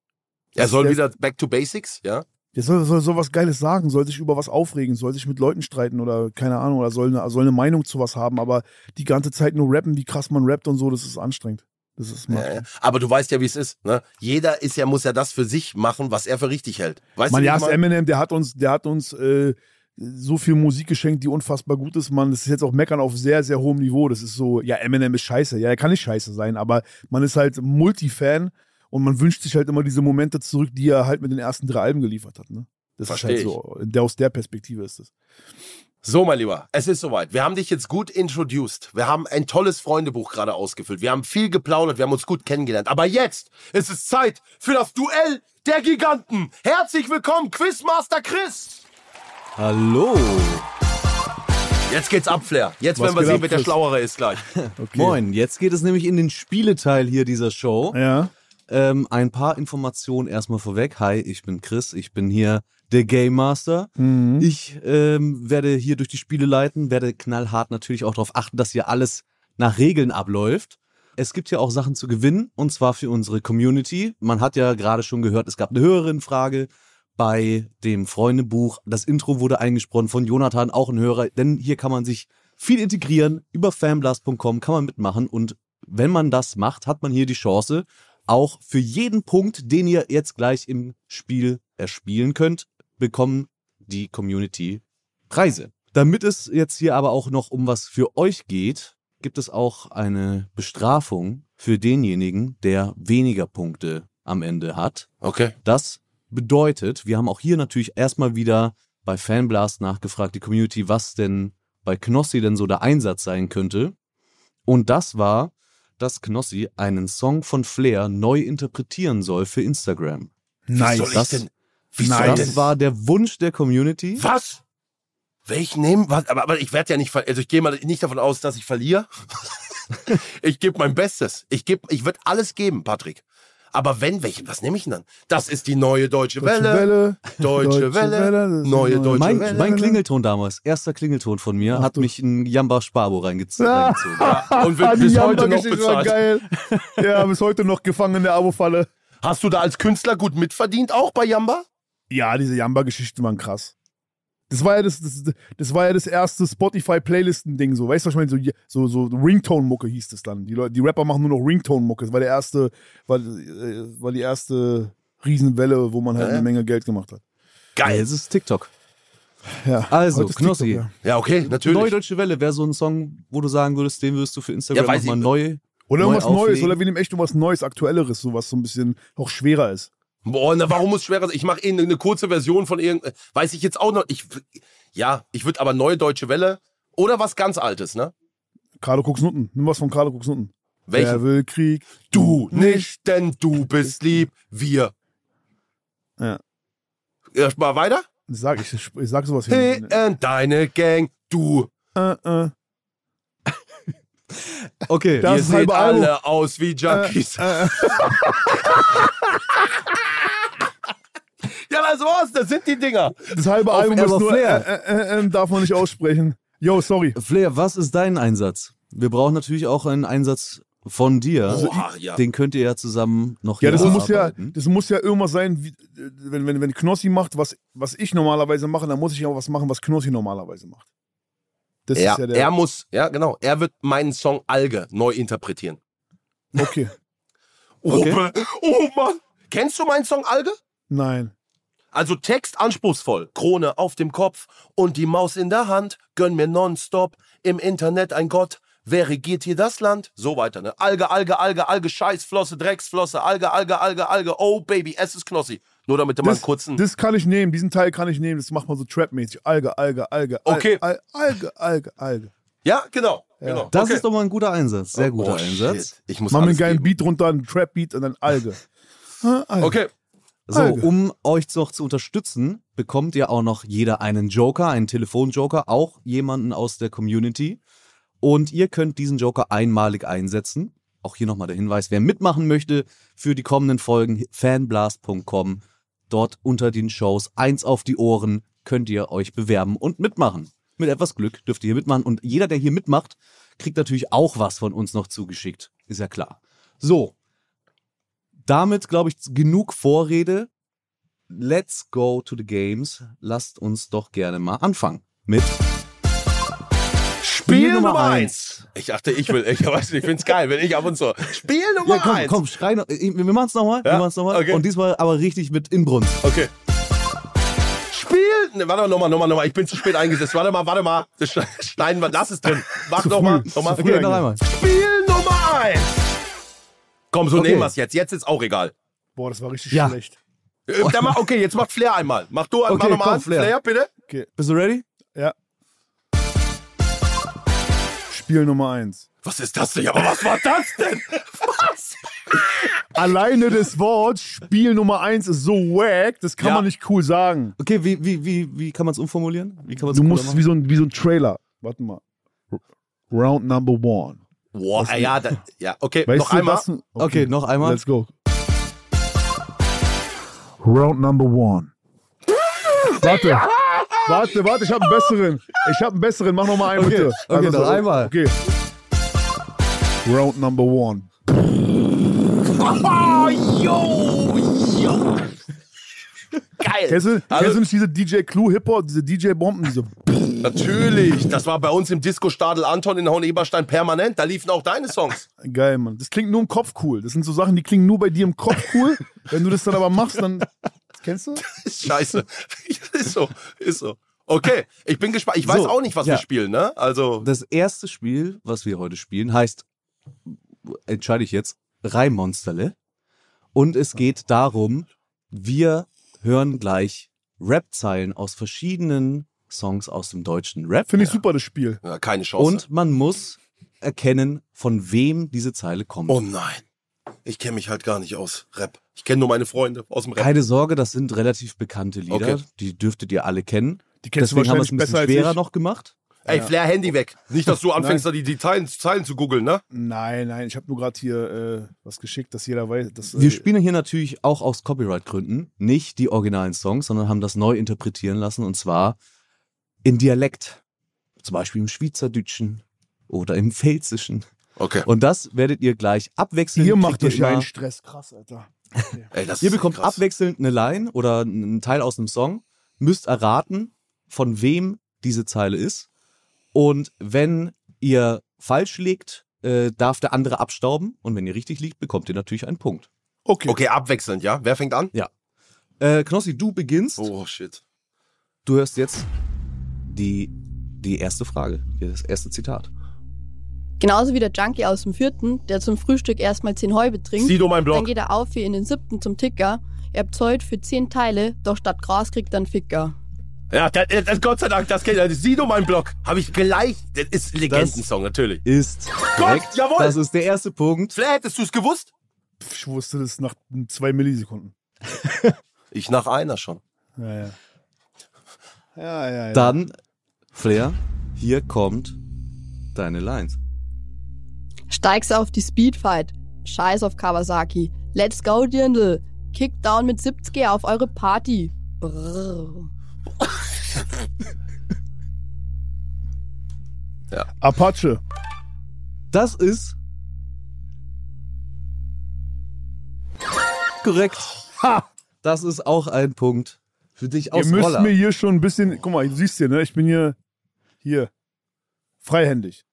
[SPEAKER 4] Also
[SPEAKER 3] Er soll
[SPEAKER 4] Der-
[SPEAKER 3] wieder back to basics, ja?
[SPEAKER 4] Der soll, soll, soll was Geiles sagen, soll sich über was aufregen, soll sich mit Leuten streiten oder keine Ahnung, oder soll eine, soll eine Meinung zu was haben, aber die ganze Zeit nur rappen, wie krass man rappt und so, das ist anstrengend. Das ist mag ich
[SPEAKER 3] Äh,
[SPEAKER 4] nicht.
[SPEAKER 3] aber du weißt ja, wie es ist, ne? Jeder ist ja, muss ja das für sich machen, was er für richtig hält. Weißt
[SPEAKER 4] Man,
[SPEAKER 3] du, wie
[SPEAKER 4] ja,
[SPEAKER 3] ich
[SPEAKER 4] ist
[SPEAKER 3] mein?
[SPEAKER 4] Eminem, der hat uns, der hat uns äh, so viel Musik geschenkt, die unfassbar gut ist, man. Das ist jetzt auch Meckern auf sehr, sehr hohem Niveau. Das ist so, ja, Eminem ist scheiße. Ja, er kann nicht scheiße sein, aber man ist halt Multifan und man wünscht sich halt immer diese Momente zurück, die er halt mit den ersten drei Alben geliefert hat. Ne? Das
[SPEAKER 3] Versteh
[SPEAKER 4] ist halt so, der, aus der Perspektive ist es.
[SPEAKER 3] So, mein Lieber, es ist soweit. Wir haben dich jetzt gut introduced. Wir haben ein tolles Freundebuch gerade ausgefüllt. Wir haben viel geplaudert, wir haben uns gut kennengelernt. Aber jetzt ist es Zeit für das Duell der Giganten. Herzlich willkommen, Quizmaster Chris.
[SPEAKER 5] Hallo.
[SPEAKER 3] Jetzt geht's ab, Flair. Jetzt
[SPEAKER 4] Was
[SPEAKER 3] werden wir
[SPEAKER 4] geht
[SPEAKER 3] sehen,
[SPEAKER 4] ab,
[SPEAKER 3] wer der
[SPEAKER 4] Chris?
[SPEAKER 3] Schlauere ist
[SPEAKER 4] *laughs*
[SPEAKER 3] gleich.
[SPEAKER 5] Moin, jetzt geht es nämlich in den Spieleteil hier dieser Show.
[SPEAKER 4] Ja.
[SPEAKER 5] Ähm, ein paar Informationen erstmal vorweg. Hi, ich bin Chris, ich bin hier der Game Master. Ich ähm, werde hier durch die Spiele leiten, werde knallhart natürlich auch darauf achten, dass hier alles nach Regeln abläuft. Es gibt hier auch Sachen zu gewinnen und zwar für unsere Community. Man hat ja gerade schon gehört, es gab eine Hörerin-Frage bei dem Freundebuch. Das Intro wurde eingesprochen von Jonathan, auch ein Hörer, denn hier kann man sich viel integrieren. Über fanblast.com kann man mitmachen und wenn man das macht, hat man hier die Chance, auch für jeden Punkt, den ihr jetzt gleich im Spiel erspielen könnt, bekommen die Community Preise. Damit es jetzt hier aber auch noch um was für euch geht, gibt es auch eine Bestrafung für denjenigen, der weniger Punkte am Ende hat.
[SPEAKER 3] Okay.
[SPEAKER 5] Das bedeutet, wir haben auch hier natürlich erstmal wieder bei Fanblast nachgefragt, die Community, was denn bei Knossi denn so der Einsatz sein könnte. Und das war, dass Knossi einen Song von Flair neu interpretieren soll für Instagram.
[SPEAKER 3] Wie
[SPEAKER 4] Nice.
[SPEAKER 3] soll ich
[SPEAKER 5] das-
[SPEAKER 3] denn? Wie
[SPEAKER 4] Nice.
[SPEAKER 3] soll ich
[SPEAKER 5] Das
[SPEAKER 3] denn?
[SPEAKER 5] war der Wunsch der Community.
[SPEAKER 3] Was? Welchen nehmen? Was? Aber, aber ich werde ja nicht, ver- also ich gehe mal nicht davon aus, dass ich verliere. *laughs* ich gebe mein Bestes. Ich gebe, ich werde alles geben, Patrick. Aber wenn, welchen, was nehme ich denn dann? Das ist die neue Deutsche,
[SPEAKER 4] Deutsche
[SPEAKER 3] Welle.
[SPEAKER 4] Welle.
[SPEAKER 3] Deutsche Welle,
[SPEAKER 4] das ist
[SPEAKER 3] neue Deutsche
[SPEAKER 5] Mein,
[SPEAKER 3] Welle.
[SPEAKER 5] mein Klingelton damals, erster Klingelton von mir,
[SPEAKER 4] Ach
[SPEAKER 5] hat
[SPEAKER 4] du.
[SPEAKER 5] mich in Jamba Sparbo reingezogen.
[SPEAKER 4] Ah.
[SPEAKER 5] reingezogen.
[SPEAKER 3] Ja, und
[SPEAKER 4] Ah,
[SPEAKER 3] wird
[SPEAKER 4] *laughs* die
[SPEAKER 3] bis heute noch
[SPEAKER 4] Jamba-Geschichte war
[SPEAKER 3] bezahlt. *laughs*
[SPEAKER 4] geil. Ja, bis heute noch gefangen in der Abo-Falle.
[SPEAKER 3] Hast du da als Künstler gut mitverdient, auch bei Jamba?
[SPEAKER 4] Ja, diese Jamba-Geschichten waren krass. Das war ja das, das, das war ja das erste Spotify-Playlisten-Ding, so, weißt du, was ich meine? So, so, so Ringtone-Mucke hieß es dann. Die, Leute, die Rapper machen nur noch Ringtone-Mucke. Das war der erste, war, äh, war die erste Riesenwelle, wo man halt
[SPEAKER 3] Ja, ja.
[SPEAKER 4] eine Menge Geld gemacht hat.
[SPEAKER 5] Nee,
[SPEAKER 3] Geil.
[SPEAKER 5] Es ist TikTok.
[SPEAKER 4] Ja,
[SPEAKER 5] Also,
[SPEAKER 4] heute ist
[SPEAKER 5] Knossi.
[SPEAKER 4] TikTok, ja.
[SPEAKER 3] Ja, okay,
[SPEAKER 5] Neue
[SPEAKER 3] natürlich.
[SPEAKER 5] Deutsche Welle wäre so ein Song, wo du sagen würdest, den würdest du für Instagram
[SPEAKER 3] Ja, weiß
[SPEAKER 5] nochmal
[SPEAKER 3] ich.
[SPEAKER 5] neu.
[SPEAKER 4] Oder
[SPEAKER 5] Neu
[SPEAKER 4] irgendwas Neues,
[SPEAKER 5] auflegen.
[SPEAKER 4] oder wir nehmen echt irgendwas Neues, Aktuelleres, so was so ein bisschen auch schwerer ist.
[SPEAKER 3] Boah, na, warum muss schwerer sein? Ich mache eh eine, eine kurze Version von irgendeinem. Weiß ich jetzt auch noch. Ich, ja, ich würde aber neue Deutsche Welle oder was ganz Altes, ne?
[SPEAKER 4] Carlo Kuxnutten, nimm was von Carlo Kuxnutten.
[SPEAKER 3] Welchen?
[SPEAKER 4] Wer will Krieg?
[SPEAKER 3] Du nicht, denn du bist lieb. Wir.
[SPEAKER 4] Ja.
[SPEAKER 3] Erstmal weiter?
[SPEAKER 4] Ich sag, ich, ich sag sowas
[SPEAKER 3] Hey, äh,
[SPEAKER 4] hin.
[SPEAKER 3] and deine Gang, du.
[SPEAKER 4] Äh, äh.
[SPEAKER 5] Okay,
[SPEAKER 4] Das
[SPEAKER 3] Ihr
[SPEAKER 4] ist
[SPEAKER 3] seht
[SPEAKER 4] halbe Album.
[SPEAKER 3] alle aus wie
[SPEAKER 4] äh,
[SPEAKER 3] Junkies. ja, das war's, das sind die Dinger.
[SPEAKER 4] Das halbe Album ist
[SPEAKER 5] Ever
[SPEAKER 4] nur, äh,
[SPEAKER 5] Flair.
[SPEAKER 4] äh, äh, äh, darf man nicht aussprechen. Yo, sorry.
[SPEAKER 5] Flair, was ist dein Einsatz? Wir brauchen natürlich auch einen Einsatz von dir.
[SPEAKER 3] Boah, ja.
[SPEAKER 5] Den könnt ihr ja zusammen noch
[SPEAKER 4] Ja, das
[SPEAKER 5] hier
[SPEAKER 4] muss ja,
[SPEAKER 5] ausarbeiten.
[SPEAKER 4] das muss ja irgendwas sein, wie, äh, wenn, wenn, wenn Knossi macht, was, was ich normalerweise mache, dann muss ich auch was machen, was Knossi normalerweise macht. Das
[SPEAKER 3] Ja,
[SPEAKER 4] ist ja
[SPEAKER 3] er
[SPEAKER 4] der.
[SPEAKER 3] muss, ja genau, er wird meinen Song Alge neu interpretieren.
[SPEAKER 4] Okay.
[SPEAKER 3] Oh, oh Mann. Kennst du meinen Song Alge?
[SPEAKER 4] Nein.
[SPEAKER 3] Also Text anspruchsvoll, Krone auf dem Kopf und die Maus in der Hand, gönn mir nonstop, im Internet ein Gott, wer regiert hier das Land? So weiter, ne? Alge, Alge, Alge, Alge, Scheißflosse, Drecksflosse, Alge, Alge, Alge, Alge, oh Baby, es ist Knossi. Nur damit du mal einen
[SPEAKER 4] Das,
[SPEAKER 3] kurzen...
[SPEAKER 4] das kann ich nehmen, diesen Teil kann ich nehmen, das macht man so Trap-mäßig. Alge, Alge, Alge. Al-
[SPEAKER 3] Okay.
[SPEAKER 4] Al- Alge, Alge, Alge.
[SPEAKER 3] ja, genau. genau.
[SPEAKER 5] Das
[SPEAKER 3] okay.
[SPEAKER 5] ist doch mal ein guter Einsatz. Sehr guter
[SPEAKER 3] Oh,
[SPEAKER 5] Einsatz.
[SPEAKER 3] shit. Ich muss
[SPEAKER 4] Mach mir einen
[SPEAKER 3] alles
[SPEAKER 4] geilen
[SPEAKER 3] geben.
[SPEAKER 4] Beat runter, einen Trap-Beat und dann Alge. Ah, Alge.
[SPEAKER 3] Okay,
[SPEAKER 5] So,
[SPEAKER 4] Alge.
[SPEAKER 5] um euch noch zu unterstützen, bekommt ihr auch noch jeder einen Joker, einen Telefonjoker, auch jemanden aus der Community. Und ihr könnt diesen Joker einmalig einsetzen. Auch hier nochmal der Hinweis, wer mitmachen möchte für die kommenden Folgen, fanblast.com. Dort unter den Shows, eins auf die Ohren, könnt ihr euch bewerben und mitmachen. Mit etwas Glück dürft ihr hier mitmachen. Und jeder, der hier mitmacht, kriegt natürlich auch was von uns noch zugeschickt. Ist ja klar. So, damit, glaube ich, genug Vorrede. Let's go to the games. Lasst uns doch gerne mal anfangen mit
[SPEAKER 3] Spiel Nummer
[SPEAKER 5] eins.
[SPEAKER 3] 1. Ich dachte, ich will, ich weiß nicht, ich find's geil, wenn ich ab und zu. Spiel Nummer
[SPEAKER 5] *laughs* Ja, komm,
[SPEAKER 3] 1.
[SPEAKER 5] komm, schrei noch. Wir machen's nochmal.
[SPEAKER 3] Ja?
[SPEAKER 5] Wir machen's nochmal.
[SPEAKER 3] Okay.
[SPEAKER 5] Und diesmal aber richtig mit Inbrunst.
[SPEAKER 3] Okay. Spiel. Ne, warte mal, nochmal, nochmal, nochmal. Ich bin zu spät eingesetzt. Warte mal, warte mal. Das schne- *laughs* schneiden wir, lass es drin. Mach
[SPEAKER 4] Zu
[SPEAKER 3] nochmal,
[SPEAKER 4] früh,
[SPEAKER 3] nochmal.
[SPEAKER 4] zu früh.
[SPEAKER 5] Okay, noch einmal.
[SPEAKER 3] Spiel Nummer 1. Komm, so
[SPEAKER 5] Okay.
[SPEAKER 3] nehmen wir es jetzt. Jetzt ist auch egal.
[SPEAKER 4] Boah, das war richtig
[SPEAKER 5] Ja.
[SPEAKER 4] schlecht.
[SPEAKER 3] Äh, Dann mach, okay, jetzt macht Flair einmal. Mach du, mach
[SPEAKER 5] Okay,
[SPEAKER 3] nochmal
[SPEAKER 5] komm,
[SPEAKER 3] an. Flair.
[SPEAKER 5] Flair.
[SPEAKER 3] bitte.
[SPEAKER 5] Bist du ready?
[SPEAKER 4] Ja. Spiel Nummer eins.
[SPEAKER 3] Was ist das denn? Aber was war das denn? Was?
[SPEAKER 4] Alleine das Wort Spiel Nummer eins ist so wack, das kann
[SPEAKER 3] Ja.
[SPEAKER 4] man nicht cool sagen.
[SPEAKER 5] Okay, wie, wie, wie, wie kann man es umformulieren? Wie kann man's
[SPEAKER 4] Du
[SPEAKER 5] cooler
[SPEAKER 4] musst es
[SPEAKER 5] machen?
[SPEAKER 4] wie so, ein, wie so ein Trailer. Warte mal. R- Round number one.
[SPEAKER 3] Boah, äh, ja, da, ja, okay,
[SPEAKER 4] Weißt
[SPEAKER 3] noch
[SPEAKER 4] du,
[SPEAKER 3] einmal.
[SPEAKER 4] was- Okay,
[SPEAKER 5] Okay, noch einmal.
[SPEAKER 4] Let's go. Round number one. Warte. Warte, warte, ich habe einen besseren. Ich habe einen besseren. Mach noch mal einen,
[SPEAKER 5] Okay,
[SPEAKER 4] bitte.
[SPEAKER 5] okay,
[SPEAKER 4] Also,
[SPEAKER 5] noch einmal.
[SPEAKER 4] Okay. Round number one.
[SPEAKER 3] Oh, yo, yo. Geil.
[SPEAKER 4] Kennst du,
[SPEAKER 3] Also-
[SPEAKER 4] kennst du nicht diese DJ Clue Hip-Hop, diese DJ Bomben, diese
[SPEAKER 3] Natürlich, das war bei uns im Disco-Stadel Anton in Hohen-Eberstein permanent. Da liefen auch deine Songs.
[SPEAKER 4] Geil, Mann. Das klingt nur im Kopf cool. Das sind so Sachen, die klingen nur bei dir im Kopf
[SPEAKER 5] *laughs*
[SPEAKER 4] cool. Wenn du das dann aber machst, dann. Kennst du?
[SPEAKER 3] Scheiße. *laughs* ist so, ist so. Okay, ich bin gespannt. Ich weiß
[SPEAKER 5] So,
[SPEAKER 3] auch nicht, was
[SPEAKER 5] ja.
[SPEAKER 3] wir spielen, ne? Also,
[SPEAKER 5] Das erste Spiel, was wir heute spielen, heißt, entscheide ich jetzt, Reimmonsterle. Und es geht darum, wir hören gleich Rap-Zeilen aus verschiedenen Songs aus dem deutschen Rap.
[SPEAKER 4] Finde ich super, das Spiel.
[SPEAKER 3] ja, keine Chance.
[SPEAKER 5] Und man muss erkennen, von wem diese Zeile kommt.
[SPEAKER 3] Oh nein. Ich kenne mich halt gar nicht aus Rap. Ich kenne nur meine Freunde aus dem Rap.
[SPEAKER 5] Keine Sorge, das sind relativ bekannte Lieder.
[SPEAKER 3] Okay.
[SPEAKER 5] Die dürftet ihr alle kennen.
[SPEAKER 4] Die kennst du
[SPEAKER 5] Deswegen haben wir es
[SPEAKER 4] wahrscheinlich
[SPEAKER 5] ein bisschen
[SPEAKER 4] besser als
[SPEAKER 5] schwerer
[SPEAKER 4] ich.
[SPEAKER 5] noch gemacht.
[SPEAKER 3] Ey, Flair, Handy weg. Nicht, dass du anfängst, da die, die Zeilen, Zeilen zu googeln, ne?
[SPEAKER 4] Nein, nein, ich habe nur gerade hier äh, was geschickt, dass jeder weiß. Dass, äh,
[SPEAKER 5] Wir spielen hier natürlich auch aus Copyright-Gründen nicht die originalen Songs, sondern haben das neu interpretieren lassen und zwar in Dialekt. Zum Beispiel im Schweizerdeutschen oder im Pfälzischen.
[SPEAKER 3] Okay.
[SPEAKER 5] Und das werdet ihr gleich abwechselnd.
[SPEAKER 4] Ihr macht
[SPEAKER 5] kriegt
[SPEAKER 4] euch ja
[SPEAKER 5] immer-
[SPEAKER 4] einen Stress. Krass, Alter.
[SPEAKER 3] Ey, das
[SPEAKER 5] Ihr
[SPEAKER 3] ist
[SPEAKER 5] bekommt
[SPEAKER 3] krass.
[SPEAKER 5] abwechselnd eine Line oder einen Teil aus einem Song, müsst erraten, von wem diese Zeile ist. Und wenn ihr falsch liegt, äh, darf der andere abstauben. Und wenn ihr richtig liegt, bekommt ihr natürlich einen Punkt.
[SPEAKER 4] Okay.
[SPEAKER 3] Okay, abwechselnd, ja? Wer fängt an?
[SPEAKER 5] Äh, Knossi, du beginnst.
[SPEAKER 3] Oh, shit.
[SPEAKER 5] Du hörst jetzt die, die erste Frage, das erste Zitat.
[SPEAKER 6] Genauso wie der Junkie aus dem vierten, der zum Frühstück erstmal 10 Häube trinkt.
[SPEAKER 3] Sido, mein
[SPEAKER 6] Dann
[SPEAKER 3] Blog.
[SPEAKER 6] geht er auf wie in den siebten zum Ticker. Er zollt für 10 Teile, doch statt Gras kriegt er einen Ficker.
[SPEAKER 3] Ja, das, das, Gott sei Dank, das kennt er. Sido, mein Blog. Habe ich gleich. Das ist Legendensong, natürlich.
[SPEAKER 5] Ist korrekt.
[SPEAKER 3] jawohl.
[SPEAKER 5] Das ist der erste Punkt.
[SPEAKER 3] Flair, hättest du es gewusst?
[SPEAKER 4] Pff, Ich wusste das nach zwei Millisekunden.
[SPEAKER 3] Ich nach einer schon.
[SPEAKER 4] Ja, ja. Ja, ja, ja.
[SPEAKER 5] Dann, Flair, hier kommt deine Lines.
[SPEAKER 6] Steig's auf die Speedfight. Scheiß auf Kawasaki. Let's go, Dirndl. Kickdown mit 70er auf eure Party. Brrr.
[SPEAKER 4] Apache.
[SPEAKER 5] Das ist korrekt.
[SPEAKER 4] Ha!
[SPEAKER 5] Das ist auch ein Punkt für dich aus
[SPEAKER 4] Ihr müsst
[SPEAKER 5] Roller.
[SPEAKER 4] mir hier schon ein bisschen. Guck mal, du siehst hier, ne? Ich bin hier. Hier. Freihändig.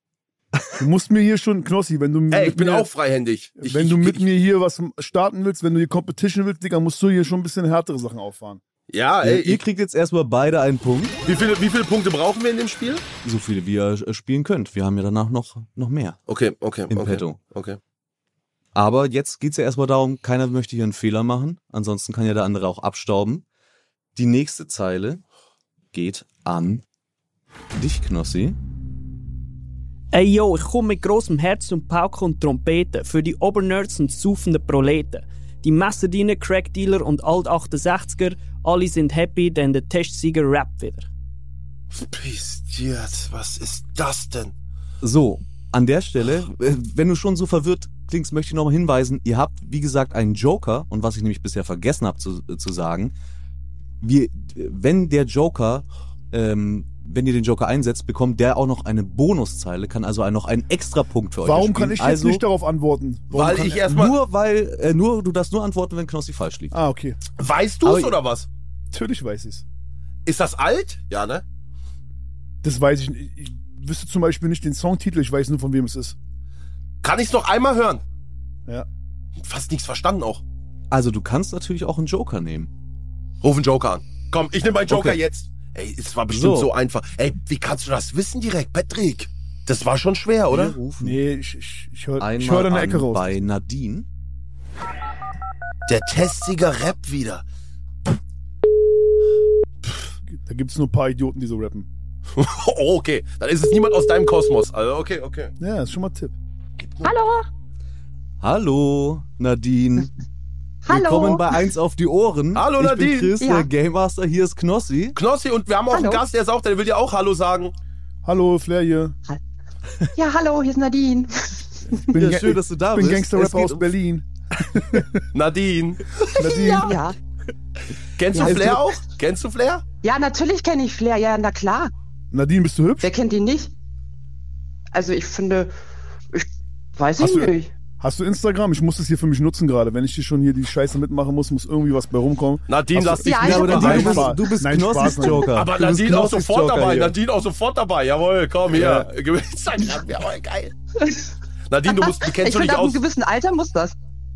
[SPEAKER 4] Du musst mir hier schon, Knossi, wenn du.
[SPEAKER 3] Ey,
[SPEAKER 4] mit
[SPEAKER 3] ich bin
[SPEAKER 4] mir,
[SPEAKER 3] auch freihändig. Ich,
[SPEAKER 4] wenn du
[SPEAKER 3] ich,
[SPEAKER 4] mit
[SPEAKER 3] ich,
[SPEAKER 4] mir hier was starten willst, wenn du hier Competition willst, Digga, musst du hier schon ein bisschen härtere Sachen auffahren.
[SPEAKER 3] Ja, ey,
[SPEAKER 5] Ihr
[SPEAKER 3] ich,
[SPEAKER 5] kriegt jetzt erstmal beide einen Punkt,
[SPEAKER 3] wie, viele, wie viele Punkte brauchen wir in dem Spiel?
[SPEAKER 5] so viele wie ihr äh, spielen könnt. Wir haben ja danach noch, noch mehr
[SPEAKER 3] Okay, okay,
[SPEAKER 5] im
[SPEAKER 3] okay.
[SPEAKER 5] Petto.
[SPEAKER 3] okay.
[SPEAKER 5] Aber jetzt geht's ja erstmal darum, keiner möchte hier einen Fehler machen. Ansonsten kann ja der andere auch abstauben. Die nächste Zeile geht an dich, Knossi.
[SPEAKER 7] Ey yo, ich komme mit großem Herz und Pauke und Trompete für die Obernerds und saufenden Proleten. Die Messerdiener, Crackdealer und Alt-68er, alle sind happy, denn der Testsieger rappt wieder.
[SPEAKER 3] Pistiert, was ist das denn?
[SPEAKER 5] So, an der Stelle, äh, wenn du schon so verwirrt klingst, möchte ich nochmal hinweisen, ihr habt, wie gesagt, einen Joker. Und was ich nämlich bisher vergessen habe zu, äh, zu sagen, wir, wenn der Joker, ähm, wenn ihr den Joker einsetzt, bekommt der auch noch eine Bonuszeile, kann also noch einen extra Punkt für euch
[SPEAKER 4] Warum kann ich jetzt
[SPEAKER 5] also,
[SPEAKER 4] nicht darauf antworten? Warum
[SPEAKER 3] Weil
[SPEAKER 4] kann
[SPEAKER 3] ich erstmal.
[SPEAKER 5] Nur weil, äh, nur, du darfst nur antworten, wenn Knossi falsch liegt.
[SPEAKER 4] Ah, okay.
[SPEAKER 3] Weißt du es
[SPEAKER 5] Aber-
[SPEAKER 3] oder was?
[SPEAKER 4] Natürlich weiß ich's.
[SPEAKER 3] Ist das alt? Ja, ne?
[SPEAKER 4] Das weiß ich nicht. Ich wüsste zum Beispiel nicht den Songtitel, ich weiß nur, von wem es ist.
[SPEAKER 3] Kann ich es noch einmal hören?
[SPEAKER 4] Ja.
[SPEAKER 3] Fast nichts verstanden auch.
[SPEAKER 5] Also du kannst natürlich auch einen Joker nehmen.
[SPEAKER 3] Ruf einen Joker an. Komm, ich nehme meinen Joker
[SPEAKER 5] Okay.
[SPEAKER 3] jetzt. Ey, es war bestimmt so.
[SPEAKER 5] So.
[SPEAKER 3] einfach. Ey, wie kannst du das wissen direkt, Patrick? Das war schon schwer, oder?
[SPEAKER 5] Wir rufen
[SPEAKER 4] Nee, ich, ich, ich höre
[SPEAKER 5] Hm. einmal
[SPEAKER 4] ich hör da eine Ecke
[SPEAKER 5] an
[SPEAKER 4] raus.
[SPEAKER 5] bei Nadine.
[SPEAKER 3] Der Testsieger Rap wieder.
[SPEAKER 4] Da gibt's nur ein paar Idioten, die so rappen.
[SPEAKER 3] *laughs* Oh, okay. Dann ist es niemand aus deinem Kosmos. Also, okay, okay.
[SPEAKER 4] Ja, ist schon mal ein Tipp.
[SPEAKER 8] Hallo,
[SPEAKER 5] Hallo, Nadine. Willkommen
[SPEAKER 8] *laughs* hallo.
[SPEAKER 5] bei 1 auf die Ohren.
[SPEAKER 3] Hallo, Nadine.
[SPEAKER 5] Ich bin Chris,
[SPEAKER 8] Ja.
[SPEAKER 5] der Game Master. Hier ist Knossi.
[SPEAKER 3] Knossi, und wir haben auch
[SPEAKER 8] Hallo.
[SPEAKER 3] einen Gast, der ist auch da, der will dir auch Hallo sagen.
[SPEAKER 4] Hallo, Flair hier.
[SPEAKER 8] Ja, hallo, hier ist Nadine.
[SPEAKER 4] Ich bin,
[SPEAKER 5] Ja,
[SPEAKER 4] Ga-
[SPEAKER 5] schön, dass du da
[SPEAKER 4] ich bin
[SPEAKER 5] bist. Es
[SPEAKER 4] Gangster-Rapper
[SPEAKER 5] geht
[SPEAKER 4] aus
[SPEAKER 5] um- *laughs*
[SPEAKER 4] Berlin.
[SPEAKER 3] Nadine.
[SPEAKER 4] Nadine.
[SPEAKER 8] Ja,
[SPEAKER 3] Kennst du
[SPEAKER 8] Ja,
[SPEAKER 3] Flair auch? Kennst du Flair?
[SPEAKER 8] ja natürlich kenne ich Flair. Ja, na klar.
[SPEAKER 4] Nadine, bist du hübsch?
[SPEAKER 8] Wer kennt ihn nicht? Also ich finde, ich weiß
[SPEAKER 4] Hast
[SPEAKER 8] ich
[SPEAKER 4] du-
[SPEAKER 8] nicht.
[SPEAKER 4] Hast du Instagram? Ich muss das hier für mich nutzen gerade. Wenn ich hier schon hier die Scheiße mitmachen muss, muss irgendwie was bei rumkommen.
[SPEAKER 3] Nadine, lass
[SPEAKER 4] Hast du-
[SPEAKER 3] dich.
[SPEAKER 8] Ja,
[SPEAKER 5] Ja, aber
[SPEAKER 8] ich hab
[SPEAKER 4] Nein,
[SPEAKER 5] Nadine, du bist,
[SPEAKER 4] Spaß.
[SPEAKER 5] du bist
[SPEAKER 4] Nein,
[SPEAKER 5] Knossis
[SPEAKER 4] Spaß, Nadine.
[SPEAKER 5] Joker.
[SPEAKER 3] Aber
[SPEAKER 5] du bist
[SPEAKER 3] Nadine auch
[SPEAKER 5] Knossis
[SPEAKER 3] sofort
[SPEAKER 5] Joker
[SPEAKER 3] dabei.
[SPEAKER 5] hier.
[SPEAKER 3] Nadine auch sofort dabei. Jawohl, komm her. *laughs* Instagram, jawohl, geil. Nadine, du, musst, kennst du
[SPEAKER 8] ich
[SPEAKER 3] dich
[SPEAKER 8] finde, ab einem
[SPEAKER 3] aus.
[SPEAKER 8] gewissen Alter muss das.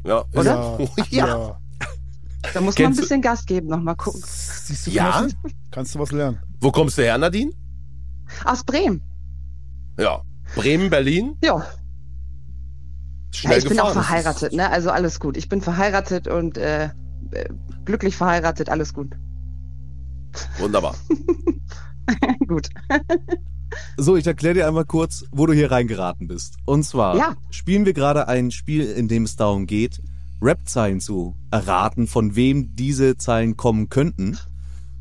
[SPEAKER 3] Ja, ist-
[SPEAKER 4] Ja,
[SPEAKER 3] Ja.
[SPEAKER 4] ja.
[SPEAKER 8] Da
[SPEAKER 3] Kennst
[SPEAKER 8] muss man
[SPEAKER 3] du-
[SPEAKER 8] ein bisschen Gas geben, nochmal gucken.
[SPEAKER 4] Siehst du,
[SPEAKER 3] Ja?
[SPEAKER 4] Knossi? Kannst du was lernen?
[SPEAKER 3] Wo kommst du her, Nadine?
[SPEAKER 8] Aus Bremen.
[SPEAKER 3] Ja. Bremen, Berlin,
[SPEAKER 8] Ja,
[SPEAKER 3] schnell
[SPEAKER 8] ja ich bin auch
[SPEAKER 3] gefahren.
[SPEAKER 8] verheiratet, ne? Also alles gut. Ich bin verheiratet und äh, äh, glücklich verheiratet, alles gut. *laughs*
[SPEAKER 3] Wunderbar.
[SPEAKER 8] gut.
[SPEAKER 5] So, ich erkläre dir einmal kurz, wo du hier reingeraten bist. Und zwar
[SPEAKER 8] Ja.
[SPEAKER 5] spielen wir gerade ein Spiel, in dem es darum geht, Rap-Zeilen zu erraten, von wem diese Zeilen kommen könnten.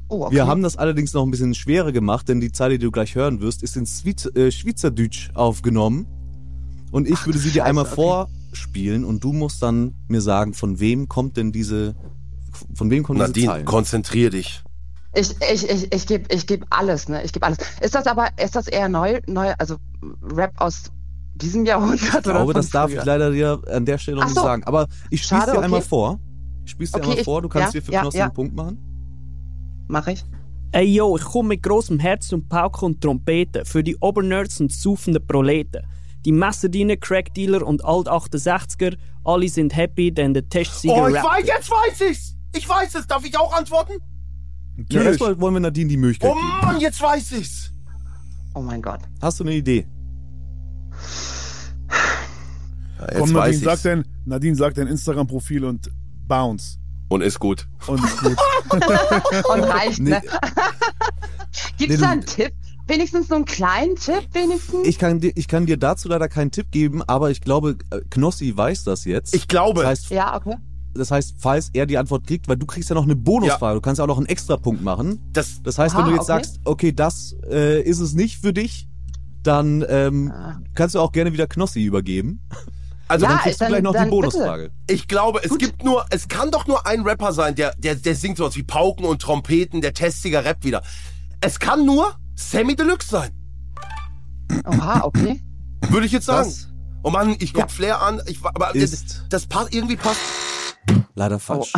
[SPEAKER 8] Oh,
[SPEAKER 5] Wir haben das allerdings noch ein bisschen schwerer gemacht, denn die Zeile, die du gleich hören wirst, ist in Schweiz äh, Schweizerdeutsch aufgenommen. Und ich würde sie dir einmal vorspielen und du musst dann mir sagen, von wem kommt denn diese, von wem kommt diese
[SPEAKER 3] Nadine,
[SPEAKER 5] Zeilen?
[SPEAKER 3] konzentrier dich.
[SPEAKER 8] Ich, ich, ich, ich gebe ich geb alles, ne? Ich gebe alles. Ist das aber, ist das eher neu, neu, also Rap aus diesem Jahrhundert oder
[SPEAKER 5] Ich glaube,
[SPEAKER 8] von
[SPEAKER 5] Oh, das darf
[SPEAKER 8] früher?
[SPEAKER 5] ich leider dir an der Stelle noch
[SPEAKER 8] Ach
[SPEAKER 5] nicht
[SPEAKER 8] so.
[SPEAKER 5] sagen. Aber ich spiel's
[SPEAKER 8] Schade,
[SPEAKER 5] dir einmal
[SPEAKER 8] okay.
[SPEAKER 5] vor. Ich spiel's dir
[SPEAKER 8] Okay,
[SPEAKER 5] einmal
[SPEAKER 8] ich-
[SPEAKER 5] vor. Du kannst
[SPEAKER 8] ja,
[SPEAKER 5] dir für
[SPEAKER 8] ja,
[SPEAKER 5] Knossi
[SPEAKER 8] ja.
[SPEAKER 5] einen Punkt machen.
[SPEAKER 8] Mach ich.
[SPEAKER 7] Ey yo, ich komme mit großem Herz und Pauke und Trompete für die Obernerds und saufenden Proleten. Die Messerdiener, Crackdealer und Alt-68er, alle sind happy, denn der Testsieger
[SPEAKER 3] Oh, ich
[SPEAKER 7] rappt
[SPEAKER 3] weiß,
[SPEAKER 7] wieder.
[SPEAKER 3] jetzt weiß ich's. Ich weiß es. Darf ich auch antworten?
[SPEAKER 5] Ja,
[SPEAKER 4] Natürlich.
[SPEAKER 5] erstmal wollen wir Nadine die Möglichkeit
[SPEAKER 8] Um.
[SPEAKER 3] Oh
[SPEAKER 5] geben.
[SPEAKER 3] Mann, jetzt weiß ich's.
[SPEAKER 8] Oh mein Gott.
[SPEAKER 5] Hast du eine Idee?
[SPEAKER 3] Ja,
[SPEAKER 4] Komm, Nadine, sag dein, Nadine, sag dein Instagram-Profil und bounce.
[SPEAKER 3] Und ist gut. *laughs*
[SPEAKER 4] Und ist gut.
[SPEAKER 8] Und
[SPEAKER 5] *laughs*
[SPEAKER 8] reicht, ne? Gibt's
[SPEAKER 5] Nee, du-
[SPEAKER 8] da einen Tipp? Wenigstens so einen kleinen Tipp, wenigstens?
[SPEAKER 5] Ich kann, dir, ich kann dir dazu leider keinen Tipp geben, aber ich glaube, äh, Knossi weiß das jetzt.
[SPEAKER 3] Ich glaube.
[SPEAKER 5] Das heißt,
[SPEAKER 8] ja, okay.
[SPEAKER 5] Das heißt, falls er die Antwort kriegt, weil du kriegst ja noch eine Bonusfrage, du kannst ja auch noch einen Extrapunkt machen.
[SPEAKER 3] Das,
[SPEAKER 5] Das heißt, wenn
[SPEAKER 8] Ah,
[SPEAKER 5] du jetzt
[SPEAKER 8] okay.
[SPEAKER 5] sagst, okay, das äh, ist es nicht für dich, dann ähm,
[SPEAKER 8] Ah.
[SPEAKER 5] kannst du auch gerne wieder Knossi übergeben.
[SPEAKER 3] also,
[SPEAKER 8] Ja,
[SPEAKER 5] dann kriegst
[SPEAKER 8] dann-
[SPEAKER 5] du gleich noch die
[SPEAKER 8] dann bitte.
[SPEAKER 5] Bonusfrage.
[SPEAKER 3] ich glaube, es gibt nur, es kann doch nur ein Rapper sein, der, der, der singt sowas wie Pauken und Trompeten, der Testiger rappt wieder. Es kann nur Sammy Deluxe sein.
[SPEAKER 8] Oha, okay.
[SPEAKER 3] Würde ich jetzt sagen.
[SPEAKER 5] Das-
[SPEAKER 3] Oh Mann, ich guck Flair an. Ich, wa- aber
[SPEAKER 5] Ist-
[SPEAKER 3] das, das passt, irgendwie passt. Oh.
[SPEAKER 5] Leider falsch.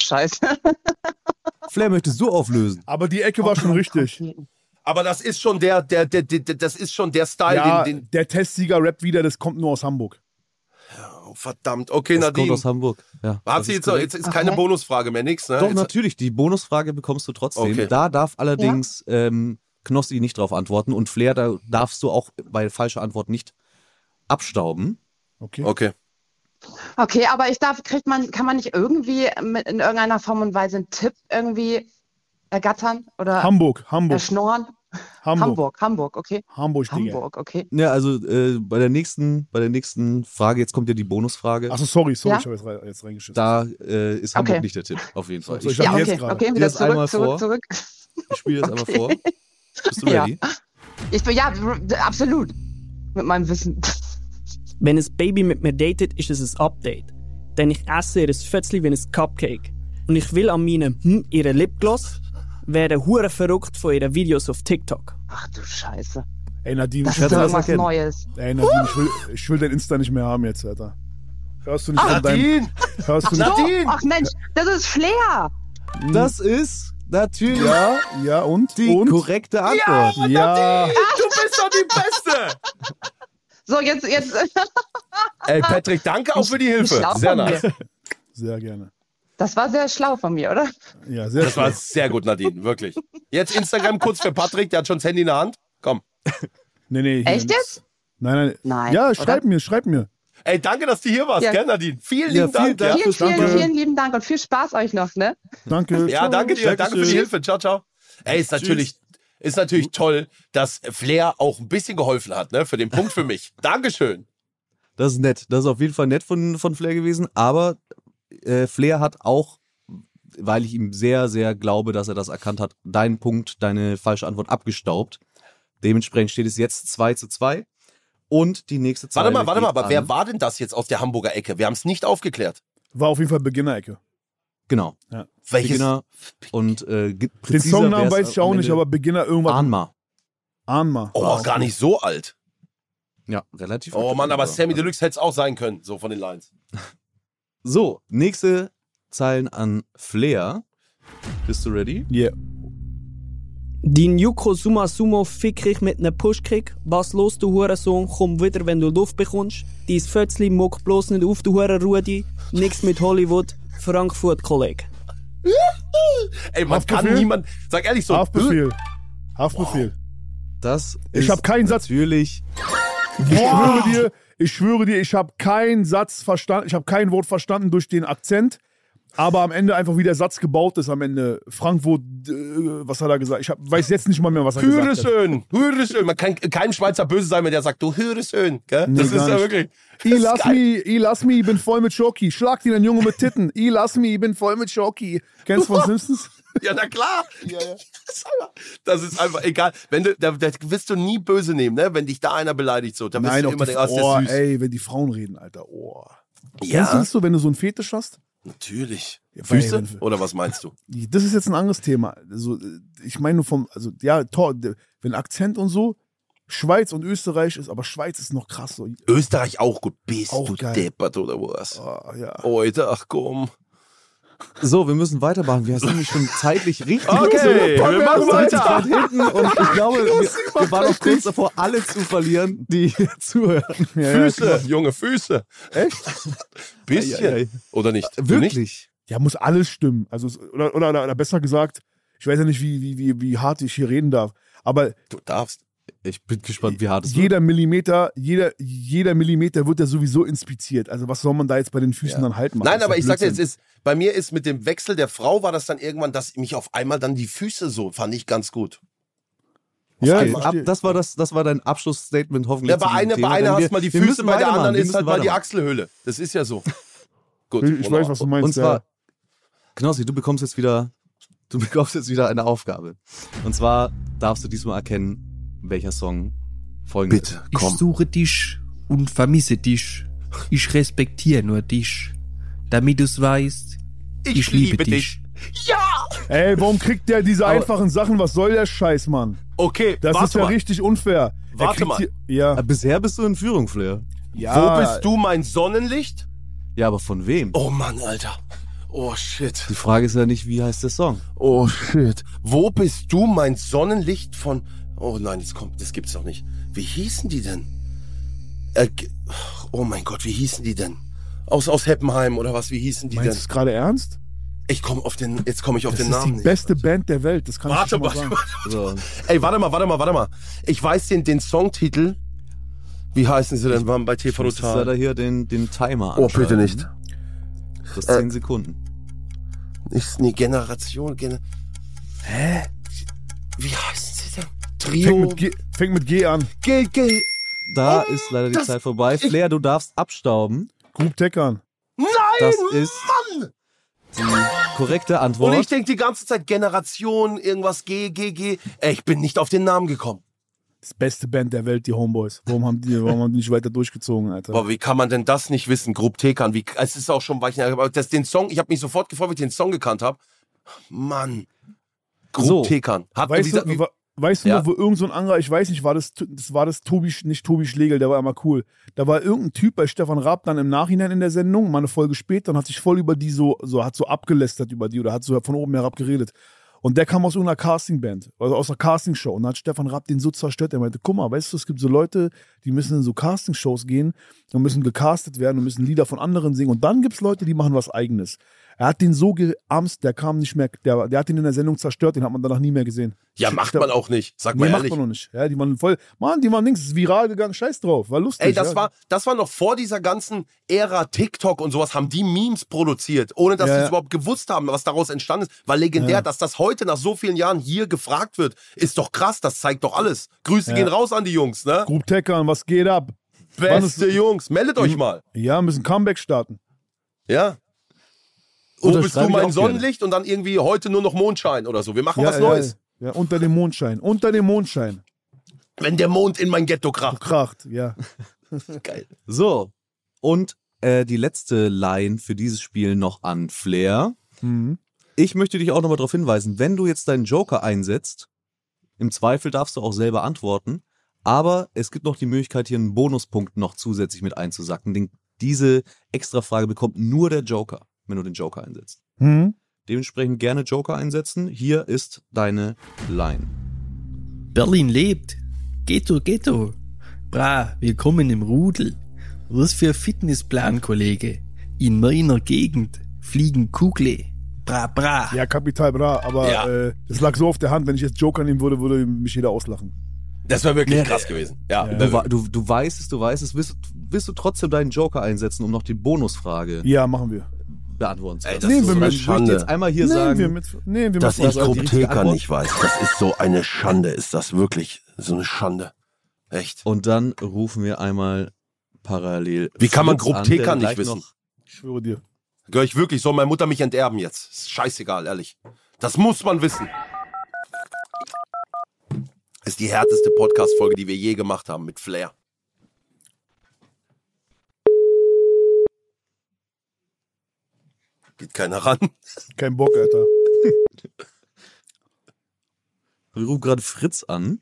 [SPEAKER 8] Scheiße.
[SPEAKER 5] Flair möchtest du
[SPEAKER 3] *laughs*
[SPEAKER 5] auflösen.
[SPEAKER 4] Aber die Ecke war schon richtig.
[SPEAKER 3] Aber das ist schon der, der, der, der, der das ist schon der Style,
[SPEAKER 4] Ja,
[SPEAKER 3] den, den,
[SPEAKER 4] der Testsieger rappt wieder, das kommt nur aus Hamburg.
[SPEAKER 3] oh, verdammt. Okay,
[SPEAKER 5] Das kommt
[SPEAKER 3] Nadine.
[SPEAKER 5] aus Hamburg. Ja,
[SPEAKER 3] Hat
[SPEAKER 5] das
[SPEAKER 3] sie
[SPEAKER 5] ist
[SPEAKER 3] jetzt, noch- jetzt ist keine
[SPEAKER 8] Okay.
[SPEAKER 3] Bonusfrage mehr, nix, ne?
[SPEAKER 5] Doch,
[SPEAKER 3] jetzt,
[SPEAKER 5] natürlich. Die Bonusfrage bekommst du trotzdem.
[SPEAKER 3] Okay.
[SPEAKER 5] Da darf allerdings ähm, Knossi nicht drauf antworten und Flair, da darfst du auch bei falscher Antwort nicht abstauben.
[SPEAKER 4] Okay.
[SPEAKER 3] Okay.
[SPEAKER 8] Okay, aber ich darf, kriegt man, kann man nicht irgendwie mit, in irgendeiner Form und Weise einen Tipp irgendwie ergattern oder
[SPEAKER 4] Hamburg, Hamburg,
[SPEAKER 8] erschnorren?
[SPEAKER 4] Hamburg,
[SPEAKER 8] Hamburg, Hamburg, okay.
[SPEAKER 4] Hamburg, Digga.
[SPEAKER 8] Hamburg, okay.
[SPEAKER 5] Ja, also äh, bei der nächsten, bei der nächsten Frage, jetzt kommt ja die Bonusfrage.
[SPEAKER 4] Achso, sorry, sorry,
[SPEAKER 8] Ja?
[SPEAKER 4] ich habe jetzt, rein- jetzt reingeschissen.
[SPEAKER 5] Da äh, ist Hamburg
[SPEAKER 8] Okay.
[SPEAKER 5] nicht der Tipp, auf jeden Fall.
[SPEAKER 4] So,
[SPEAKER 5] Ich,
[SPEAKER 4] ich
[SPEAKER 8] Ja,
[SPEAKER 4] hab jetzt
[SPEAKER 8] okay,
[SPEAKER 4] gerade.
[SPEAKER 8] okay,
[SPEAKER 5] Hier
[SPEAKER 8] wieder
[SPEAKER 5] ist einmal
[SPEAKER 8] zurück,
[SPEAKER 5] vor.
[SPEAKER 8] zurück, zurück.
[SPEAKER 5] ich spiele das einmal vor. Bist du
[SPEAKER 8] Ja.
[SPEAKER 5] ready?
[SPEAKER 8] Ich bin, ja, absolut. Mit meinem Wissen.
[SPEAKER 7] Wenn ein Baby mit mir datet, ist es ein Update. Denn ich esse ihr ein Fötzli wie ein Cupcake. Und ich will an meinem hm, ihre Lipgloss werden hure verrückt von ihren Videos auf TikTok.
[SPEAKER 8] Ach du Scheiße.
[SPEAKER 4] Ey, Nadine,
[SPEAKER 8] Das
[SPEAKER 4] ich
[SPEAKER 8] ist
[SPEAKER 4] hätte
[SPEAKER 8] doch
[SPEAKER 4] das
[SPEAKER 8] irgendwas
[SPEAKER 4] erkennen.
[SPEAKER 8] Neues.
[SPEAKER 4] Ey, Nadine, ich will, ich will dein Insta nicht mehr haben jetzt, Alter. Hörst du nicht
[SPEAKER 8] Ah,
[SPEAKER 4] von deinem.
[SPEAKER 3] Nadine!
[SPEAKER 4] Hörst du nicht.
[SPEAKER 3] Nadine!
[SPEAKER 8] Ach Mensch, das ist Flair. Mhm.
[SPEAKER 5] Das ist natürlich
[SPEAKER 4] Ja, ja, und?
[SPEAKER 5] die
[SPEAKER 4] und?
[SPEAKER 5] korrekte Antwort.
[SPEAKER 4] Ja,
[SPEAKER 3] Du bist doch die Beste!
[SPEAKER 8] So, jetzt, jetzt. *laughs*
[SPEAKER 3] Ey, Patrick, danke auch für die Hilfe.
[SPEAKER 8] Schlau
[SPEAKER 3] Sehr
[SPEAKER 8] von
[SPEAKER 3] nice.
[SPEAKER 8] mir.
[SPEAKER 4] sehr gerne.
[SPEAKER 8] Das war sehr schlau von mir, oder?
[SPEAKER 4] Ja, sehr
[SPEAKER 3] Das war
[SPEAKER 4] schön.
[SPEAKER 3] sehr gut, Nadine, wirklich. Jetzt Instagram kurz für Patrick, der hat schon das Handy in der Hand. Komm.
[SPEAKER 4] Nee, nee, hier
[SPEAKER 8] Echt
[SPEAKER 4] nix.
[SPEAKER 8] jetzt?
[SPEAKER 4] Nein, nein.
[SPEAKER 8] Nein,
[SPEAKER 4] Ja,
[SPEAKER 8] oder?
[SPEAKER 4] schreib mir, schreib mir.
[SPEAKER 3] Ey, danke, dass du hier warst,
[SPEAKER 8] Ja.
[SPEAKER 3] gell, Nadine? Vielen
[SPEAKER 5] Ja,
[SPEAKER 3] lieben
[SPEAKER 5] vielen
[SPEAKER 3] Dank. ja.
[SPEAKER 8] vielen, vielen,
[SPEAKER 4] danke.
[SPEAKER 8] vielen lieben Dank und viel Spaß euch noch, ne?
[SPEAKER 4] Danke.
[SPEAKER 3] Ja, danke dir. Danke für die
[SPEAKER 4] Dankeschön.
[SPEAKER 3] Hilfe. Ciao, ciao. Ey, ist natürlich, ist natürlich toll, dass Flair auch ein bisschen geholfen hat, ne? Für den Punkt für mich. Dankeschön.
[SPEAKER 5] Das ist nett. Das ist auf jeden Fall nett von, von Flair gewesen. Aber äh, Flair hat auch, weil ich ihm sehr, sehr glaube, dass er das erkannt hat, deinen Punkt, deine falsche Antwort abgestaubt. Dementsprechend steht es jetzt 2 zu 2. Und die nächste Zahl.
[SPEAKER 3] Warte mal, warte mal, aber
[SPEAKER 5] an.
[SPEAKER 3] wer war denn das jetzt aus der Hamburger Ecke? Wir haben es nicht aufgeklärt.
[SPEAKER 4] War auf jeden Fall Beginner-Ecke.
[SPEAKER 5] Genau.
[SPEAKER 3] Welches?
[SPEAKER 5] Beginner und äh, ge-
[SPEAKER 4] Den
[SPEAKER 5] präziser
[SPEAKER 4] Songnamen
[SPEAKER 5] wär's
[SPEAKER 4] weiß ich
[SPEAKER 5] am
[SPEAKER 4] auch nicht,
[SPEAKER 5] Ende
[SPEAKER 4] aber Beginner irgendwas.
[SPEAKER 5] Ahnma.
[SPEAKER 4] Ahnma.
[SPEAKER 3] Oh,
[SPEAKER 4] Ah,
[SPEAKER 3] gar nicht so alt.
[SPEAKER 5] Ja, relativ.
[SPEAKER 3] Oh Mann, aber Sammy
[SPEAKER 5] Also-
[SPEAKER 3] Deluxe hätte es auch sein können, so von den Lines.
[SPEAKER 5] So, nächste Zeilen an Flair. Bist du ready?
[SPEAKER 4] Yeah.
[SPEAKER 7] Die Yuko Suma Sumo fick ich mit nem Pushkick. Was los, du Hurensohn? Komm wieder, wenn du Luft bekommst. Dein Fötzli muck bloß nicht auf, du Hurenrudi. Nix mit Hollywood. Frankfurt, Kollege.
[SPEAKER 3] Ey, man kann
[SPEAKER 4] Haftbefehl?
[SPEAKER 3] niemand. Sag ehrlich so.
[SPEAKER 4] Haftbefehl. Haftbefehl.
[SPEAKER 5] Das
[SPEAKER 4] Ich
[SPEAKER 5] ist
[SPEAKER 4] hab keinen Satz.
[SPEAKER 5] Natürlich.
[SPEAKER 4] Ich schwöre dir, ich schwöre dir, ich habe keinen Satz verstanden, ich habe kein Wort verstanden durch den Akzent, aber am Ende einfach wie der Satz gebaut ist am Ende. Frankfurt, äh, was hat er gesagt? Ich hab, weiß jetzt nicht mal mehr, was er gesagt hat.
[SPEAKER 3] Hüresön, Hüresön. Man kann keinem Schweizer böse sein, wenn der sagt, du Hüresön. Gell?
[SPEAKER 4] Nee,
[SPEAKER 3] das
[SPEAKER 4] gar
[SPEAKER 3] ist ja
[SPEAKER 4] nicht.
[SPEAKER 3] wirklich.
[SPEAKER 4] Ich
[SPEAKER 3] das ist
[SPEAKER 4] lass
[SPEAKER 3] geil.
[SPEAKER 4] mich, ich lass mich, ich bin voll mit Schoki. Schlag dir ein Junge mit Titten. Ich lass mich, ich bin voll mit Schoki. *laughs* Kennst du von Simpsons?
[SPEAKER 3] Ja, na klar. *laughs* Das ist einfach egal. Wenn du, da, da wirst du nie böse nehmen, ne? wenn dich da einer beleidigt. So. Da wirst
[SPEAKER 4] Nein,
[SPEAKER 3] du
[SPEAKER 4] auch
[SPEAKER 3] immer
[SPEAKER 4] die,
[SPEAKER 3] denken, ah, ist der
[SPEAKER 4] oh,
[SPEAKER 3] süß.
[SPEAKER 4] ey, wenn die Frauen reden, Alter, oh. Kennst du
[SPEAKER 3] ja,
[SPEAKER 4] das so, wenn du so einen Fetisch hast?
[SPEAKER 3] natürlich.
[SPEAKER 4] Ja,
[SPEAKER 3] Füße?
[SPEAKER 4] weil-
[SPEAKER 3] Oder was meinst du?
[SPEAKER 4] Das ist jetzt ein anderes Thema. Also, äh, ich meine nur vom, also ja, to- d- wenn Akzent und so, Schweiz und Österreich ist, aber Schweiz ist noch krass. So,
[SPEAKER 3] Österreich auch gut. Bist
[SPEAKER 4] Auch
[SPEAKER 3] du
[SPEAKER 4] geil.
[SPEAKER 3] deppert oder was?
[SPEAKER 4] oh, ja.
[SPEAKER 3] Heute, ach komm.
[SPEAKER 5] So, wir müssen weitermachen. Wir sind nämlich schon zeitlich richtig.
[SPEAKER 3] Okay, wir machen weiter.
[SPEAKER 5] Gerade hinten und ich glaube, wir, wir waren noch kurz davor, alle zu verlieren, die hier zuhören.
[SPEAKER 3] Füße, Junge, Füße. Echt? *laughs* Bisschen.
[SPEAKER 5] Ei, ei, ei.
[SPEAKER 3] Oder nicht? Du Nicht?
[SPEAKER 5] Wirklich?
[SPEAKER 4] Ja, muss alles stimmen. Also, es- oder, oder, oder, oder besser gesagt, ich weiß ja nicht, wie, wie, wie, wie hart ich hier reden darf, aber
[SPEAKER 3] Du darfst.
[SPEAKER 5] Ich bin gespannt, wie hart es wird.
[SPEAKER 4] jeder Millimeter, jeder, jeder Millimeter wird ja sowieso inspiziert. Also, was soll man da jetzt bei den Füßen
[SPEAKER 3] Ja.
[SPEAKER 4] dann halten?
[SPEAKER 3] Nein, aber ich sag dir,
[SPEAKER 4] jetzt
[SPEAKER 3] es ist, bei mir ist mit dem Wechsel der Frau war das dann irgendwann, dass mich auf einmal dann die Füße so, fand ich ganz gut.
[SPEAKER 4] ja,
[SPEAKER 5] Okay,
[SPEAKER 4] ich
[SPEAKER 5] ab,
[SPEAKER 4] verstehe.
[SPEAKER 5] das, war das, das war dein Abschlussstatement hoffentlich.
[SPEAKER 3] Ja, Ne, bei
[SPEAKER 5] zu diesem
[SPEAKER 3] einer, bei
[SPEAKER 5] Thema, denn
[SPEAKER 3] einer
[SPEAKER 5] wir-
[SPEAKER 3] hast mal die
[SPEAKER 5] wir
[SPEAKER 3] Füße,
[SPEAKER 5] müssen
[SPEAKER 3] bei der
[SPEAKER 5] weitermachen,
[SPEAKER 3] anderen
[SPEAKER 5] wir
[SPEAKER 3] ist
[SPEAKER 5] müssen
[SPEAKER 3] halt mal die
[SPEAKER 5] weitermachen.
[SPEAKER 3] Achselhöhle. Das ist ja so. Gut,
[SPEAKER 4] Ich, ich weiß, was du meinst.
[SPEAKER 5] Und zwar,
[SPEAKER 4] ja.
[SPEAKER 5] Knossi, du bekommst jetzt wieder, *laughs* du bekommst jetzt wieder eine Aufgabe. Und zwar darfst du diesmal erkennen, welcher Song folgendes
[SPEAKER 9] Bitte,
[SPEAKER 5] ist.
[SPEAKER 9] ich suche dich und vermisse dich. Ich respektiere nur dich. Damit du's weißt, ich, liebe dich.
[SPEAKER 4] Ey, warum kriegt der diese einfachen Sachen? Was soll der Scheiß, Mann?
[SPEAKER 3] Okay,
[SPEAKER 4] Das
[SPEAKER 3] warte
[SPEAKER 4] ist ja
[SPEAKER 3] mal.
[SPEAKER 4] richtig unfair. Er
[SPEAKER 3] Warte
[SPEAKER 4] kriegt
[SPEAKER 3] mal.
[SPEAKER 4] hier- Ja.
[SPEAKER 5] Äh, Bisher bist du in Führung, Flair.
[SPEAKER 4] ja.
[SPEAKER 3] Wo bist du mein Sonnenlicht?
[SPEAKER 5] Ja, aber von wem?
[SPEAKER 3] Oh Mann, Alter. Oh shit.
[SPEAKER 5] Die Frage ist ja nicht, wie heißt der Song?
[SPEAKER 3] Oh shit. Wo bist du mein Sonnenlicht von. Oh nein, das kommt, das gibt's doch nicht. Wie hießen die denn? Äh, g- oh mein Gott, wie hießen die denn? Aus, aus Heppenheim oder was? Wie hießen die
[SPEAKER 4] Meinst du es gerade ernst?
[SPEAKER 3] denn? Ich komme auf den. Jetzt komme ich auf
[SPEAKER 4] Das
[SPEAKER 3] den
[SPEAKER 4] ist
[SPEAKER 3] Namen
[SPEAKER 4] die
[SPEAKER 3] nicht.
[SPEAKER 4] beste Band der Welt, das kann ich dir
[SPEAKER 3] Warte,
[SPEAKER 4] schon mal
[SPEAKER 3] warte,
[SPEAKER 4] sagen.
[SPEAKER 3] warte.
[SPEAKER 5] So.
[SPEAKER 3] Ey, warte mal, warte mal, warte mal. Ich weiß den, den Songtitel. Wie heißen sie denn? Waren bei TV
[SPEAKER 5] Jetzt ist leider
[SPEAKER 3] Total.
[SPEAKER 5] hier den, den Timer
[SPEAKER 3] Oh, bitte
[SPEAKER 5] anschalten.
[SPEAKER 3] nicht. Äh.
[SPEAKER 5] Das ist 10 Sekunden.
[SPEAKER 3] Ist eine Generation. Gener Hä? Wie heißen sie denn?
[SPEAKER 4] Fängt
[SPEAKER 3] Trio.
[SPEAKER 4] mit, G, fängt mit G an.
[SPEAKER 3] Ge Ge
[SPEAKER 5] Da ist leider die
[SPEAKER 3] das-
[SPEAKER 5] Zeit vorbei. Flair, du darfst abstauben.
[SPEAKER 4] Group Teckern.
[SPEAKER 3] Nein!
[SPEAKER 5] Das ist
[SPEAKER 3] Mann!
[SPEAKER 5] die korrekte
[SPEAKER 3] Und ich
[SPEAKER 5] Antwort.
[SPEAKER 3] denke die ganze Zeit Generation, irgendwas G, G, G. Ey, ich bin nicht auf den Namen gekommen.
[SPEAKER 4] Das beste Band der Welt, die Homeboys. Warum haben die, warum haben die nicht weiter durchgezogen, Alter?
[SPEAKER 3] Boah, wie kann man denn das nicht wissen? Grupp Tekan, wie es ist auch schon weich. Aber das, den Song, ich habe mich sofort gefreut, wie ich den Song gekannt habe. Mann. Grupp
[SPEAKER 5] So.
[SPEAKER 3] Tekan. Hat
[SPEAKER 4] Weißt
[SPEAKER 3] dieser-
[SPEAKER 4] du, wa- weißt du
[SPEAKER 3] Ja.
[SPEAKER 4] noch, wo irgend so ein anderer, ich weiß nicht, war das, das war das Tobi, Sch- nicht Tobi Schlegel, der war immer cool. Da war irgendein Typ bei Stefan Raab dann im Nachhinein in der Sendung, mal eine Folge später, und hat sich voll über die so, so, hat so abgelästert über die oder hat so von oben herab geredet. Und der kam aus irgendeiner Castingband, also aus einer Castingshow. Und dann hat Stefan Raab den so zerstört. Er meinte, guck mal, weißt du, es gibt so Leute, die müssen in so Castingshows gehen und müssen gecastet werden und müssen Lieder von anderen singen. Und dann gibt es Leute, die machen was Eigenes. Er hat den so geamst, der kam nicht mehr, der, der hat ihn in der Sendung zerstört, den hat man danach nie mehr gesehen.
[SPEAKER 3] ja, macht man auch nicht. Sag mal
[SPEAKER 4] nee, macht
[SPEAKER 3] ehrlich.
[SPEAKER 4] man noch nicht. Ja, die waren voll, Mann, die waren links, ist viral gegangen, scheiß drauf, war lustig.
[SPEAKER 3] Ey, das
[SPEAKER 4] ja.
[SPEAKER 3] war, das war noch vor dieser ganzen Ära TikTok und sowas, haben die Memes produziert, ohne dass
[SPEAKER 4] Ja,
[SPEAKER 3] sie
[SPEAKER 4] ja.
[SPEAKER 3] es überhaupt gewusst haben, was daraus entstanden ist. War legendär, dass das heute nach so vielen Jahren hier gefragt wird, ist doch krass, das zeigt doch alles. Grüße gehen raus an die Jungs, ne?
[SPEAKER 4] Group Teckern, was geht ab? Wann ist-
[SPEAKER 3] Beste Jungs, meldet euch mal.
[SPEAKER 4] Ja, müssen Comeback starten.
[SPEAKER 3] Ja. Wo bist
[SPEAKER 5] Unterschreibe
[SPEAKER 3] du
[SPEAKER 5] ich
[SPEAKER 3] mein
[SPEAKER 5] auch gerne.
[SPEAKER 3] Sonnenlicht und dann irgendwie heute nur noch Mondschein oder so. Wir machen
[SPEAKER 4] ja,
[SPEAKER 3] was Neues.
[SPEAKER 4] Ja, ja, unter dem Mondschein, unter dem Mondschein.
[SPEAKER 3] Wenn der Mond in mein Ghetto kracht.
[SPEAKER 4] Kracht, ja.
[SPEAKER 3] Geil.
[SPEAKER 5] So. Und äh, die letzte Line für dieses Spiel noch an Flair.
[SPEAKER 4] Mhm.
[SPEAKER 5] Ich möchte dich auch nochmal darauf hinweisen, wenn du jetzt deinen Joker einsetzt, im Zweifel darfst du auch selber antworten, aber es gibt noch die Möglichkeit, hier einen Bonuspunkt noch zusätzlich mit einzusacken. Den, diese extra Frage bekommt nur der Joker, wenn du den Joker einsetzt.
[SPEAKER 4] Mhm.
[SPEAKER 5] Dementsprechend gerne Joker einsetzen. Hier ist deine Line.
[SPEAKER 9] Berlin lebt. Ghetto, Ghetto. Bra, willkommen im Rudel. Was für Fitnessplan, Kollege. In meiner Gegend fliegen Kugel. Bra, bra.
[SPEAKER 4] Ja, Kapital Bra, aber
[SPEAKER 3] Ah. Ja.
[SPEAKER 4] äh, das lag so auf der Hand, wenn ich jetzt Joker nehmen würde, würde mich jeder auslachen.
[SPEAKER 3] Das wäre wirklich krass gewesen. Ja,
[SPEAKER 4] Ja.
[SPEAKER 3] wär wirklich-
[SPEAKER 5] Du, wa- du, du weißt es, du weißt es. Willst, du- willst du trotzdem deinen Joker einsetzen, um noch die Bonusfrage
[SPEAKER 4] Ja, machen wir.
[SPEAKER 5] beantworten zu
[SPEAKER 3] Ey,
[SPEAKER 5] können?
[SPEAKER 3] das
[SPEAKER 4] Nehmen
[SPEAKER 3] ist
[SPEAKER 4] wir
[SPEAKER 3] so eine
[SPEAKER 4] mit.
[SPEAKER 5] Ich möchte
[SPEAKER 3] Schande.
[SPEAKER 5] jetzt einmal hier
[SPEAKER 4] nehmen
[SPEAKER 5] sagen,
[SPEAKER 4] wir mit. Nehmen wir
[SPEAKER 3] Dass
[SPEAKER 4] mit.
[SPEAKER 3] ich
[SPEAKER 5] also die richtige
[SPEAKER 3] Gruppteker
[SPEAKER 5] Antwort?
[SPEAKER 3] nicht weiß, das ist so eine Schande, ist das wirklich so eine Schande. Echt.
[SPEAKER 5] Und dann rufen wir einmal parallel.
[SPEAKER 3] Wie kann man
[SPEAKER 5] Fritz an,
[SPEAKER 3] Grupp TK
[SPEAKER 5] der
[SPEAKER 3] nicht
[SPEAKER 5] gleich
[SPEAKER 3] wissen?
[SPEAKER 5] noch-
[SPEAKER 4] Ich schwöre dir.
[SPEAKER 3] Gehör ich wirklich, soll meine Mutter mich enterben jetzt? Ist scheißegal, ehrlich. Das muss man wissen. Ist die härteste Podcast-Folge, die wir je gemacht haben mit Flair. Geht keiner ran.
[SPEAKER 4] Kein Bock, Alter.
[SPEAKER 5] Wir rufen gerade Fritz an.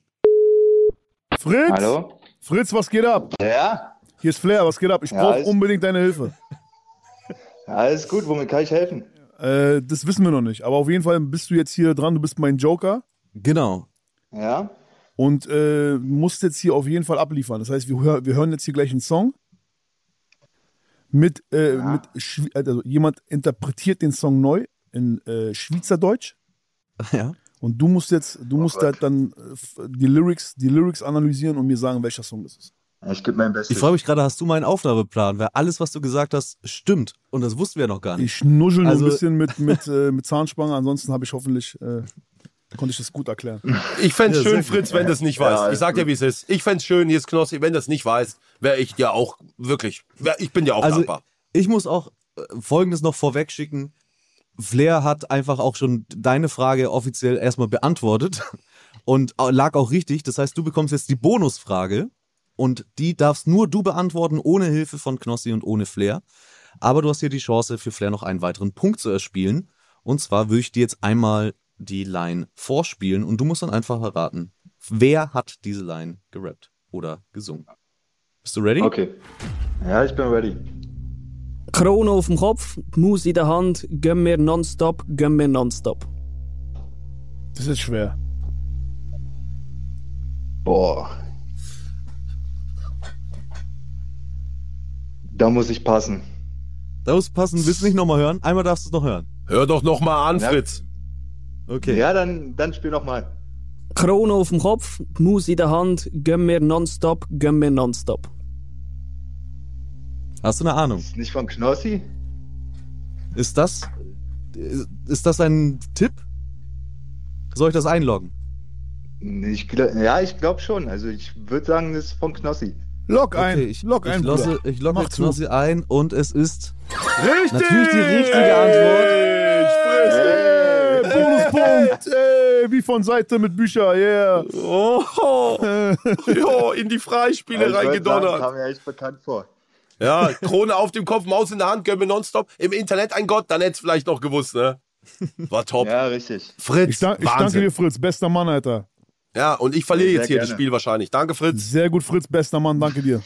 [SPEAKER 4] Fritz!
[SPEAKER 2] Hallo?
[SPEAKER 4] Fritz, was geht ab?
[SPEAKER 2] Ja?
[SPEAKER 4] Hier ist Flair, was geht ab? Ich
[SPEAKER 2] Ja,
[SPEAKER 4] brauche
[SPEAKER 2] ist-
[SPEAKER 4] unbedingt deine Hilfe.
[SPEAKER 2] Alles gut, womit kann ich helfen?
[SPEAKER 4] Äh, das wissen wir noch nicht. Aber auf jeden Fall bist du jetzt hier dran. Du bist mein Joker
[SPEAKER 5] Genau.
[SPEAKER 2] Ja?
[SPEAKER 4] und äh, musst jetzt hier auf jeden Fall abliefern. Das heißt, wir, hör, wir hören jetzt hier gleich einen Song. Mit, äh, mit Schw- also jemand interpretiert den Song neu in äh, Schweizerdeutsch.
[SPEAKER 5] Ja.
[SPEAKER 4] Und du musst jetzt, du musst halt dann äh, f- die Lyrics, die Lyrics analysieren und mir sagen, welcher Song das ist.
[SPEAKER 2] Ich gebe mein
[SPEAKER 5] Ich
[SPEAKER 2] Bestes.
[SPEAKER 5] freue mich gerade, hast du meinen Aufnahmeplan? Weil alles, was du gesagt hast, stimmt. Und das wussten wir noch gar nicht.
[SPEAKER 4] Ich nuschel nur
[SPEAKER 5] Also-
[SPEAKER 4] ein bisschen mit, mit, äh, mit Zahnspange, ansonsten habe ich hoffentlich, äh, konnte ich das gut erklären.
[SPEAKER 3] Ich fänd's
[SPEAKER 5] Ja, sehr
[SPEAKER 3] schön,
[SPEAKER 5] gut.
[SPEAKER 3] Fritz, wenn das nicht
[SPEAKER 2] Ja,
[SPEAKER 3] weißt. ich
[SPEAKER 2] alles
[SPEAKER 3] sag dir,
[SPEAKER 2] gut.
[SPEAKER 3] wie es ist. Ich fänd's schön, hier ist Knossi, wenn das nicht weißt, wäre ich dir auch wirklich, wär, ich bin dir auch
[SPEAKER 5] Also,
[SPEAKER 3] dankbar.
[SPEAKER 5] ich muss auch äh, Folgendes noch vorweg schicken. Flair hat einfach auch schon deine Frage offiziell erstmal beantwortet *laughs* und au- lag auch richtig. Das heißt, du bekommst jetzt die Bonusfrage und die darfst nur du beantworten, ohne Hilfe von Knossi und ohne Flair. Aber du hast hier die Chance, für Flair noch einen weiteren Punkt zu erspielen. Und zwar würde ich dir jetzt einmal die Line vorspielen und du musst dann einfach erraten, wer hat diese Line gerappt oder gesungen. Bist du ready?
[SPEAKER 2] Okay. Ja, ich bin ready.
[SPEAKER 7] Krone auf dem Kopf, die Maus in der Hand, gehen wir nonstop, gehen wir nonstop.
[SPEAKER 4] Das ist schwer.
[SPEAKER 2] Boah. Da muss ich passen.
[SPEAKER 5] Da muss passen, willst du nicht nochmal hören? Einmal darfst du es noch hören.
[SPEAKER 3] Hör doch nochmal an,
[SPEAKER 2] Ja.
[SPEAKER 3] Fritz.
[SPEAKER 5] Okay.
[SPEAKER 2] Ja, dann, dann spiel nochmal.
[SPEAKER 7] Krone auf dem Kopf, die Maus in der Hand, gehen wir nonstop, gehen wir nonstop.
[SPEAKER 5] Hast du eine Ahnung?
[SPEAKER 2] Ist nicht von Knossi?
[SPEAKER 5] Ist das. Ist das ein Tipp? Soll ich das einloggen?
[SPEAKER 2] Nee, Ich, gl- ja, ich glaube schon. Also ich würde sagen, das ist von Knossi.
[SPEAKER 4] Log ein.
[SPEAKER 5] Okay, ich,
[SPEAKER 4] Log ein,
[SPEAKER 5] ich losse,
[SPEAKER 4] Bruder.
[SPEAKER 5] ich logge
[SPEAKER 4] Mach
[SPEAKER 5] jetzt
[SPEAKER 4] zu.
[SPEAKER 5] Knossi ein und es ist
[SPEAKER 4] Richtig!
[SPEAKER 5] natürlich die richtige Antwort.
[SPEAKER 4] Ey, Bonuspunkt! Ey, wie von Seite mit Bücher, yeah!
[SPEAKER 3] Oh, *laughs* jo, in die Freispiele
[SPEAKER 2] Also, ich würd sagen,
[SPEAKER 3] reingedonnert.
[SPEAKER 2] kam mir echt bekannt vor.
[SPEAKER 3] Ja, Krone auf dem Kopf, Maus in der Hand, Gömme nonstop. Im Internet ein Gott, dann hätt's vielleicht noch gewusst, ne? War top.
[SPEAKER 2] Ja, richtig.
[SPEAKER 3] Fritz,
[SPEAKER 4] Ich, dank, ich danke
[SPEAKER 3] Wahnsinn.
[SPEAKER 4] dir, Fritz, bester Mann, Alter.
[SPEAKER 3] Ja, und ich verliere
[SPEAKER 2] Sehr
[SPEAKER 3] jetzt hier
[SPEAKER 2] gerne.
[SPEAKER 3] das Spiel wahrscheinlich. Danke, Fritz.
[SPEAKER 4] Sehr gut, Fritz, bester Mann, danke dir.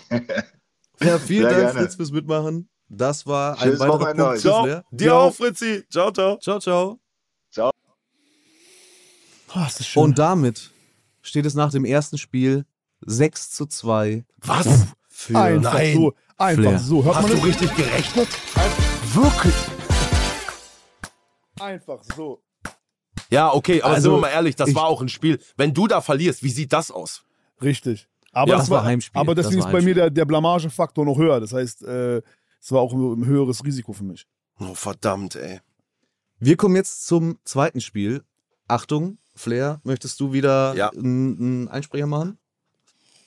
[SPEAKER 5] Ja, *laughs* vielen
[SPEAKER 2] Sehr
[SPEAKER 5] Dank,
[SPEAKER 2] gerne.
[SPEAKER 5] Fritz, fürs Mitmachen. Das war ein
[SPEAKER 2] Schönes
[SPEAKER 5] weiterer
[SPEAKER 2] Wochenende
[SPEAKER 5] Punkt.
[SPEAKER 2] euch.
[SPEAKER 5] für
[SPEAKER 2] Ciao.
[SPEAKER 5] Flair.
[SPEAKER 3] Dir auch, Fritzi. Ciao, ciao.
[SPEAKER 5] Ciao, ciao.
[SPEAKER 4] Ah, das ist schön.
[SPEAKER 5] Und damit steht es nach dem ersten Spiel 6 zu 2
[SPEAKER 3] Was?
[SPEAKER 5] für
[SPEAKER 4] einfach
[SPEAKER 3] Nein.
[SPEAKER 4] so, einfach
[SPEAKER 5] Flair.
[SPEAKER 4] so. Hört
[SPEAKER 3] Hast
[SPEAKER 4] man
[SPEAKER 3] du
[SPEAKER 4] das?
[SPEAKER 3] richtig gerechnet? Wirklich?
[SPEAKER 4] Einfach so.
[SPEAKER 3] Ja, okay, aber
[SPEAKER 5] Also,
[SPEAKER 3] sind wir mal ehrlich, das
[SPEAKER 5] ich-
[SPEAKER 3] war auch ein Spiel. Wenn du da verlierst, wie sieht das aus?
[SPEAKER 4] Richtig. Aber
[SPEAKER 3] Ja,
[SPEAKER 4] das
[SPEAKER 5] das war
[SPEAKER 4] war
[SPEAKER 5] Heimspiel.
[SPEAKER 4] Aber
[SPEAKER 5] Das
[SPEAKER 4] deswegen
[SPEAKER 5] war
[SPEAKER 4] ist bei mir
[SPEAKER 5] Heimspiel.
[SPEAKER 4] der, der Blamagefaktor noch höher. Das heißt, äh, es war auch ein höheres Risiko für mich.
[SPEAKER 3] Oh, verdammt, ey.
[SPEAKER 5] Wir kommen jetzt zum zweiten Spiel. Achtung, Flair, möchtest du wieder
[SPEAKER 3] Ja.
[SPEAKER 5] einen einen Einsprecher machen?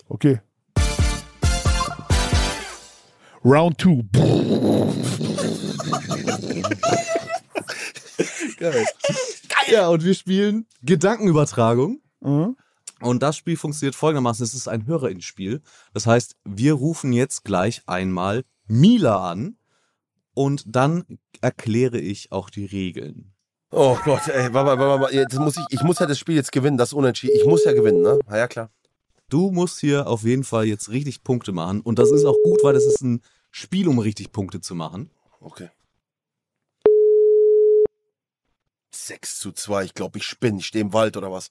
[SPEAKER 4] Okay. Round 2.
[SPEAKER 5] Geil. Ja, und wir spielen Gedankenübertragung.
[SPEAKER 4] Mhm.
[SPEAKER 5] Und das Spiel funktioniert folgendermaßen: Es ist ein Hörerinnenspiel. Das heißt, wir rufen jetzt gleich einmal Mila an und dann erkläre ich auch die Regeln.
[SPEAKER 3] Oh Gott, ey, warte, mal, warte, mal, jetzt muss ich, ich muss ja das Spiel jetzt gewinnen, das ist unentschieden. Ich muss ja gewinnen, ne? Na ja, klar.
[SPEAKER 5] Du musst hier auf jeden Fall jetzt richtig Punkte machen. Und das ist auch gut, weil das ist ein Spiel, um richtig Punkte zu machen.
[SPEAKER 3] Okay. 6 zu 2, ich glaube, ich spinne, ich stehe im Wald oder was.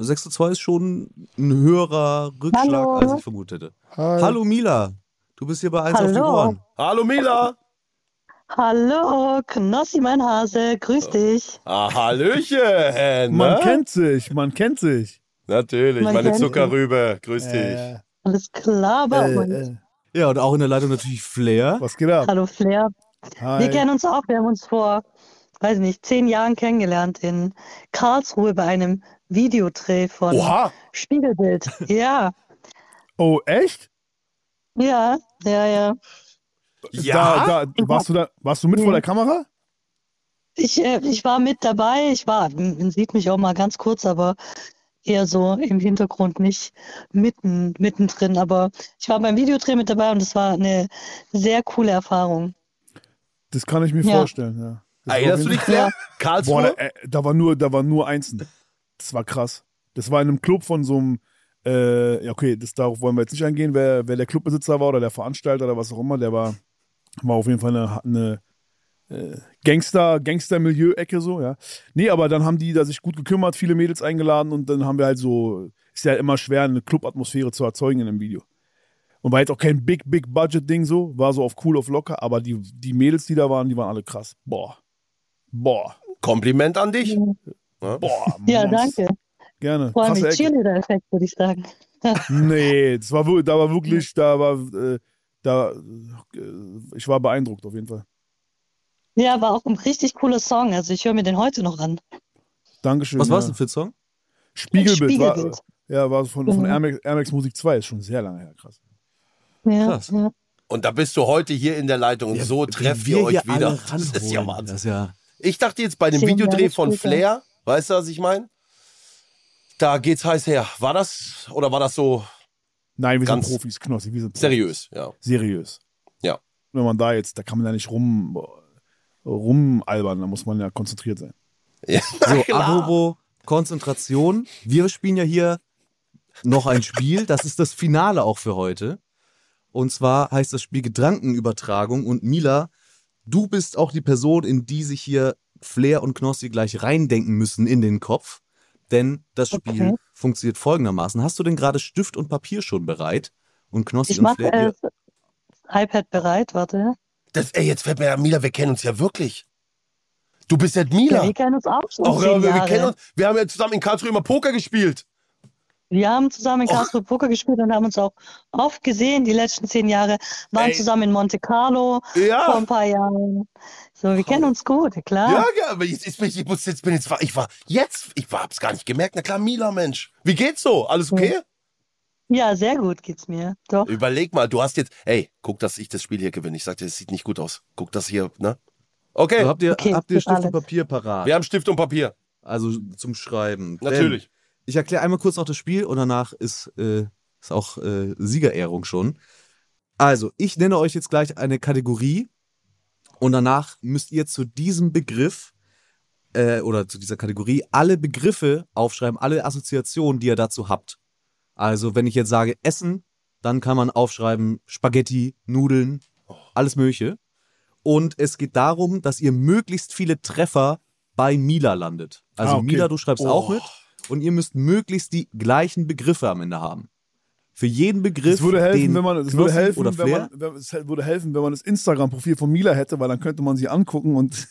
[SPEAKER 5] 6 zu 2 ist schon ein höherer Rückschlag,
[SPEAKER 8] Hallo.
[SPEAKER 5] als ich vermutet hätte. Hallo Mila, du bist hier bei 1 auf die
[SPEAKER 10] Hallo.
[SPEAKER 5] Ohren.
[SPEAKER 3] Hallo Mila!
[SPEAKER 10] Hallo, Knossi, mein Hase, grüß dich.
[SPEAKER 3] Ah, Hallöchen!
[SPEAKER 4] Man
[SPEAKER 3] ne?
[SPEAKER 4] kennt sich, man kennt sich.
[SPEAKER 3] Natürlich,
[SPEAKER 10] Man
[SPEAKER 3] meine
[SPEAKER 10] kennt
[SPEAKER 3] Zuckerrübe, grüß dich.
[SPEAKER 4] Äh,
[SPEAKER 10] Alles klar bei
[SPEAKER 4] äh,
[SPEAKER 10] uns.
[SPEAKER 4] äh,
[SPEAKER 5] Ja, und auch in der Leitung natürlich Flair.
[SPEAKER 4] was geht ab?
[SPEAKER 10] Hallo, Flair. Wir
[SPEAKER 4] Hi.
[SPEAKER 10] kennen uns auch. Wir haben uns vor, weiß nicht, zehn Jahren kennengelernt in Karlsruhe bei einem Videodreh von
[SPEAKER 3] Oha!
[SPEAKER 10] Spiegelbild. Ja,
[SPEAKER 4] Oh, echt?
[SPEAKER 10] ja, ja, ja.
[SPEAKER 3] Ja?
[SPEAKER 4] Da, da, warst, du da, warst du mit
[SPEAKER 10] Mhm.
[SPEAKER 4] vor der Kamera?
[SPEAKER 10] Ich, äh, ich war mit dabei. Ich war, man sieht mich auch mal ganz kurz, aber eher so im Hintergrund, nicht mitten, mittendrin. Aber ich war beim Videodreh mit dabei und es war eine sehr coole Erfahrung.
[SPEAKER 4] Das kann ich mir
[SPEAKER 10] Ja.
[SPEAKER 4] vorstellen, ja. Das war
[SPEAKER 3] Erinnerst
[SPEAKER 4] auf
[SPEAKER 3] du
[SPEAKER 4] jeden-
[SPEAKER 3] dich, Claire?
[SPEAKER 4] Boah,
[SPEAKER 3] Karlsruhe?
[SPEAKER 4] da, äh, da war nur, da war nur Einsen. Das war krass. Das war in einem Club von so einem, äh, ja okay, das, darauf wollen wir jetzt nicht eingehen, wer, wer der Clubbesitzer war oder der Veranstalter oder was auch immer, der war, war auf jeden Fall eine, eine äh, Gangster, Gangster-Milieu-Ecke so, ja. Nee, aber dann haben die da sich gut gekümmert, viele Mädels eingeladen und dann haben wir halt so, ist ja immer schwer, eine Club-Atmosphäre zu erzeugen in einem Video. Und war jetzt auch kein Big, Big Budget-Ding so, war so auf cool, auf locker, aber die, die Mädels, die da waren, die waren alle krass. Boah. Boah.
[SPEAKER 3] Kompliment an dich. Ja.
[SPEAKER 4] Boah,
[SPEAKER 10] *laughs* Ja,
[SPEAKER 4] Monst-
[SPEAKER 10] danke.
[SPEAKER 4] Gerne.
[SPEAKER 10] Vor allem
[SPEAKER 4] Krasse
[SPEAKER 10] mit
[SPEAKER 4] Ecke.
[SPEAKER 10] Cheerleader-Effekt, würde ich sagen.
[SPEAKER 4] Nee, das war, wir- da war wirklich, da war, äh, da, äh, ich war beeindruckt auf jeden Fall.
[SPEAKER 10] Ja, war auch ein richtig cooler Song. Also ich höre mir den heute noch an.
[SPEAKER 4] Dankeschön.
[SPEAKER 5] Was
[SPEAKER 4] ja.
[SPEAKER 5] war es denn für ein Song?
[SPEAKER 4] Spiegelbild.
[SPEAKER 10] Spiegelbild.
[SPEAKER 4] War, ja, war von, von
[SPEAKER 10] Mhm.
[SPEAKER 4] Air Max, Air Max Musik 2, ist schon sehr lange her, krass.
[SPEAKER 10] Ja,
[SPEAKER 5] Krass.
[SPEAKER 10] ja.
[SPEAKER 3] Und da bist du heute hier in der Leitung und so trefft ihr euch wieder. Das ist ja Wahnsinn. Ich dachte jetzt bei dem
[SPEAKER 10] Zehn
[SPEAKER 3] Videodreh
[SPEAKER 10] Jahre
[SPEAKER 3] von
[SPEAKER 10] später.
[SPEAKER 3] Flair, weißt du, was ich meine? Da geht's heiß her. War das oder war das so
[SPEAKER 4] Nein, wir
[SPEAKER 3] Ganz
[SPEAKER 4] sind Profis, Knossi, wir sind Profis.
[SPEAKER 3] seriös? Ja.
[SPEAKER 4] Seriös.
[SPEAKER 3] Ja.
[SPEAKER 4] Wenn man da jetzt, da kann man ja nicht rum, äh, rumalbern, da muss man ja konzentriert sein.
[SPEAKER 5] So, apropos Konzentration. Wir spielen ja hier noch ein Spiel. Das ist das Finale auch für heute. Und zwar heißt das Spiel Gedankenübertragung. Und Mila, du bist auch die Person, in die sich hier Flair und Knossi gleich reindenken müssen in den Kopf. Denn das Spiel
[SPEAKER 7] Okay.
[SPEAKER 5] funktioniert folgendermaßen. Hast du denn gerade Stift und Papier schon bereit? Und Knossi
[SPEAKER 7] Ich
[SPEAKER 5] und
[SPEAKER 7] mache
[SPEAKER 5] Flair,
[SPEAKER 7] äh,
[SPEAKER 5] ihr,
[SPEAKER 7] das iPad bereit, warte.
[SPEAKER 3] Das, ey, jetzt fällt mir ja, Mila, wir kennen uns ja wirklich. Du bist ja Mila.
[SPEAKER 7] Ja, wir kennen uns auch schon
[SPEAKER 3] Auch, wir,
[SPEAKER 7] zehn
[SPEAKER 3] wir,
[SPEAKER 7] Jahre.
[SPEAKER 3] kennen uns, wir haben ja zusammen in Karlsruhe immer Poker gespielt.
[SPEAKER 7] Wir haben zusammen in Karlsruhe Poker gespielt und haben uns auch oft gesehen die letzten zehn Jahre. Waren
[SPEAKER 3] Ey.
[SPEAKER 7] zusammen in Monte Carlo
[SPEAKER 3] Ja.
[SPEAKER 7] vor ein paar Jahren. So, wir kennen uns gut, klar.
[SPEAKER 3] Ja, ja, aber jetzt, jetzt, bin ich, ich muss, jetzt bin ich, ich war jetzt, ich war, hab's gar nicht gemerkt. Na klar, Mila, Mensch. Wie geht's so? Alles okay?
[SPEAKER 7] Ja, sehr gut geht's mir. Doch.
[SPEAKER 3] Überleg mal, du hast jetzt, ey, guck, dass ich das Spiel hier gewinne. Ich sagte, es sieht nicht gut aus. Guck das hier, ne? Okay.
[SPEAKER 5] So, habt ihr,
[SPEAKER 3] Okay,
[SPEAKER 5] habt ihr
[SPEAKER 3] das
[SPEAKER 5] Stift
[SPEAKER 3] alles.
[SPEAKER 5] und Papier parat?
[SPEAKER 3] Wir haben Stift und Papier.
[SPEAKER 5] Also zum Schreiben.
[SPEAKER 3] Natürlich.
[SPEAKER 5] Denn ich erkläre einmal kurz noch das Spiel und danach ist, äh, ist auch äh, Siegerehrung schon. Also, ich nenne euch jetzt gleich eine Kategorie und danach müsst ihr zu diesem Begriff äh, oder zu dieser Kategorie alle Begriffe aufschreiben, alle Assoziationen, die ihr dazu habt. Also, wenn ich jetzt sage Essen, dann kann man aufschreiben Spaghetti, Nudeln, alles Mögliche. Und es geht darum, dass ihr möglichst viele Treffer bei Mila landet. Also
[SPEAKER 4] Ah, okay.
[SPEAKER 5] Mila, du schreibst auch
[SPEAKER 4] Oh.
[SPEAKER 5] mit. Und ihr müsst möglichst die gleichen Begriffe am Ende haben. Für jeden Begriff.
[SPEAKER 4] Es würde helfen,
[SPEAKER 5] den
[SPEAKER 4] wenn man, es
[SPEAKER 5] Knossi
[SPEAKER 4] würde helfen,
[SPEAKER 5] oder
[SPEAKER 4] wenn
[SPEAKER 5] Flair-
[SPEAKER 4] man, wenn, es hel- würde helfen, wenn man das Instagram-Profil von Mila hätte, weil dann könnte man sie angucken und,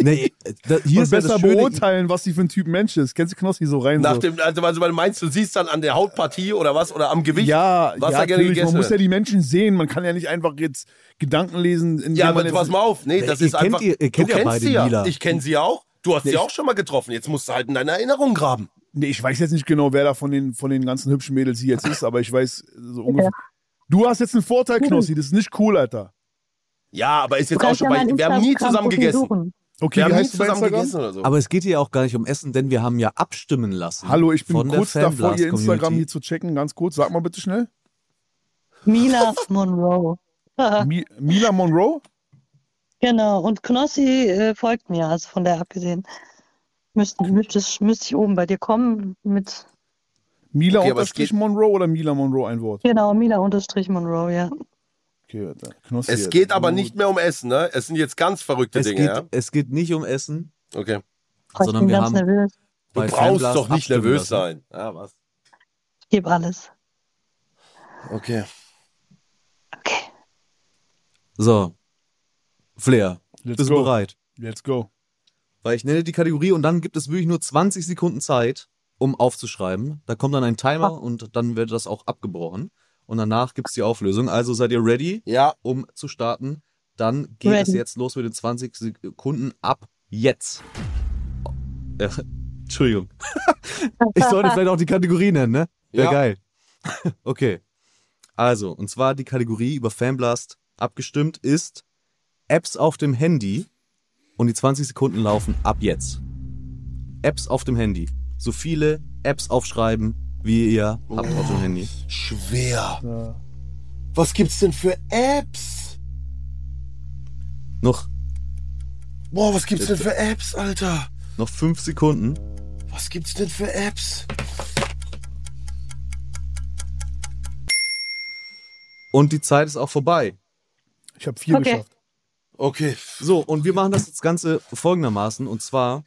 [SPEAKER 5] Nee, äh, da, hier
[SPEAKER 4] und
[SPEAKER 5] ist ja
[SPEAKER 4] besser
[SPEAKER 5] das Schöne,
[SPEAKER 4] beurteilen, was sie für ein Typ Mensch ist. Kennst du Knossi so rein?
[SPEAKER 3] Nach
[SPEAKER 4] so.
[SPEAKER 3] dem, also, also weil du meinst, du siehst dann an der Hautpartie oder was oder am Gewicht,
[SPEAKER 4] ja,
[SPEAKER 3] was
[SPEAKER 4] ja,
[SPEAKER 3] er gerne
[SPEAKER 4] natürlich,
[SPEAKER 3] gegessen
[SPEAKER 4] man muss ja
[SPEAKER 3] hat.
[SPEAKER 4] die Menschen sehen, man kann ja nicht einfach jetzt Gedanken lesen. indem
[SPEAKER 3] Ja,
[SPEAKER 4] man
[SPEAKER 3] aber
[SPEAKER 4] jetzt,
[SPEAKER 3] pass mal auf, nee,
[SPEAKER 4] Nee,
[SPEAKER 3] das
[SPEAKER 4] ihr
[SPEAKER 3] ist
[SPEAKER 4] kennt
[SPEAKER 3] einfach.
[SPEAKER 4] ihr- ihr kennt
[SPEAKER 3] du
[SPEAKER 4] ja
[SPEAKER 3] kennst
[SPEAKER 4] beide
[SPEAKER 3] sie ja.
[SPEAKER 4] Mila.
[SPEAKER 3] Ich kenne sie ja auch. Du hast
[SPEAKER 4] Nee,
[SPEAKER 3] sie
[SPEAKER 4] ich-
[SPEAKER 3] auch schon mal getroffen. Jetzt musst du halt in deiner Erinnerung graben.
[SPEAKER 4] Nee, ich weiß jetzt nicht genau, wer da von den, von den ganzen hübschen Mädels hier jetzt ist, aber ich weiß so ungefähr. Du hast jetzt einen Vorteil, Knossi, das ist nicht cool, Alter.
[SPEAKER 3] Ja, aber ist jetzt
[SPEAKER 4] Du
[SPEAKER 3] auch
[SPEAKER 4] kannst
[SPEAKER 3] schon
[SPEAKER 4] ja
[SPEAKER 3] bei.
[SPEAKER 4] mein
[SPEAKER 3] Wir haben nie
[SPEAKER 4] Instagram-Profil
[SPEAKER 3] zusammen gegessen.
[SPEAKER 4] suchen. Okay,
[SPEAKER 3] wir
[SPEAKER 4] wie
[SPEAKER 3] haben nie
[SPEAKER 4] heißt du bei
[SPEAKER 3] zusammen
[SPEAKER 4] Instagram?
[SPEAKER 3] gegessen oder so.
[SPEAKER 5] Aber es geht hier auch gar nicht um Essen, denn wir haben ja abstimmen lassen.
[SPEAKER 4] Hallo, ich bin
[SPEAKER 5] von der
[SPEAKER 4] kurz davor, ihr
[SPEAKER 5] Fanblast-Community.
[SPEAKER 4] Instagram hier zu checken, ganz kurz. Sag mal bitte schnell.
[SPEAKER 7] Mila Monroe. *laughs*
[SPEAKER 4] Mi Mila Monroe?
[SPEAKER 7] Genau, und Knossi äh, folgt mir, also von der abgesehen. Müsste, müsste, müsste ich oben bei dir kommen mit,
[SPEAKER 4] Mila
[SPEAKER 7] Okay, aber es
[SPEAKER 4] unterstrich Monroe oder Mila Monroe ein Wort?
[SPEAKER 7] genau, Mila unterstrich Monroe, ja.
[SPEAKER 4] Okay, Alter. Knossi,
[SPEAKER 3] Es
[SPEAKER 4] Alter.
[SPEAKER 3] geht aber nicht mehr um Essen, ne? Es sind jetzt ganz verrückte
[SPEAKER 5] Es
[SPEAKER 3] Dinge,
[SPEAKER 5] geht,
[SPEAKER 3] ja?
[SPEAKER 5] es geht nicht um Essen,
[SPEAKER 3] Okay.
[SPEAKER 5] sondern wir haben.
[SPEAKER 3] Du
[SPEAKER 5] bei
[SPEAKER 3] brauchst
[SPEAKER 5] Fanblast
[SPEAKER 3] doch nicht
[SPEAKER 5] abstimmen
[SPEAKER 3] nervös
[SPEAKER 5] lassen.
[SPEAKER 3] sein. Ja, was?
[SPEAKER 7] Ich gebe alles.
[SPEAKER 3] Okay.
[SPEAKER 5] So. Flair,
[SPEAKER 4] Let's
[SPEAKER 5] bist
[SPEAKER 4] go.
[SPEAKER 5] du bereit?
[SPEAKER 4] Let's go.
[SPEAKER 5] Weil ich nenne die Kategorie und dann gibt es wirklich nur 20 Sekunden Zeit, um aufzuschreiben. Da kommt dann ein Timer und dann wird das auch abgebrochen. Und danach gibt es die Auflösung. Also seid ihr ready,
[SPEAKER 3] ja.
[SPEAKER 5] um zu starten? Dann geht
[SPEAKER 7] Ready.
[SPEAKER 5] es jetzt los mit den 20 Sekunden ab jetzt. Oh, äh, Entschuldigung. Ich sollte vielleicht auch die Kategorie nennen, ne? Wäre
[SPEAKER 3] Ja.
[SPEAKER 5] geil. *laughs* Okay. Also, und zwar die Kategorie über Fanblast abgestimmt ist Apps auf dem Handy. Und die 20 Sekunden laufen ab jetzt. Apps auf dem Handy. So viele Apps aufschreiben, wie ihr habt auf dem Handy.
[SPEAKER 3] Schwer. Was gibt's denn für Apps?
[SPEAKER 5] Noch,
[SPEAKER 3] Boah, was gibt's denn für Apps, Alter?
[SPEAKER 5] noch 5 Sekunden.
[SPEAKER 3] Was gibt's denn für Apps?
[SPEAKER 5] Und die Zeit ist auch vorbei.
[SPEAKER 4] Ich habe vier
[SPEAKER 5] Okay.
[SPEAKER 4] geschafft.
[SPEAKER 3] Okay.
[SPEAKER 5] So, und wir machen das jetzt Ganze folgendermaßen. Und zwar,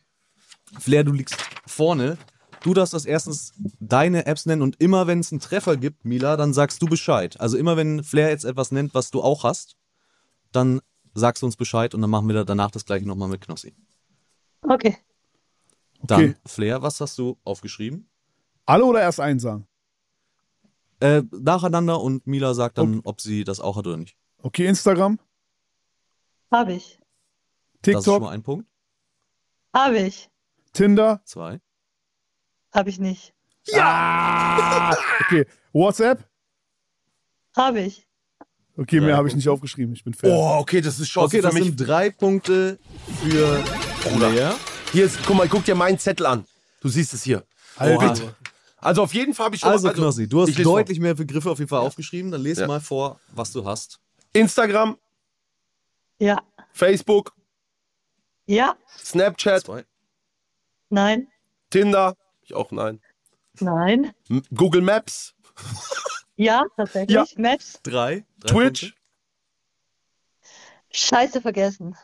[SPEAKER 5] Flair, du liegst vorne. Du darfst als erstens deine Apps nennen und immer wenn es einen Treffer gibt, Mila, dann sagst du Bescheid. Also immer wenn Flair jetzt etwas nennt, was du auch hast, dann sagst du uns Bescheid und dann machen wir da danach das gleiche nochmal mit Knossi.
[SPEAKER 7] Okay.
[SPEAKER 5] Dann,
[SPEAKER 4] Okay.
[SPEAKER 5] Flair, was hast du aufgeschrieben?
[SPEAKER 4] Alle oder erst einen sagen?
[SPEAKER 5] Äh, nacheinander und Mila sagt dann, ob sie das auch hat oder nicht.
[SPEAKER 4] Okay, Instagram,
[SPEAKER 7] Habe ich.
[SPEAKER 5] Das ist schon
[SPEAKER 4] TikTok,
[SPEAKER 5] mal ein Punkt.
[SPEAKER 7] Habe ich.
[SPEAKER 4] Tinder.
[SPEAKER 5] Zwei.
[SPEAKER 7] Habe ich nicht.
[SPEAKER 4] Ja! okay, WhatsApp,
[SPEAKER 7] Habe ich.
[SPEAKER 4] Okay, mehr habe ich nicht aufgeschrieben. Ich bin fair.
[SPEAKER 3] Oh, okay, das ist Chance
[SPEAKER 4] Okay,
[SPEAKER 3] für
[SPEAKER 4] das
[SPEAKER 3] mich.
[SPEAKER 4] sind
[SPEAKER 5] drei Punkte für
[SPEAKER 3] Bruder. Hier ist, guck mal, guck dir meinen Zettel an. Du siehst es hier.
[SPEAKER 4] Äh, Halt
[SPEAKER 5] Alter.
[SPEAKER 3] Bitte. Also auf jeden Fall habe ich schon
[SPEAKER 5] Also, Knossi, du hast
[SPEAKER 3] ich lese vor.
[SPEAKER 5] deutlich mehr Begriffe auf jeden Fall aufgeschrieben. Dann lese
[SPEAKER 3] Ja.
[SPEAKER 5] mal vor, was du hast.
[SPEAKER 3] Instagram.
[SPEAKER 10] Ja.
[SPEAKER 3] Facebook.
[SPEAKER 10] Ja.
[SPEAKER 3] Snapchat.
[SPEAKER 10] Nein.
[SPEAKER 3] Tinder. Ich auch nein.
[SPEAKER 10] Nein.
[SPEAKER 3] M- Google Maps.
[SPEAKER 10] Ja, tatsächlich.
[SPEAKER 3] Ja.
[SPEAKER 10] Maps.
[SPEAKER 5] Drei.
[SPEAKER 3] Twitch.
[SPEAKER 10] Scheiße vergessen.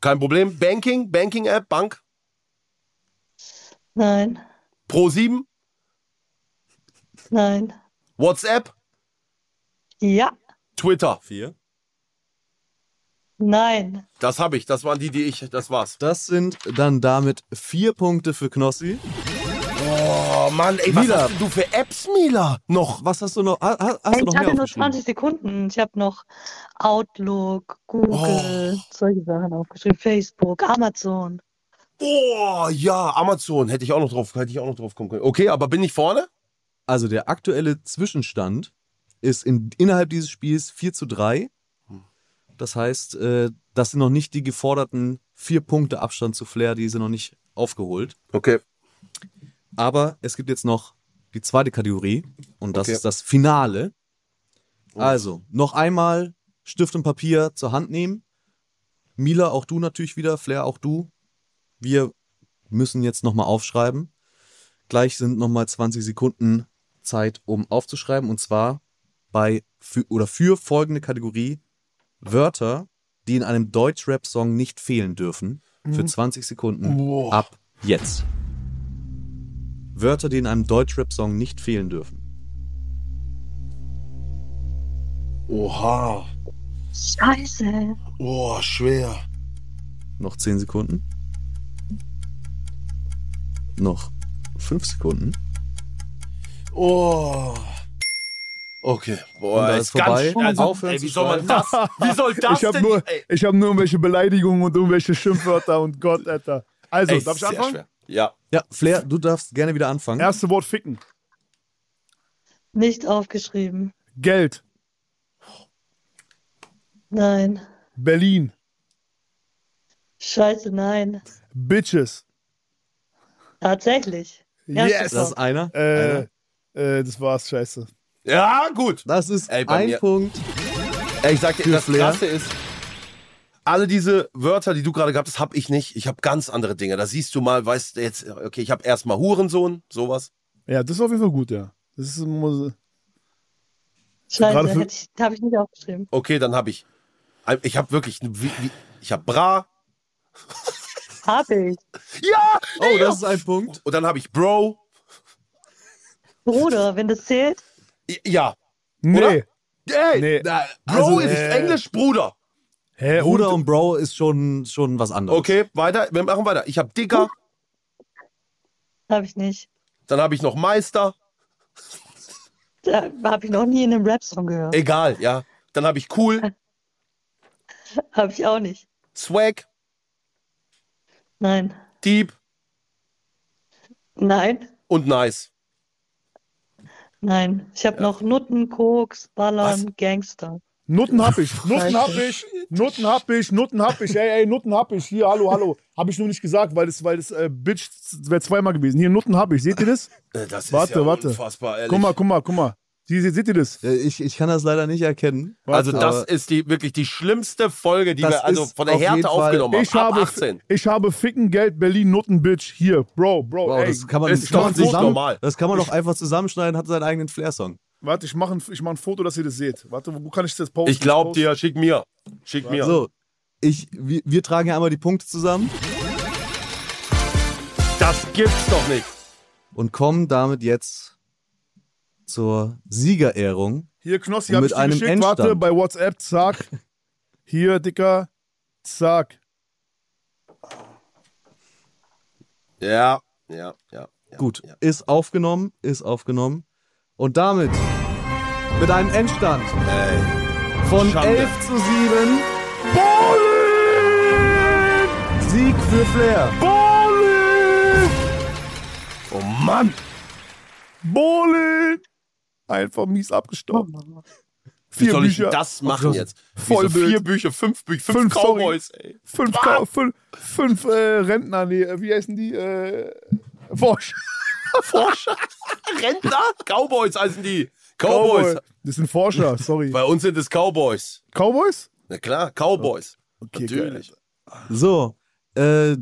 [SPEAKER 3] Kein Problem. Banking. Banking-App. Bank.
[SPEAKER 10] Nein.
[SPEAKER 3] Pro7.
[SPEAKER 10] Nein.
[SPEAKER 3] WhatsApp.
[SPEAKER 10] Ja.
[SPEAKER 3] Twitter. Vier.
[SPEAKER 10] Nein.
[SPEAKER 3] Das habe ich. Das waren die, die ich. Das war's.
[SPEAKER 5] Das sind dann damit vier Punkte für Knossi.
[SPEAKER 3] Oh Mann, ey, was hast denn du für Apps, Mila? Noch.
[SPEAKER 5] Was hast du noch? ha- ha- Hast du noch
[SPEAKER 10] ich
[SPEAKER 5] mehr
[SPEAKER 10] hatte nur
[SPEAKER 5] aufgeschrieben?
[SPEAKER 10] 20 Sekunden. Ich habe noch Outlook,
[SPEAKER 3] Oh.
[SPEAKER 10] Google, solche Sachen aufgeschrieben, Facebook, Amazon.
[SPEAKER 3] Oh ja, Amazon. Hätte ich auch noch drauf, hätte ich auch noch drauf kommen können. Okay, aber bin ich vorne?
[SPEAKER 5] Also der aktuelle Zwischenstand ist in, innerhalb dieses Spiels 4 zu 3. Das heißt, äh, das sind noch nicht die geforderten vier Punkte Abstand zu Flair, die sind noch nicht aufgeholt.
[SPEAKER 3] Okay.
[SPEAKER 5] Aber es gibt jetzt noch die zweite Kategorie und das
[SPEAKER 3] Okay.
[SPEAKER 5] ist das Finale.
[SPEAKER 4] Oh.
[SPEAKER 5] Also, noch einmal Stift und Papier zur Hand nehmen. Mila, auch du natürlich wieder, Flair, auch du. Wir müssen jetzt nochmal aufschreiben. Gleich sind nochmal 20 Sekunden Zeit, um aufzuschreiben. Und zwar bei für, oder für folgende Kategorie Wörter, die in einem Deutsch-Rap-Song nicht fehlen dürfen. Für
[SPEAKER 4] Mhm.
[SPEAKER 5] 20 Sekunden
[SPEAKER 4] Boah.
[SPEAKER 5] ab jetzt. Wörter, die in einem Deutsch-Rap-Song nicht fehlen dürfen.
[SPEAKER 3] Oha.
[SPEAKER 10] Scheiße.
[SPEAKER 3] Oh, schwer.
[SPEAKER 5] Noch 10 Sekunden. Noch 5 Sekunden.
[SPEAKER 3] Oh. Okay. Boah,
[SPEAKER 5] Und da
[SPEAKER 3] ist
[SPEAKER 5] ist vorbei.
[SPEAKER 3] ganz also,
[SPEAKER 5] Aufhören
[SPEAKER 3] ey, wie
[SPEAKER 5] zu
[SPEAKER 3] soll man das?
[SPEAKER 5] schreiben.
[SPEAKER 3] Wie *laughs* soll das
[SPEAKER 4] ich habe
[SPEAKER 3] denn?
[SPEAKER 4] nur,
[SPEAKER 3] ey,
[SPEAKER 4] ich hab nur irgendwelche Beleidigungen und irgendwelche Schimpfwörter und Gott, Alter. Also,
[SPEAKER 3] ey,
[SPEAKER 4] darf ich
[SPEAKER 3] sehr
[SPEAKER 4] anfangen?
[SPEAKER 3] schwer. Hm? Ja.
[SPEAKER 5] Ja, Flair, du darfst gerne wieder anfangen.
[SPEAKER 4] Erste Wort ficken.
[SPEAKER 10] Nicht aufgeschrieben.
[SPEAKER 4] Geld.
[SPEAKER 10] Nein.
[SPEAKER 4] Berlin.
[SPEAKER 10] Scheiße, nein.
[SPEAKER 4] Bitches.
[SPEAKER 10] Tatsächlich. Ja,
[SPEAKER 4] Yes.
[SPEAKER 10] super.
[SPEAKER 5] einer.
[SPEAKER 4] Äh, äh, das war's, scheiße.
[SPEAKER 3] Ja, gut.
[SPEAKER 5] Das ist
[SPEAKER 3] Ey, bei
[SPEAKER 5] ein
[SPEAKER 3] mir-
[SPEAKER 5] Punkt.
[SPEAKER 3] Ey, ich sag dir,
[SPEAKER 5] Für
[SPEAKER 3] das
[SPEAKER 5] Flair.
[SPEAKER 3] Krasse ist, alle diese Wörter, die du gerade gehabt hast, habe ich nicht. Ich habe ganz andere Dinge. Da siehst du mal, weißt du jetzt, okay, ich habe erstmal Hurensohn, sowas.
[SPEAKER 4] Ja, das ist auf jeden Fall gut, ja. Das ist muss, Gerade
[SPEAKER 10] Scheiße,
[SPEAKER 4] für-
[SPEAKER 10] hätte ich, habe ich nicht aufgeschrieben.
[SPEAKER 3] Okay, dann habe ich. Ich habe wirklich. Wie, wie, ich habe Bra.
[SPEAKER 10] Hab ich.
[SPEAKER 3] Ja!
[SPEAKER 5] Oh, das ist ein Punkt.
[SPEAKER 3] Und dann habe ich Bro.
[SPEAKER 10] Bruder, wenn das zählt.
[SPEAKER 3] Ja.
[SPEAKER 4] Nee.
[SPEAKER 3] Ey,
[SPEAKER 4] Nee.
[SPEAKER 3] na, Bro
[SPEAKER 5] Also,
[SPEAKER 3] ist
[SPEAKER 4] äh,
[SPEAKER 3] Englisch Bruder.
[SPEAKER 4] Hä,
[SPEAKER 5] Bruder
[SPEAKER 4] und,
[SPEAKER 5] und Bro ist schon, schon was anderes.
[SPEAKER 3] Okay, weiter. Wir machen weiter. Ich habe Dicker,
[SPEAKER 10] Habe ich nicht.
[SPEAKER 3] dann habe ich noch Meister.
[SPEAKER 10] Da habe ich noch nie in einem Rap-Song gehört.
[SPEAKER 3] Egal, ja. Dann habe ich
[SPEAKER 10] *laughs*
[SPEAKER 3] cool,
[SPEAKER 10] Habe ich auch nicht.
[SPEAKER 3] Swag,
[SPEAKER 10] Nein.
[SPEAKER 3] Deep
[SPEAKER 10] Nein.
[SPEAKER 3] und nice.
[SPEAKER 10] Nein. Ich habe noch Nutten, Koks, Ballern, Gangster.
[SPEAKER 4] Nutten hab
[SPEAKER 5] *laughs*
[SPEAKER 4] ich, Nutten hab ich, Nutten hab ich, Nutten hab ich, ey, ey, Nutten hab ich. Hier, hallo, hallo. Hab ich nur nicht gesagt, weil das, weil das äh, Bitch wäre zweimal gewesen. Hier, Nutten hab ich, seht ihr das?
[SPEAKER 3] Äh, Das ist
[SPEAKER 4] warte,
[SPEAKER 3] ja
[SPEAKER 4] warte.
[SPEAKER 3] unfassbar, ehrlich.
[SPEAKER 4] Guck mal, guck mal, guck mal. Sie, sie, seht ihr das?
[SPEAKER 5] Äh, Ich, ich kann das leider nicht erkennen.
[SPEAKER 3] also das
[SPEAKER 5] aber-
[SPEAKER 3] ist die wirklich die schlimmste Folge, die
[SPEAKER 5] Das
[SPEAKER 3] wir also
[SPEAKER 5] ist
[SPEAKER 3] von der
[SPEAKER 5] auf jeden
[SPEAKER 3] Härte
[SPEAKER 5] Fall-
[SPEAKER 3] aufgenommen haben.
[SPEAKER 4] Ich
[SPEAKER 3] Ab
[SPEAKER 4] habe,
[SPEAKER 3] 18.
[SPEAKER 4] ich habe Ficken, Geld, Berlin, Nutten, Bitch. Hier, Bro, Bro,
[SPEAKER 5] Wow,
[SPEAKER 4] ey.
[SPEAKER 5] das kann man,
[SPEAKER 3] ist
[SPEAKER 5] das kann
[SPEAKER 3] doch
[SPEAKER 5] man
[SPEAKER 3] nicht
[SPEAKER 5] zusammen,
[SPEAKER 3] normal.
[SPEAKER 5] Das kann man doch einfach zusammenschneiden, hat seinen eigenen Flair-Song.
[SPEAKER 4] Warte, ich mache ein, ich mach ein Foto, dass ihr das seht. Warte, wo kann ich das posten?
[SPEAKER 3] Ich glaub
[SPEAKER 4] Posten?
[SPEAKER 3] dir, schick mir. Schick mir.
[SPEAKER 5] So, ich, wir, wir tragen ja einmal die Punkte zusammen
[SPEAKER 3] Das gibt's doch nicht.
[SPEAKER 5] und kommen damit jetzt zur Siegerehrung.
[SPEAKER 4] Hier, Knossi,
[SPEAKER 5] Und
[SPEAKER 4] hab
[SPEAKER 5] mit
[SPEAKER 4] ich dir
[SPEAKER 5] einem
[SPEAKER 4] geschickt.
[SPEAKER 5] Endstand.
[SPEAKER 4] Warte, bei WhatsApp,
[SPEAKER 5] *laughs*
[SPEAKER 4] zack. Hier, Dicker, zack.
[SPEAKER 3] Ja, ja, ja. ja
[SPEAKER 5] Gut,
[SPEAKER 3] Ja.
[SPEAKER 5] ist aufgenommen, ist aufgenommen. Und damit mit einem Endstand von
[SPEAKER 3] Schande.
[SPEAKER 5] 11 zu 7. Sieg für Flair.
[SPEAKER 3] Oh Mann!
[SPEAKER 4] Oh, Bowling! Einfach mies abgestaubt.
[SPEAKER 3] Wie
[SPEAKER 4] Vier
[SPEAKER 3] soll ich
[SPEAKER 4] Bücher.
[SPEAKER 3] das machen jetzt? Voll
[SPEAKER 4] Vollbild.
[SPEAKER 3] vier Bücher, fünf Bücher, fünf,
[SPEAKER 4] Fünf, sorry.
[SPEAKER 3] Cowboys, ey.
[SPEAKER 4] Fünf, Ka- fünf, fünf äh, Rentner, nee, äh, wie heißen die? Äh, Forscher.
[SPEAKER 3] *laughs* Forscher? Rentner? Cowboys heißen die.
[SPEAKER 4] Cowboy.
[SPEAKER 3] Cowboys.
[SPEAKER 4] Das sind Forscher, sorry.
[SPEAKER 3] Bei uns sind es Cowboys.
[SPEAKER 4] Cowboys?
[SPEAKER 3] Na klar, Cowboys. Natürlich.
[SPEAKER 11] So, äh,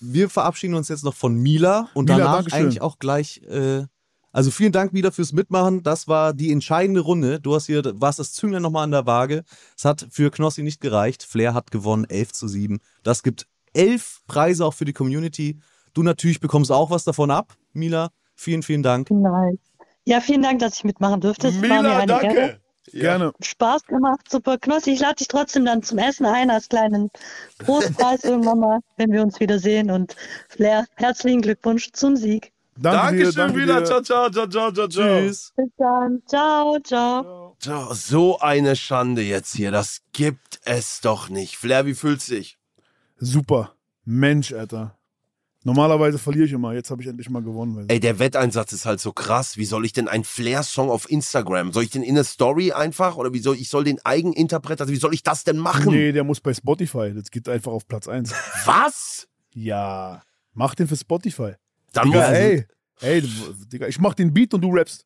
[SPEAKER 11] wir verabschieden uns jetzt noch von Mila und
[SPEAKER 4] Mila,
[SPEAKER 11] danach
[SPEAKER 4] Dankeschön.
[SPEAKER 11] eigentlich auch gleich. Äh, also vielen Dank wieder fürs Mitmachen. Das war die entscheidende Runde. Du hast hier, warst das Zünglein nochmal an der Waage. Es hat für Knossi nicht gereicht. Flair hat gewonnen, 11 zu 7. Das gibt elf Preise auch für die Community. Du natürlich bekommst auch was davon ab, Mila. Vielen, vielen Dank.
[SPEAKER 10] Nice. Ja, vielen Dank, dass ich mitmachen durfte. Es war mir eine Ehre.
[SPEAKER 4] Gerne.
[SPEAKER 10] Spaß gemacht, super. Knossi, ich lade dich trotzdem dann zum Essen ein als kleinen Trostpreis irgendwann mal, wenn wir uns wiedersehen. Und Flair, herzlichen Glückwunsch zum Sieg.
[SPEAKER 4] Danke dir,
[SPEAKER 3] Dankeschön
[SPEAKER 4] danke
[SPEAKER 3] wieder.
[SPEAKER 4] dir.
[SPEAKER 3] Ciao, ciao, ciao, ciao, ciao, ciao.
[SPEAKER 10] Bis dann. Ciao, ciao.
[SPEAKER 3] So, so eine Schande jetzt hier. Das gibt es doch nicht. Flair, wie fühlst du dich?
[SPEAKER 4] Super. Mensch, Alter. Normalerweise verliere ich immer. Jetzt habe ich endlich mal gewonnen. Weil
[SPEAKER 3] Ey, der Wetteinsatz ist halt so krass. Wie soll ich denn einen Flair-Song auf Instagram? Soll ich den in eine Story einfach? Oder wie soll ich soll den Eigeninterpret, also wie soll ich das denn machen?
[SPEAKER 4] Nee, der muss bei Spotify. Das geht einfach auf Platz 1.
[SPEAKER 3] Was?
[SPEAKER 4] Ja. Mach den für Spotify.
[SPEAKER 3] Dann
[SPEAKER 4] Digga,
[SPEAKER 3] muss-
[SPEAKER 4] ey, ey, du- Digga, ich mach den Beat und du rappst.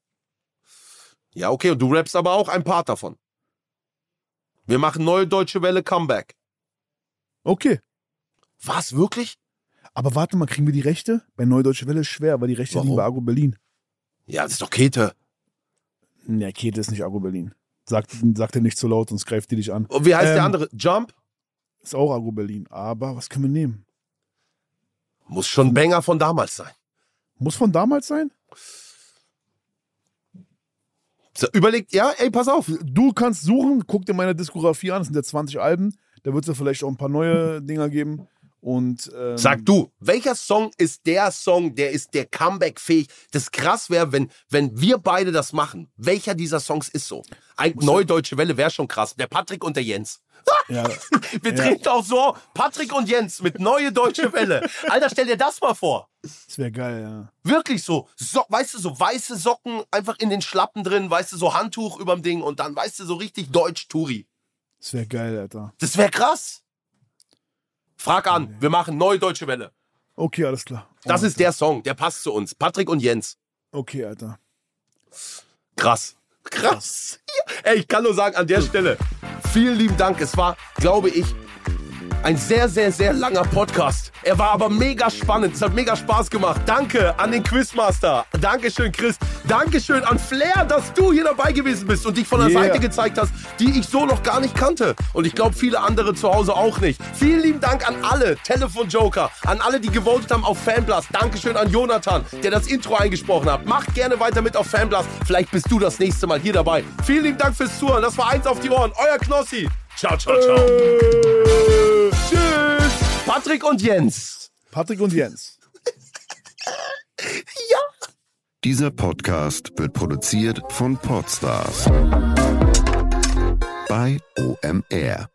[SPEAKER 3] Ja, okay, und du rappst aber auch ein Part davon. Wir machen neue Deutsche Welle Comeback.
[SPEAKER 4] Okay.
[SPEAKER 3] Was, wirklich?
[SPEAKER 4] Aber warte mal, kriegen wir die Rechte? Bei Neudeutsche Welle ist schwer, weil die Rechte liegen bei Agro Berlin.
[SPEAKER 3] Ja, das ist doch Kete.
[SPEAKER 4] Nee, Kete ist nicht Agro Berlin. Sag, sag dir nicht zu laut, sonst greift die dich an.
[SPEAKER 3] Und wie heißt
[SPEAKER 4] Ähm.
[SPEAKER 3] der andere? Jump?
[SPEAKER 4] Ist auch Agro Berlin. Aber was können wir nehmen?
[SPEAKER 3] Muss schon Banger von damals sein.
[SPEAKER 4] Muss von damals sein?
[SPEAKER 3] So, überlegt, ja, ey, pass auf.
[SPEAKER 4] Du kannst suchen, guck dir meine Diskografie an, es sind ja 20 Alben. Da wird es ja vielleicht auch ein
[SPEAKER 3] *laughs*
[SPEAKER 4] paar neue Dinger geben. Und ähm,
[SPEAKER 3] Sag du, welcher Song ist der Song, der ist der Comeback fähig? Das krass wäre, wenn, wenn wir beide das machen. Welcher dieser Songs ist so? Ein Neudeutsche Welle wäre schon krass. Der Patrick und der Jens.
[SPEAKER 4] Ja.
[SPEAKER 3] Wir drehen auch so Patrick und Jens mit Neue Deutsche Welle. Alter, stell dir das mal vor.
[SPEAKER 4] Das wäre geil, ja.
[SPEAKER 3] Wirklich so, so, weißt du, so weiße Socken einfach in den Schlappen drin, weißt du, so Handtuch überm Ding und dann, weißt du, so richtig Deutsch-Turi.
[SPEAKER 4] Das wäre geil, Alter.
[SPEAKER 3] Das wäre krass. Frag an, wir machen Neue Deutsche Welle.
[SPEAKER 4] Okay, alles klar. Oh.
[SPEAKER 3] Das ist der Song, der passt zu uns. Patrick und Jens.
[SPEAKER 4] Okay, Alter.
[SPEAKER 3] Krass. Krass. *laughs* Ja. Ey, ich kann nur sagen, an der Stelle, vielen lieben Dank. Es war, glaube ich, ein sehr, sehr, sehr langer Podcast. Er war aber mega spannend. Es hat mega Spaß gemacht. Danke an den Quizmaster. Dankeschön, Chris. Dankeschön an Flair, dass du hier dabei gewesen bist und dich von der
[SPEAKER 4] Yeah.
[SPEAKER 3] Seite gezeigt hast, die ich so noch gar nicht kannte. Und ich glaube, viele andere zu Hause auch nicht. Vielen lieben Dank an alle Telefonjoker, an alle, die gewotet haben auf Fanblast. Dankeschön an Jonathan, der das Intro eingesprochen hat. Macht gerne weiter mit auf Fanblast. Vielleicht bist du das nächste Mal hier dabei. Vielen lieben Dank fürs Zuhören. Das war eins auf die Ohren. Euer Knossi. Ciao, ciao, ciao. Tschüss. Patrick Eee, und Jens.
[SPEAKER 4] Patrick und Jens.
[SPEAKER 12] Dieser Podcast wird produziert von Podstars bei OMR.